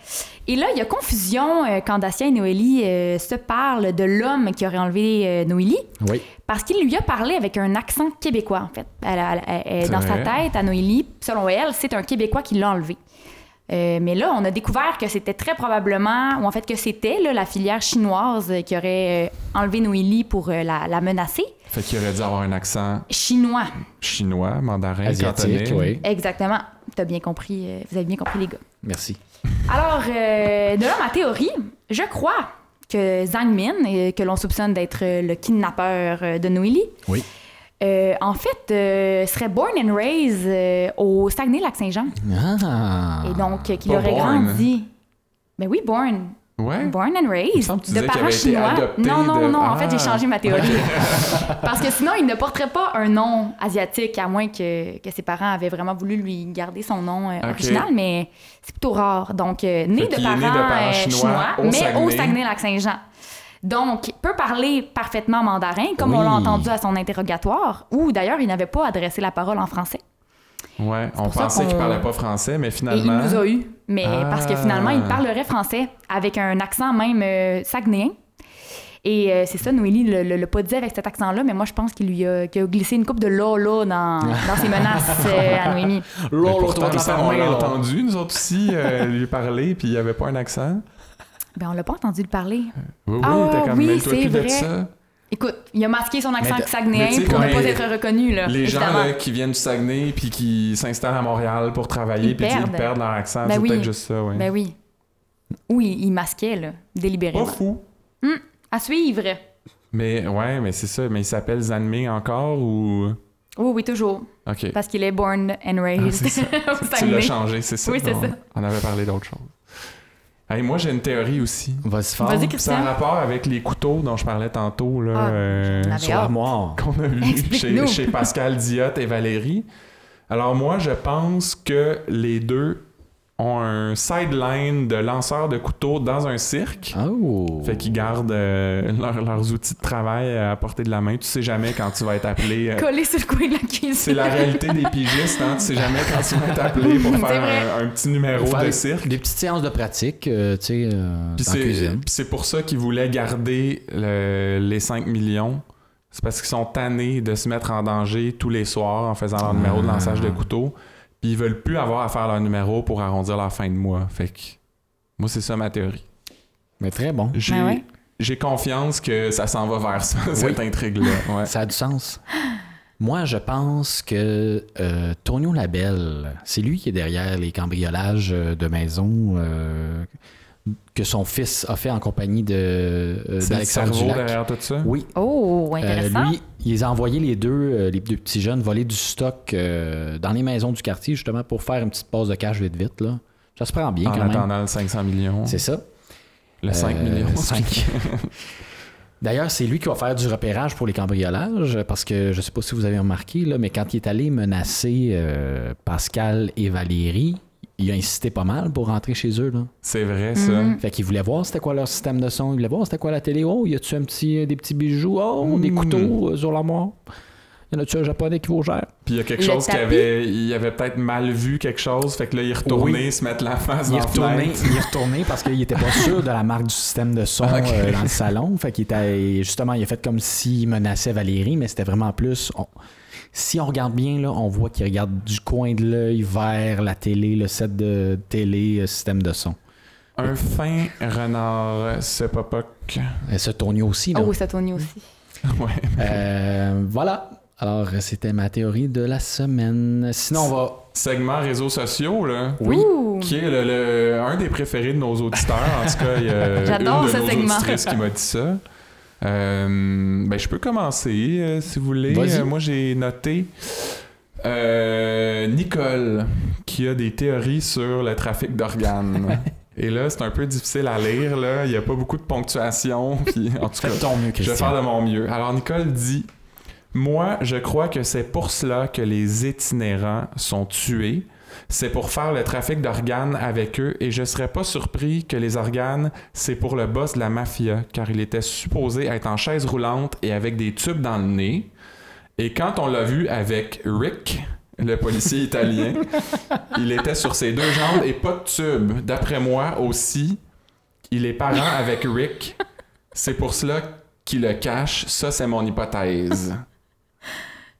[SPEAKER 2] Et là, il y a confusion euh, quand Dacia et Noélie euh, se parlent de l'homme qui aurait enlevé euh, Noélie.
[SPEAKER 3] Oui.
[SPEAKER 2] Parce qu'il lui a parlé avec un accent québécois, en fait. Elle a- elle- elle- elle-
[SPEAKER 1] C'est
[SPEAKER 2] dans sa
[SPEAKER 1] vrai.
[SPEAKER 2] tête, à Noélie, selon elle, c'est un Québécois qui l'a enlevé. Euh, mais là, on a découvert que c'était très probablement, ou en fait que c'était là, la filière chinoise euh, qui aurait euh, enlevé Noélie pour euh, la, la menacer.
[SPEAKER 1] Fait qu'il aurait dû avoir un accent
[SPEAKER 2] Chinois,
[SPEAKER 1] chinois, mandarin,
[SPEAKER 3] Asiatique,
[SPEAKER 1] cantonais.
[SPEAKER 3] oui.
[SPEAKER 2] exactement. T'as bien compris, euh, vous avez bien compris les gars.
[SPEAKER 3] Merci.
[SPEAKER 2] Alors, euh, de là ma théorie, je crois que Zhang Min, euh, que l'on soupçonne d'être euh, le kidnappeur euh, de Noélie,
[SPEAKER 3] Oui.
[SPEAKER 2] euh, en fait, euh, serait born and raised euh, au Saguenay-Lac-Saint-Jean.
[SPEAKER 3] Ah.
[SPEAKER 2] Et donc, euh, qu'il
[SPEAKER 1] Pas
[SPEAKER 2] aurait
[SPEAKER 1] born. hein.
[SPEAKER 2] grandi. Mais oui, born.
[SPEAKER 1] Ouais.
[SPEAKER 2] Born and
[SPEAKER 1] Il me
[SPEAKER 2] raised.
[SPEAKER 1] semble que tu
[SPEAKER 2] de
[SPEAKER 1] disais qu'il
[SPEAKER 2] parents
[SPEAKER 1] avait été
[SPEAKER 2] chinois.
[SPEAKER 1] adopté
[SPEAKER 2] non, non,
[SPEAKER 1] de-
[SPEAKER 2] non. En fait, j'ai
[SPEAKER 1] Ah.
[SPEAKER 2] changé ma théorie. Parce que sinon, il ne porterait pas un nom asiatique, à moins que, que ses parents avaient vraiment voulu lui garder son nom euh,
[SPEAKER 1] Ok.
[SPEAKER 2] original. Mais c'est plutôt rare. Donc, euh, né,
[SPEAKER 1] Fait
[SPEAKER 2] de
[SPEAKER 1] qu'il est
[SPEAKER 2] parents,
[SPEAKER 1] né de parents
[SPEAKER 2] euh,
[SPEAKER 1] chinois au
[SPEAKER 2] mais au
[SPEAKER 1] Saguenay.
[SPEAKER 2] Saguenay-Lac-Saint-Jean. Donc, peut parler parfaitement mandarin, comme on
[SPEAKER 3] Oui.
[SPEAKER 2] l'a entendu à son interrogatoire, où d'ailleurs, il n'avait pas adressé la parole en français.
[SPEAKER 1] Ouais, on
[SPEAKER 2] pour ça
[SPEAKER 1] pensait
[SPEAKER 2] qu'on-
[SPEAKER 1] qu'il parlait pas français, mais finalement.
[SPEAKER 2] Et il nous a eu, mais
[SPEAKER 1] Ah.
[SPEAKER 2] parce que finalement, il parlerait français avec un accent même euh, saguenéen. Et euh, c'est ça, Noélie le, le, le pas dit avec cet accent-là, mais moi, je pense qu'il lui a, qu'il a glissé une coupe de lola dans, dans ses menaces euh, à Noémie.
[SPEAKER 1] Mais
[SPEAKER 3] Lolo,
[SPEAKER 1] pourtant,
[SPEAKER 3] toi,
[SPEAKER 1] il me
[SPEAKER 3] t'as
[SPEAKER 1] semble, on
[SPEAKER 3] fermé,
[SPEAKER 1] l'a
[SPEAKER 3] là.
[SPEAKER 1] entendu, nous autres aussi, euh, lui parler, puis il avait pas un accent.
[SPEAKER 2] Ben, on l'a pas entendu le parler.
[SPEAKER 1] Oui, oui,
[SPEAKER 2] Ah,
[SPEAKER 1] il était comme
[SPEAKER 2] oui,
[SPEAKER 1] mêle-toi
[SPEAKER 2] c'est
[SPEAKER 1] plus de
[SPEAKER 2] vrai.
[SPEAKER 1] ça.
[SPEAKER 2] Écoute, il a masqué son accent
[SPEAKER 3] Mais t'as-
[SPEAKER 1] mais tu
[SPEAKER 2] saguenéen
[SPEAKER 1] sais,
[SPEAKER 2] pour
[SPEAKER 1] quand
[SPEAKER 2] ne pas
[SPEAKER 1] les-
[SPEAKER 2] être reconnu, là.
[SPEAKER 1] Les gens
[SPEAKER 2] évidemment.
[SPEAKER 1] là, qui viennent du Saguenay puis qui s'installent à Montréal pour travailler
[SPEAKER 2] Ils
[SPEAKER 1] puis ils
[SPEAKER 2] perdent.
[SPEAKER 1] perdent leur accent,
[SPEAKER 2] Ben
[SPEAKER 1] c'est
[SPEAKER 2] oui.
[SPEAKER 1] peut-être juste ça, ouais.
[SPEAKER 2] Ben oui. Oui, il masquait, là, délibérément.
[SPEAKER 1] Pas fou.
[SPEAKER 2] À suivre.
[SPEAKER 1] Mais ouais, mais c'est ça. Mais il s'appelle Zanmé encore ou.
[SPEAKER 2] Oui, oui, toujours.
[SPEAKER 1] Ok.
[SPEAKER 2] Parce qu'il est born and raised.
[SPEAKER 1] Ah, c'est ça.
[SPEAKER 2] au
[SPEAKER 1] Tu l'as
[SPEAKER 2] Saguenay.
[SPEAKER 1] changé, c'est ça.
[SPEAKER 2] Oui, c'est
[SPEAKER 1] on,
[SPEAKER 2] ça.
[SPEAKER 1] on avait parlé d'autre chose. Hey, moi, j'ai une théorie aussi.
[SPEAKER 3] Vas-y fort.
[SPEAKER 2] Vas-y,
[SPEAKER 1] C'est en
[SPEAKER 2] Christian.
[SPEAKER 1] rapport avec les couteaux dont je parlais tantôt, là,
[SPEAKER 2] Ah,
[SPEAKER 1] euh,
[SPEAKER 2] j'en avais
[SPEAKER 3] Sur l'armoire.
[SPEAKER 1] qu'on a eu chez,
[SPEAKER 2] Explique-nous.
[SPEAKER 1] chez Pascal Diotte et Valérie. Alors, moi, je pense que les deux ont un sideline de lanceur de couteaux dans un cirque.
[SPEAKER 2] Ah.
[SPEAKER 3] Oh.
[SPEAKER 1] Fait qu'ils gardent euh, leurs- leurs outils de travail à portée de la main. Tu sais jamais quand tu vas être appelé. euh,
[SPEAKER 2] Collé sur le coin de la cuisine.
[SPEAKER 1] c'est la réalité des pigistes, hein. Tu sais jamais quand tu vas être appelé pour
[SPEAKER 2] C'est
[SPEAKER 1] faire
[SPEAKER 2] vrai.
[SPEAKER 1] un, un petit numéro
[SPEAKER 3] Faire
[SPEAKER 1] de cirque.
[SPEAKER 3] Des petites séances de pratique, euh, tu sais, euh,
[SPEAKER 1] Puis
[SPEAKER 3] dans la
[SPEAKER 1] c'est-
[SPEAKER 3] cuisine.
[SPEAKER 1] puis c'est pour ça qu'ils voulaient garder le- les 5 millions. C'est parce qu'ils sont tannés de se mettre en danger tous les soirs en faisant leur numéro de lançage
[SPEAKER 3] Ah.
[SPEAKER 1] de couteau. Puis ils veulent plus avoir à faire leur numéro pour arrondir leur fin de mois. Fait que moi, c'est ça ma théorie.
[SPEAKER 3] Mais très bon.
[SPEAKER 1] J'ai
[SPEAKER 2] Ben ouais.
[SPEAKER 1] j'ai confiance que ça s'en va vers ça, cette intrigue-là. Ouais.
[SPEAKER 3] Ça a du sens. Moi, je pense que euh, Tonio Labelle, c'est lui qui est derrière les cambriolages euh, de maison euh, que son fils a fait en compagnie de euh,
[SPEAKER 1] C'est le
[SPEAKER 3] d'Alexandre
[SPEAKER 1] cerveau
[SPEAKER 3] Dulac.
[SPEAKER 1] derrière tout ça?
[SPEAKER 3] Oui.
[SPEAKER 2] Oh,
[SPEAKER 3] Euh,
[SPEAKER 2] intéressant.
[SPEAKER 3] lui, il les a envoyés les deux, euh, les deux petits jeunes, voler du stock euh, dans les maisons du quartier, justement, pour faire une petite pause de cash vite vite. Là. Ça se prend bien
[SPEAKER 1] en
[SPEAKER 3] quand même.
[SPEAKER 1] attendant le 500 millions.
[SPEAKER 3] C'est ça.
[SPEAKER 1] Le 5
[SPEAKER 3] Euh,
[SPEAKER 1] millions.
[SPEAKER 3] cinq. D'ailleurs, c'est lui qui va faire du repérage pour les cambriolages, parce que je sais pas si vous avez remarqué, là, mais quand il est allé menacer euh, Pascal et Valérie, il a insisté pas mal pour rentrer chez eux. Là.
[SPEAKER 1] C'est vrai, ça.
[SPEAKER 2] Mhm.
[SPEAKER 3] Fait qu'il voulait voir c'était quoi leur système de son, il voulait voir c'était quoi la télé. Oh, y a-tu un petit, des petits bijoux? Oh, des
[SPEAKER 1] Mm.
[SPEAKER 3] couteaux euh, sur l'armoire? Y en a-tu un japonais qui vaut cher?
[SPEAKER 1] Puis il y a quelque
[SPEAKER 2] Le
[SPEAKER 1] chose qui
[SPEAKER 2] tapis.
[SPEAKER 1] avait, il avait peut-être mal vu quelque chose, fait que là il est retourné, se mettre la face
[SPEAKER 3] Il est
[SPEAKER 1] dans la
[SPEAKER 3] retourné,
[SPEAKER 1] fenêtre.
[SPEAKER 3] il est retourné parce qu'il était pas sûr de la marque du système de son
[SPEAKER 1] Ok.
[SPEAKER 3] euh, dans le salon. Fait qu'il était justement, il a fait comme s'il menaçait Valérie, mais c'était vraiment plus. on- si on regarde bien, là, on voit qu'il regarde du coin de l'œil vers la télé, le set de télé, euh, système de son.
[SPEAKER 1] Un fin renard se popoc.
[SPEAKER 3] Et Euh, ce tourne aussi,
[SPEAKER 1] Ah
[SPEAKER 3] là.
[SPEAKER 2] Oh, ça tourne aussi.
[SPEAKER 1] Ouais.
[SPEAKER 3] Euh, voilà. Alors, c'était ma théorie de la semaine. Sinon, on va.
[SPEAKER 1] Segment réseaux sociaux là.
[SPEAKER 3] Oui.
[SPEAKER 2] Ouh.
[SPEAKER 1] Qui est le, le- un des préférés de nos auditeurs. En tout cas, il y a une
[SPEAKER 2] J'adore
[SPEAKER 1] de
[SPEAKER 2] ce
[SPEAKER 1] nos
[SPEAKER 2] segment.
[SPEAKER 1] auditrices qui m'a dit ça. Euh, ben, je peux commencer euh, si vous voulez.
[SPEAKER 3] Vas-y.
[SPEAKER 1] Euh, moi, j'ai noté Euh, Nicole, qui a des théories sur le trafic d'organes. Et là, c'est un peu difficile à lire, là. Il n'y a pas beaucoup de ponctuation. Puis, en tout cas,
[SPEAKER 3] Fais ton mieux,
[SPEAKER 1] je vais
[SPEAKER 3] Christian.
[SPEAKER 1] faire de mon mieux. Alors, Nicole dit Moi, je crois que c'est pour cela que les itinérants sont tués. C'est pour faire le trafic d'organes avec eux et je serais pas surpris que les organes, c'est pour le boss de la mafia, car il était supposé être en chaise roulante et avec des tubes dans le nez. Et quand on l'a vu avec Rick, le policier italien, il était sur ses deux jambes et pas de tube. D'après moi aussi, il est parent avec Rick. C'est pour cela qu'il le cache. Ça, c'est mon hypothèse.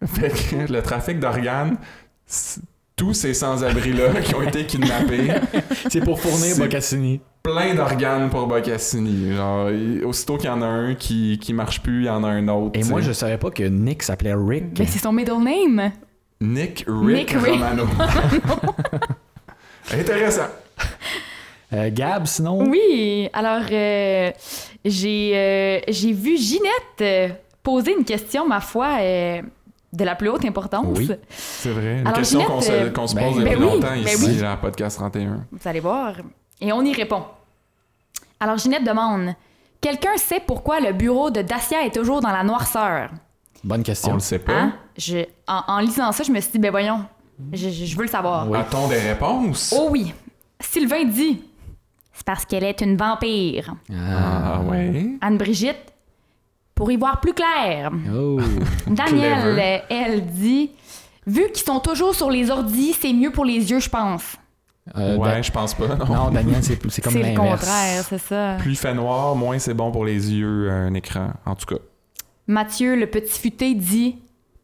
[SPEAKER 1] Fait que le trafic d'organes, c'est- tous ces sans-abri-là qui ont été kidnappés,
[SPEAKER 3] C'est pour fournir
[SPEAKER 1] C'est-
[SPEAKER 3] Bocassini.
[SPEAKER 1] plein d'organes pour Bocassini. Genre, il- aussitôt qu'il y en a un qui, qui marche plus, il y en a un autre.
[SPEAKER 3] Et
[SPEAKER 1] tu
[SPEAKER 3] moi,
[SPEAKER 1] sais.
[SPEAKER 3] je savais pas que Nick s'appelait Rick.
[SPEAKER 2] Ben, c'est son middle name.
[SPEAKER 1] Nick Rick
[SPEAKER 2] Nick Rick
[SPEAKER 1] Romano. Intéressant.
[SPEAKER 3] Euh, Gab, sinon.
[SPEAKER 2] Oui, alors euh, j'ai euh, j'ai vu Ginette euh, poser une question, ma foi, euh, de la plus haute importance.
[SPEAKER 3] Oui.
[SPEAKER 1] C'est vrai. Une
[SPEAKER 2] Alors,
[SPEAKER 1] question
[SPEAKER 2] Ginette,
[SPEAKER 1] qu'on se,
[SPEAKER 2] euh,
[SPEAKER 1] qu'on se
[SPEAKER 3] ben-
[SPEAKER 1] pose depuis
[SPEAKER 2] ben oui,
[SPEAKER 1] longtemps
[SPEAKER 2] ben
[SPEAKER 1] ici,
[SPEAKER 2] oui.
[SPEAKER 1] à Podcast 31.
[SPEAKER 2] Vous allez voir. Et on y répond. Alors Ginette demande Quelqu'un sait pourquoi le bureau de Dacia est toujours dans la noirceur
[SPEAKER 3] Bonne
[SPEAKER 1] On
[SPEAKER 3] question.
[SPEAKER 1] le sait pas.
[SPEAKER 2] Hein? Je- en, en lisant ça, je me suis dit Ben voyons, je, je- je veux le savoir.
[SPEAKER 1] A-t-on des réponses?
[SPEAKER 2] Oh oui. Sylvain dit C'est parce qu'elle est une vampire.
[SPEAKER 3] Mm.
[SPEAKER 1] Ah ouais.
[SPEAKER 2] Anne-Brigitte, pour y voir plus clair.
[SPEAKER 3] Oh.
[SPEAKER 2] Danielle,
[SPEAKER 1] Clever.
[SPEAKER 2] euh, elle dit Vu qu'ils sont toujours sur les ordis, c'est mieux pour les yeux, je pense.
[SPEAKER 3] Euh,
[SPEAKER 1] ouais,
[SPEAKER 3] Dan-
[SPEAKER 1] je pense pas. Non.
[SPEAKER 3] Non, Daniel, c'est c'est comme
[SPEAKER 2] C'est le
[SPEAKER 3] l'inverse.
[SPEAKER 2] contraire, c'est ça.
[SPEAKER 1] Plus il fait noir, moins c'est bon pour les yeux, un écran, en tout cas.
[SPEAKER 2] Mathieu, le petit futé, dit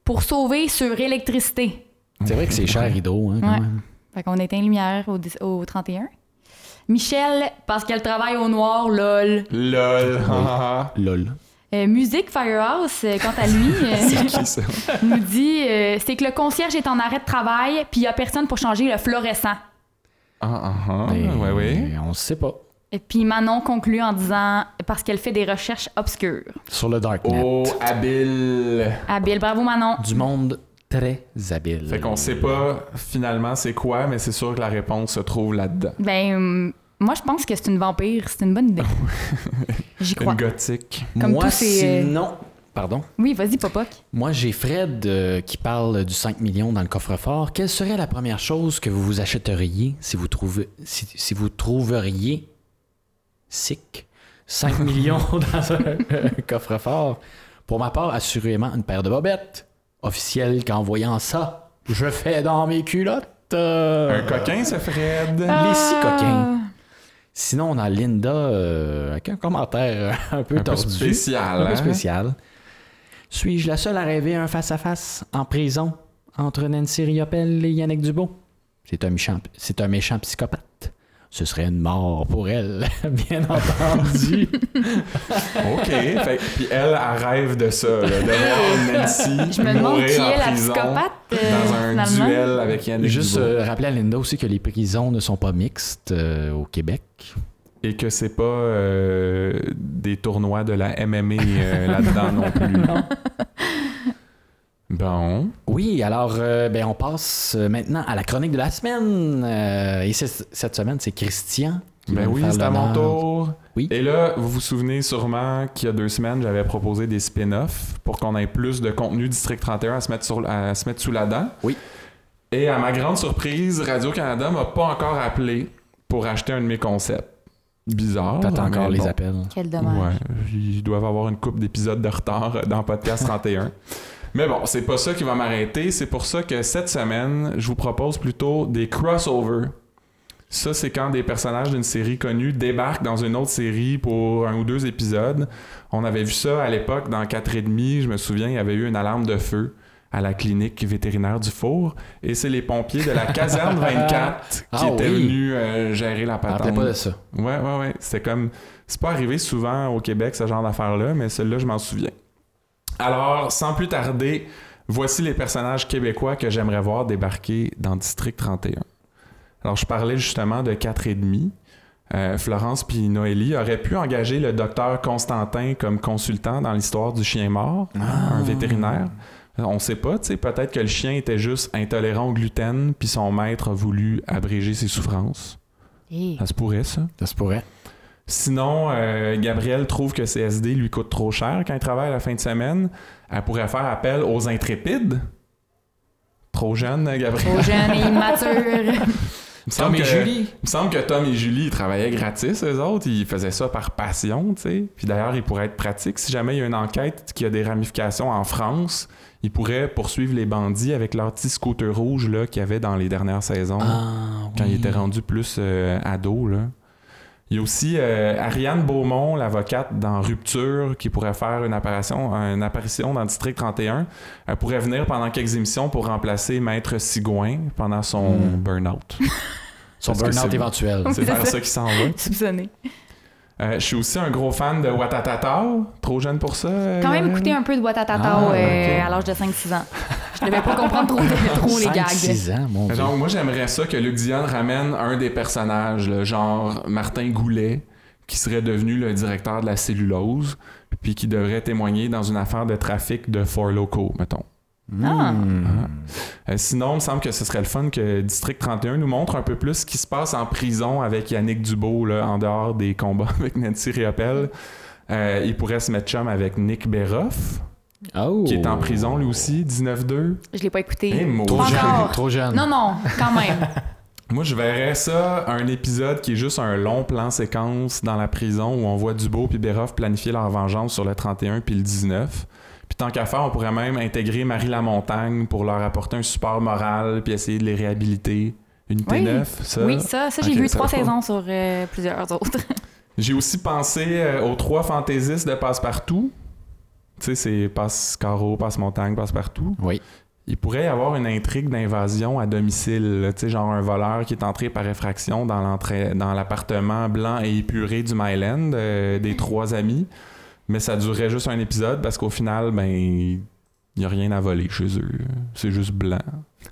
[SPEAKER 2] Pour sauver sur électricité.
[SPEAKER 3] C'est vrai que c'est cher, Hydro, hein, quand
[SPEAKER 2] Ouais.
[SPEAKER 3] même.
[SPEAKER 2] Fait qu'on éteint les lumières au, dix- au 31. Michel, parce qu'elle travaille au noir, lol.
[SPEAKER 1] LOL. haha.
[SPEAKER 3] Lol.
[SPEAKER 2] Euh, musique Firehouse, euh, quant à lui, euh,
[SPEAKER 1] Qui ça?
[SPEAKER 2] nous dit euh, C'est que le concierge est en arrêt de travail, puis il n'y a personne pour changer le fluorescent.
[SPEAKER 1] Ah, ah, ah,
[SPEAKER 3] Mais
[SPEAKER 1] ouais, ouais.
[SPEAKER 3] On sait pas.
[SPEAKER 2] Et puis Manon conclut en disant parce qu'elle fait des recherches obscures.
[SPEAKER 3] Sur le Darknet.
[SPEAKER 1] Oh, habile.
[SPEAKER 2] Habile, bravo Manon.
[SPEAKER 3] Du monde très habile.
[SPEAKER 1] Fait qu'on sait pas finalement c'est quoi, mais c'est sûr que la réponse se trouve là-dedans.
[SPEAKER 2] Ben, hum, moi je pense que c'est une vampire, c'est une bonne idée. J'y
[SPEAKER 1] Une
[SPEAKER 2] crois.
[SPEAKER 1] gothique.
[SPEAKER 2] Comme
[SPEAKER 3] Moi,
[SPEAKER 2] tous ces- euh,
[SPEAKER 3] sinon... Pardon?
[SPEAKER 2] Oui, vas-y, Popoc.
[SPEAKER 3] Moi, j'ai Fred euh, qui parle du 5 millions dans le coffre-fort. Quelle serait la première chose que vous vous achèteriez si vous, trouvez, si, si vous trouveriez sick 5 millions dans un euh, coffre-fort? Pour ma part, assurément, une paire de bobettes officielles qu'en voyant ça, je fais dans mes culottes. euh,
[SPEAKER 1] Un coquin, ce Fred.
[SPEAKER 3] Les six
[SPEAKER 2] Ah.
[SPEAKER 3] coquins. Sinon, on a Linda euh, avec un commentaire euh, un peu
[SPEAKER 1] Un peu
[SPEAKER 3] tordu.
[SPEAKER 1] spécial.
[SPEAKER 3] Un peu
[SPEAKER 1] hein?
[SPEAKER 3] spécial. Suis-je la seule à rêver un face-à-face en prison entre Nancy Riopelle et Yannick Dubo? C'est un méchant, c'est un méchant psychopathe. Ce serait une mort pour elle, bien entendu.
[SPEAKER 1] OK. Fait, puis elle, elle rêve de ça, là, de voir Nancy
[SPEAKER 2] Je me demande
[SPEAKER 1] mourir
[SPEAKER 2] qui
[SPEAKER 1] en
[SPEAKER 2] est la
[SPEAKER 1] prison
[SPEAKER 2] psychopathe. euh,
[SPEAKER 1] dans un
[SPEAKER 2] finalement.
[SPEAKER 1] duel avec Yannick
[SPEAKER 3] Juste
[SPEAKER 1] Dubois.
[SPEAKER 3] euh, rappeler à Linda aussi que les prisons ne sont pas mixtes euh, au Québec.
[SPEAKER 1] Et que c'est pas euh, des tournois de la MMA euh, là-dedans non plus. Bon.
[SPEAKER 3] Oui, alors euh, ben, on passe euh, maintenant à la chronique de la semaine. Euh, et c'est- cette semaine, c'est Christian. qui va
[SPEAKER 1] Ben
[SPEAKER 3] nous
[SPEAKER 1] oui,
[SPEAKER 3] faire
[SPEAKER 1] c'est à mon
[SPEAKER 3] l'honneur.
[SPEAKER 1] tour.
[SPEAKER 3] Oui.
[SPEAKER 1] Et là, vous vous souvenez sûrement qu'il y a deux semaines, j'avais proposé des spin-offs pour qu'on ait plus de contenu District 31 à se mettre, sur, à se mettre sous la dent.
[SPEAKER 3] Oui.
[SPEAKER 1] Et à ma grande surprise, Radio-Canada m'a pas encore appelé pour acheter un de mes concepts. Bizarre. hein,
[SPEAKER 3] T'attends
[SPEAKER 1] Oh, mais
[SPEAKER 3] encore les
[SPEAKER 1] bon.
[SPEAKER 3] appels.
[SPEAKER 2] Quel dommage.
[SPEAKER 1] Ouais, ils doivent avoir une coupe d'épisodes de retard euh, dans Podcast 31. Mais bon, c'est pas ça qui va m'arrêter. C'est pour ça que cette semaine, je vous propose plutôt des crossovers. Ça, c'est quand des personnages d'une série connue débarquent dans une autre série pour un ou deux épisodes. On avait vu ça à l'époque dans 4,5. Je me souviens, il y avait eu une alarme de feu à la clinique vétérinaire du Four. Et c'est les pompiers de la caserne 24 qui
[SPEAKER 3] Ah
[SPEAKER 1] étaient
[SPEAKER 3] oui.
[SPEAKER 1] venus euh, gérer la
[SPEAKER 3] Je me
[SPEAKER 1] patente.
[SPEAKER 3] rappelais pas de ça.
[SPEAKER 1] Ouais, ouais, ouais. C'était comme. C'est pas arrivé souvent au Québec, ce genre d'affaire-là, mais celle-là, je m'en souviens. Alors, sans plus tarder, voici les personnages québécois que j'aimerais voir débarquer dans District 31. Alors, je parlais justement de 4,5. Euh, Florence puis Noélie auraient pu engager le docteur Constantin comme consultant dans l'histoire du chien mort, un vétérinaire. Euh, On sait pas, tu sais, peut-être que le chien était juste intolérant au gluten, puis son maître a voulu abréger ses souffrances.
[SPEAKER 2] Hey.
[SPEAKER 1] Ça se pourrait, ça.
[SPEAKER 4] Ça se pourrait.
[SPEAKER 1] Sinon, euh, Gabrielle trouve que CSD lui coûte trop cher quand il travaille à la fin de semaine. Elle pourrait faire appel aux intrépides. Trop jeune, hein, Gabrielle.
[SPEAKER 2] Trop jeune et immature.
[SPEAKER 1] Il me semble
[SPEAKER 3] Tom et
[SPEAKER 1] que-
[SPEAKER 3] Julie.
[SPEAKER 1] Il me semble que Tom et Julie, ils travaillaient gratis, eux autres. Ils faisaient ça par passion, tu sais. Puis d'ailleurs, ils pourraient être pratiques. Si jamais il y a une enquête qui a des ramifications en France, ils pourraient poursuivre les bandits avec leur petit scooter rouge là, qu'il y avait dans les dernières saisons,
[SPEAKER 4] Ah,
[SPEAKER 1] quand ils étaient
[SPEAKER 3] Mm.
[SPEAKER 1] rendus plus euh, ados. Là. Il y a aussi euh, Ariane Beaumont, l'avocate dans Rupture, qui pourrait faire une apparition, une apparition dans District 31. Elle pourrait venir pendant quelques émissions pour remplacer Maître Sigouin pendant son
[SPEAKER 4] Hmm.
[SPEAKER 1] burn-out.
[SPEAKER 4] Son
[SPEAKER 1] Parce que
[SPEAKER 4] burn-out
[SPEAKER 1] c'est-
[SPEAKER 4] éventuel.
[SPEAKER 1] C'est vers ça qu'il s'en va.
[SPEAKER 2] Soupçonné.
[SPEAKER 1] Euh, je suis aussi un gros fan de Watatata. Trop jeune pour ça. euh,
[SPEAKER 2] Quand même
[SPEAKER 1] Gabriel?
[SPEAKER 2] écouter un peu de Watatata
[SPEAKER 1] Ah,
[SPEAKER 2] euh,
[SPEAKER 1] ok.
[SPEAKER 2] à l'âge de 5-6 ans. Je devais pas comprendre trop, trop les
[SPEAKER 4] Cinq,
[SPEAKER 2] gags.
[SPEAKER 4] six ans, mon
[SPEAKER 1] Mais
[SPEAKER 4] Dieu.
[SPEAKER 1] Donc, moi, j'aimerais ça que Luc Dion ramène un des personnages, le genre Martin Goulet, qui serait devenu le directeur de la cellulose, puis qui devrait témoigner dans une affaire de trafic de Four Locaux, mettons.
[SPEAKER 2] Ah.
[SPEAKER 4] Hmm.
[SPEAKER 1] Euh, sinon, il me semble que ce serait le fun que District 31 nous montre un peu plus ce qui se passe en prison avec Yannick Dubo, là, en dehors des combats avec Nancy Riopelle. Euh, il pourrait se mettre chum avec Nick Beroff,
[SPEAKER 4] Oh.
[SPEAKER 1] Ah. qui est en prison lui aussi, 19-2.
[SPEAKER 2] Je l'ai pas écouté.
[SPEAKER 1] Eh, mon
[SPEAKER 2] Pas
[SPEAKER 4] Trop
[SPEAKER 1] Dieu.
[SPEAKER 2] encore.
[SPEAKER 4] jeune. Trop jeune.
[SPEAKER 2] Non, non, quand même.
[SPEAKER 1] Moi, je verrais ça, un épisode qui est juste un long plan séquence dans la prison où on voit Dubo puis Beroff planifier leur vengeance sur le 31 puis le 19. Puis tant qu'à faire, on pourrait même intégrer Marie Lamontagne pour leur apporter un support moral puis essayer de les réhabiliter. Unité
[SPEAKER 2] Oui.
[SPEAKER 1] 9, ça.
[SPEAKER 2] oui, ça, ça j'ai
[SPEAKER 1] ok,
[SPEAKER 2] vu
[SPEAKER 1] ça
[SPEAKER 2] trois
[SPEAKER 1] va pas.
[SPEAKER 2] saisons sur euh, plusieurs autres.
[SPEAKER 1] J'ai aussi pensé euh, aux trois fantaisistes de Passe-Partout. Tu sais, c'est Passe-Carreau, Passe-Montagne, Passe-Partout.
[SPEAKER 4] Oui.
[SPEAKER 1] Il pourrait y avoir une intrigue d'invasion à domicile, là, tu sais, genre un voleur qui est entré par effraction dans l'entrée- dans l'appartement blanc et épuré du Myland euh, des trois amis, mais ça durerait juste un épisode parce qu'au final, ben, il n'y a rien à voler chez eux. C'est juste blanc.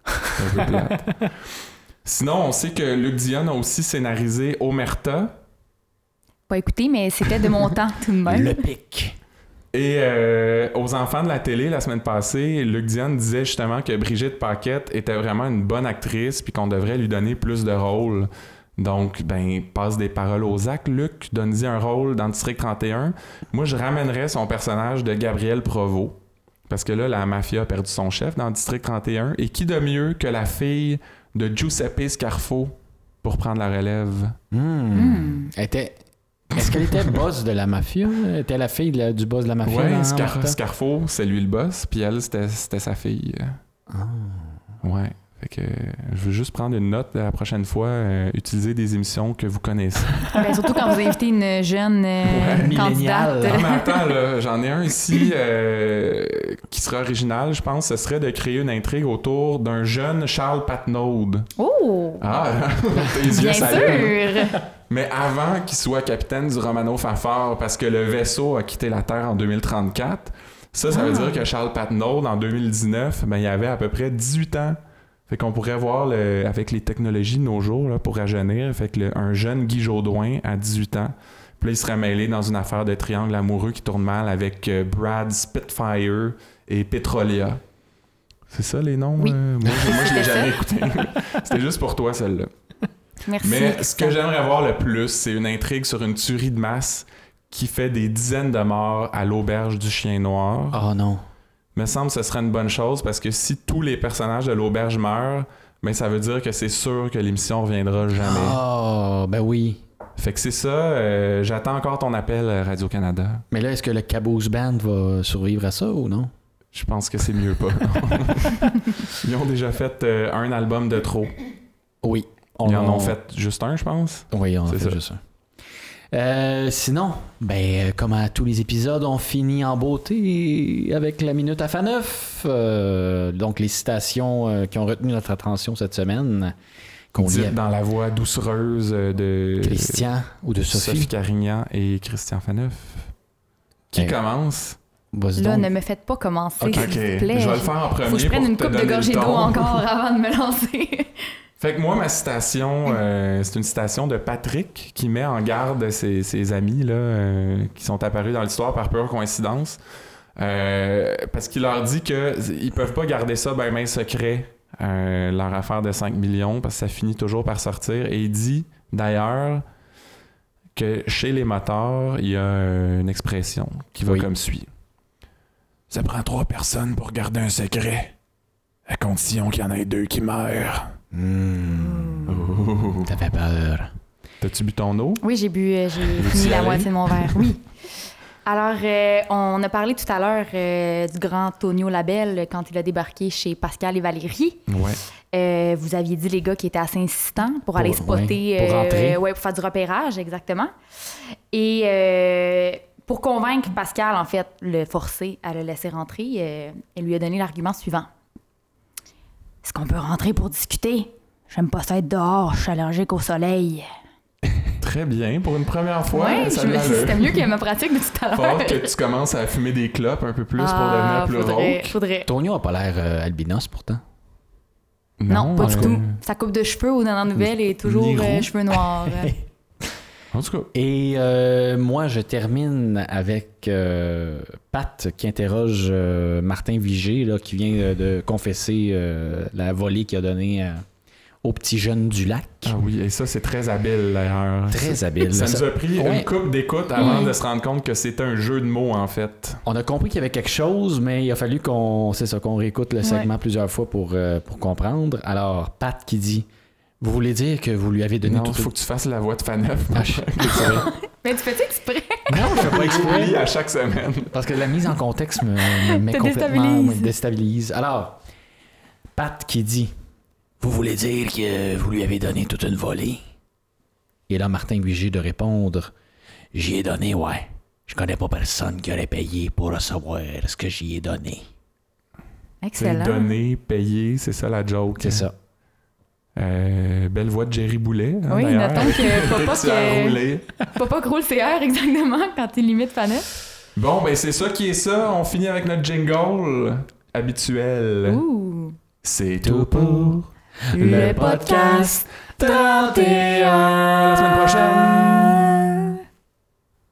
[SPEAKER 1] C'est un peu plate. Sinon, on sait que Luc Dion a aussi scénarisé Omerta
[SPEAKER 2] Pas écouté, mais c'était de mon temps tout de même.
[SPEAKER 4] Le pic.
[SPEAKER 1] et euh, aux enfants de la télé la semaine passée, Luc Dion disait justement que Brigitte Paquette était vraiment une bonne actrice puis qu'on devrait lui donner plus de rôles. Donc, ben, passe des paroles aux actes, Luc, donne-y un rôle dans District 31. Moi, je ramènerais son personnage de Gabriel Provost. Parce que là, la mafia a perdu son chef dans District 31. Et qui de mieux que la fille de Giuseppe Scarfo pour prendre la relève?
[SPEAKER 4] Hmm.
[SPEAKER 2] Hmm.
[SPEAKER 4] Elle était. Est-ce qu'elle était boss de la mafia? Elle était la fille de la- du boss de la mafia?
[SPEAKER 1] Ouais,
[SPEAKER 4] hein,
[SPEAKER 1] Scar-
[SPEAKER 4] Martha?
[SPEAKER 1] Scarfo, c'est lui le boss, puis elle, c'était c'était sa fille.
[SPEAKER 2] Ah.
[SPEAKER 1] Ouais. Fait que je veux juste prendre une note la prochaine fois, euh, utiliser des émissions que vous connaissez.
[SPEAKER 2] Ben, surtout quand vous invitez une jeune euh,
[SPEAKER 4] Ouais, milléniale.
[SPEAKER 2] candidate.
[SPEAKER 1] non, mais attends, là, j'en ai un ici euh, qui serait original, je pense, ce serait de créer une intrigue autour d'un jeune Charles Patnaud.
[SPEAKER 2] Oh!
[SPEAKER 1] Ah, tes yeux
[SPEAKER 2] Bien
[SPEAKER 1] s'allument.
[SPEAKER 2] sûr!
[SPEAKER 1] Mais avant qu'il soit capitaine du Romano Fafard, parce que le vaisseau a quitté la Terre en 2034, ça, ça
[SPEAKER 2] Ah.
[SPEAKER 1] veut dire que Charles Patnaud, en 2019, ben, il avait à peu près 18 ans. Fait qu'on pourrait voir, le- avec les technologies de nos jours, là, pour rajeunir, fait que le- un jeune Guy Jodoin à 18 ans, puis là, il serait mêlé dans une affaire de triangle amoureux qui tourne mal avec euh, Brad Spitfire et Petrolia. C'est ça les noms?
[SPEAKER 2] Oui.
[SPEAKER 1] euh? moi, je- moi, je l'ai
[SPEAKER 2] C'était
[SPEAKER 1] jamais écouté. C'était juste pour toi, celle-là.
[SPEAKER 2] Merci.
[SPEAKER 1] Mais ce que
[SPEAKER 2] Christian.
[SPEAKER 1] j'aimerais voir le plus, c'est une intrigue sur une tuerie de masse qui fait des dizaines de morts à l'auberge du chien
[SPEAKER 3] Ah.
[SPEAKER 1] noir.
[SPEAKER 4] Oh non.
[SPEAKER 1] Me semble que ce serait une bonne chose parce que si tous les personnages de l'auberge meurent, ben ça veut dire que c'est sûr que l'émission reviendra
[SPEAKER 3] Ah.
[SPEAKER 1] jamais.
[SPEAKER 4] Oh, ben oui.
[SPEAKER 1] Fait que c'est ça, euh, j'attends encore ton appel euh, Radio-Canada.
[SPEAKER 4] Mais là, est-ce que le Caboose Band va survivre à ça ou non?
[SPEAKER 1] Je pense que c'est mieux pas. Ils ont déjà fait euh, un album de trop.
[SPEAKER 4] Oui. On
[SPEAKER 1] Ils en ont fait juste un, je pense.
[SPEAKER 4] Oui, on en
[SPEAKER 1] C'est
[SPEAKER 4] fait
[SPEAKER 1] ça.
[SPEAKER 4] juste un. Euh, sinon, ben, euh, comme à tous les épisodes, on finit en beauté avec la minute à fa 9. Euh, donc, les citations euh, qui ont retenu notre attention cette semaine, qu'on lit
[SPEAKER 1] Dites
[SPEAKER 4] avec
[SPEAKER 1] dans la voix doucereuse euh, de
[SPEAKER 4] Christian ou de
[SPEAKER 1] Sophie.
[SPEAKER 4] Sophie.
[SPEAKER 1] Carignan et Christian Faneuf. Qui
[SPEAKER 4] Eh.
[SPEAKER 1] commence?
[SPEAKER 4] Vas-y
[SPEAKER 2] Là,
[SPEAKER 4] donc.
[SPEAKER 2] ne me faites pas commencer,
[SPEAKER 1] Ok,
[SPEAKER 2] s'il vous
[SPEAKER 1] Je
[SPEAKER 2] plaît.
[SPEAKER 1] vais le faire en premier.
[SPEAKER 2] Faut que je prenne
[SPEAKER 1] pour
[SPEAKER 2] une
[SPEAKER 1] te
[SPEAKER 2] coupe de
[SPEAKER 1] donner le
[SPEAKER 2] gorgée d'eau
[SPEAKER 1] ton.
[SPEAKER 2] encore avant de me lancer.
[SPEAKER 1] Fait que moi, ma citation, euh, c'est une citation de Patrick qui met en garde ses, ses amis là, euh, qui sont apparus dans l'histoire par pure coïncidence. Euh, parce qu'il leur dit qu'ils peuvent pas garder ça ben main secret, euh, leur affaire de 5 millions, parce que ça finit toujours par sortir. Et il dit d'ailleurs que chez les motards, il y a euh, une expression qui va
[SPEAKER 3] Oui.
[SPEAKER 1] comme suit. Ça prend trois personnes pour garder un secret, à condition qu'il y en ait deux qui meurent.
[SPEAKER 3] Ça fait peur.
[SPEAKER 1] T'as-tu bu ton eau?
[SPEAKER 2] Oui, j'ai bu, euh, j'ai fini
[SPEAKER 1] y
[SPEAKER 2] la
[SPEAKER 1] aller?
[SPEAKER 2] moitié de mon verre. Oui. Alors, euh, on a parlé tout à l'heure euh, du grand Tonio Labelle quand il a débarqué chez Pascal et Valérie.
[SPEAKER 1] Ouais.
[SPEAKER 2] Euh, vous aviez dit les gars qui étaient assez insistants pour, aller
[SPEAKER 3] ouais,
[SPEAKER 2] spotter,
[SPEAKER 3] pour
[SPEAKER 2] euh,
[SPEAKER 3] rentrer.
[SPEAKER 2] ouais, pour faire du repérage, exactement. Et euh, pour convaincre Pascal, en fait, le forcer à le laisser rentrer, euh, elle lui a donné l'argument suivant. Est-ce qu'on peut rentrer pour discuter? J'aime pas ça être dehors, je suis allergique au soleil.
[SPEAKER 1] Très bien, pour une première fois.
[SPEAKER 2] Ouais,
[SPEAKER 1] ça
[SPEAKER 2] je me
[SPEAKER 1] l'a
[SPEAKER 2] suis dit,
[SPEAKER 1] le-
[SPEAKER 2] c'était mieux que ma pratique de tout à
[SPEAKER 1] Faut
[SPEAKER 2] l'heure.
[SPEAKER 1] que tu commences à fumer des clopes un peu plus
[SPEAKER 2] Ah,
[SPEAKER 1] pour devenir plus
[SPEAKER 2] faudrait,
[SPEAKER 1] rauque.
[SPEAKER 2] faudrait.
[SPEAKER 3] Tonio a pas l'air euh, albinos pourtant.
[SPEAKER 2] Non, pas du
[SPEAKER 1] euh,
[SPEAKER 2] tout. Sa coupe de cheveux aux dernières nouvelles est toujours
[SPEAKER 1] Ni
[SPEAKER 2] euh,
[SPEAKER 1] roux.
[SPEAKER 2] cheveux noirs.
[SPEAKER 1] En tout cas,
[SPEAKER 3] Et euh, moi, je termine avec euh, Pat qui interroge euh, Martin Vigé, là, qui vient euh, de confesser euh, la volée qu'il a donnée à- au petit jeune du lac.
[SPEAKER 1] ah oui, et ça, c'est très habile d'ailleurs.
[SPEAKER 3] Très habile.
[SPEAKER 1] Ça
[SPEAKER 3] Ça-
[SPEAKER 1] nous a pris
[SPEAKER 3] Ouais.
[SPEAKER 1] une coupe d'écoute avant
[SPEAKER 2] Mm.
[SPEAKER 1] de se rendre compte que c'était un jeu de mots en fait.
[SPEAKER 3] On a compris qu'il y avait quelque chose, mais il a fallu qu'on c'est ça, qu'on réécoute le
[SPEAKER 2] Ouais.
[SPEAKER 3] segment plusieurs fois pour, euh, pour comprendre. Alors, Pat qui dit Vous voulez dire que vous lui avez donné
[SPEAKER 1] Non,
[SPEAKER 3] tout
[SPEAKER 1] faut que tu fasses la voix de Faneuf.
[SPEAKER 3] Ah, je-
[SPEAKER 2] Mais tu fais-tu exprès?
[SPEAKER 3] Non, je fais pas exprès.
[SPEAKER 1] Oui, à chaque semaine.
[SPEAKER 3] Parce que la mise en contexte me, me met
[SPEAKER 2] Te
[SPEAKER 3] complètement me
[SPEAKER 2] déstabilise.
[SPEAKER 3] déstabilise. Alors, Pat qui dit Vous voulez dire que vous lui avez donné toute une volée Et là, Martin Buiger de répondre J'y ai donné, ouais. Je connais pas personne qui aurait payé pour recevoir ce que j'y ai donné.
[SPEAKER 1] C'est
[SPEAKER 2] Excellent.
[SPEAKER 1] donner, payer, c'est ça la joke.
[SPEAKER 3] C'est ça.
[SPEAKER 1] Euh, belle voix de Jerry Boulet. hein,
[SPEAKER 2] Oui,
[SPEAKER 1] d'ailleurs,
[SPEAKER 2] notons
[SPEAKER 1] avec
[SPEAKER 2] que faut
[SPEAKER 1] des
[SPEAKER 2] pas
[SPEAKER 1] petits
[SPEAKER 2] que-
[SPEAKER 1] airs roulés.
[SPEAKER 2] Papa Gros le CR, exactement, quand il limite Fanette.
[SPEAKER 1] Bon, ben c'est ça qui est ça. On finit avec notre jingle habituel.
[SPEAKER 2] Ouh.
[SPEAKER 1] C'est tout pour
[SPEAKER 2] Le podcast
[SPEAKER 1] La semaine prochaine.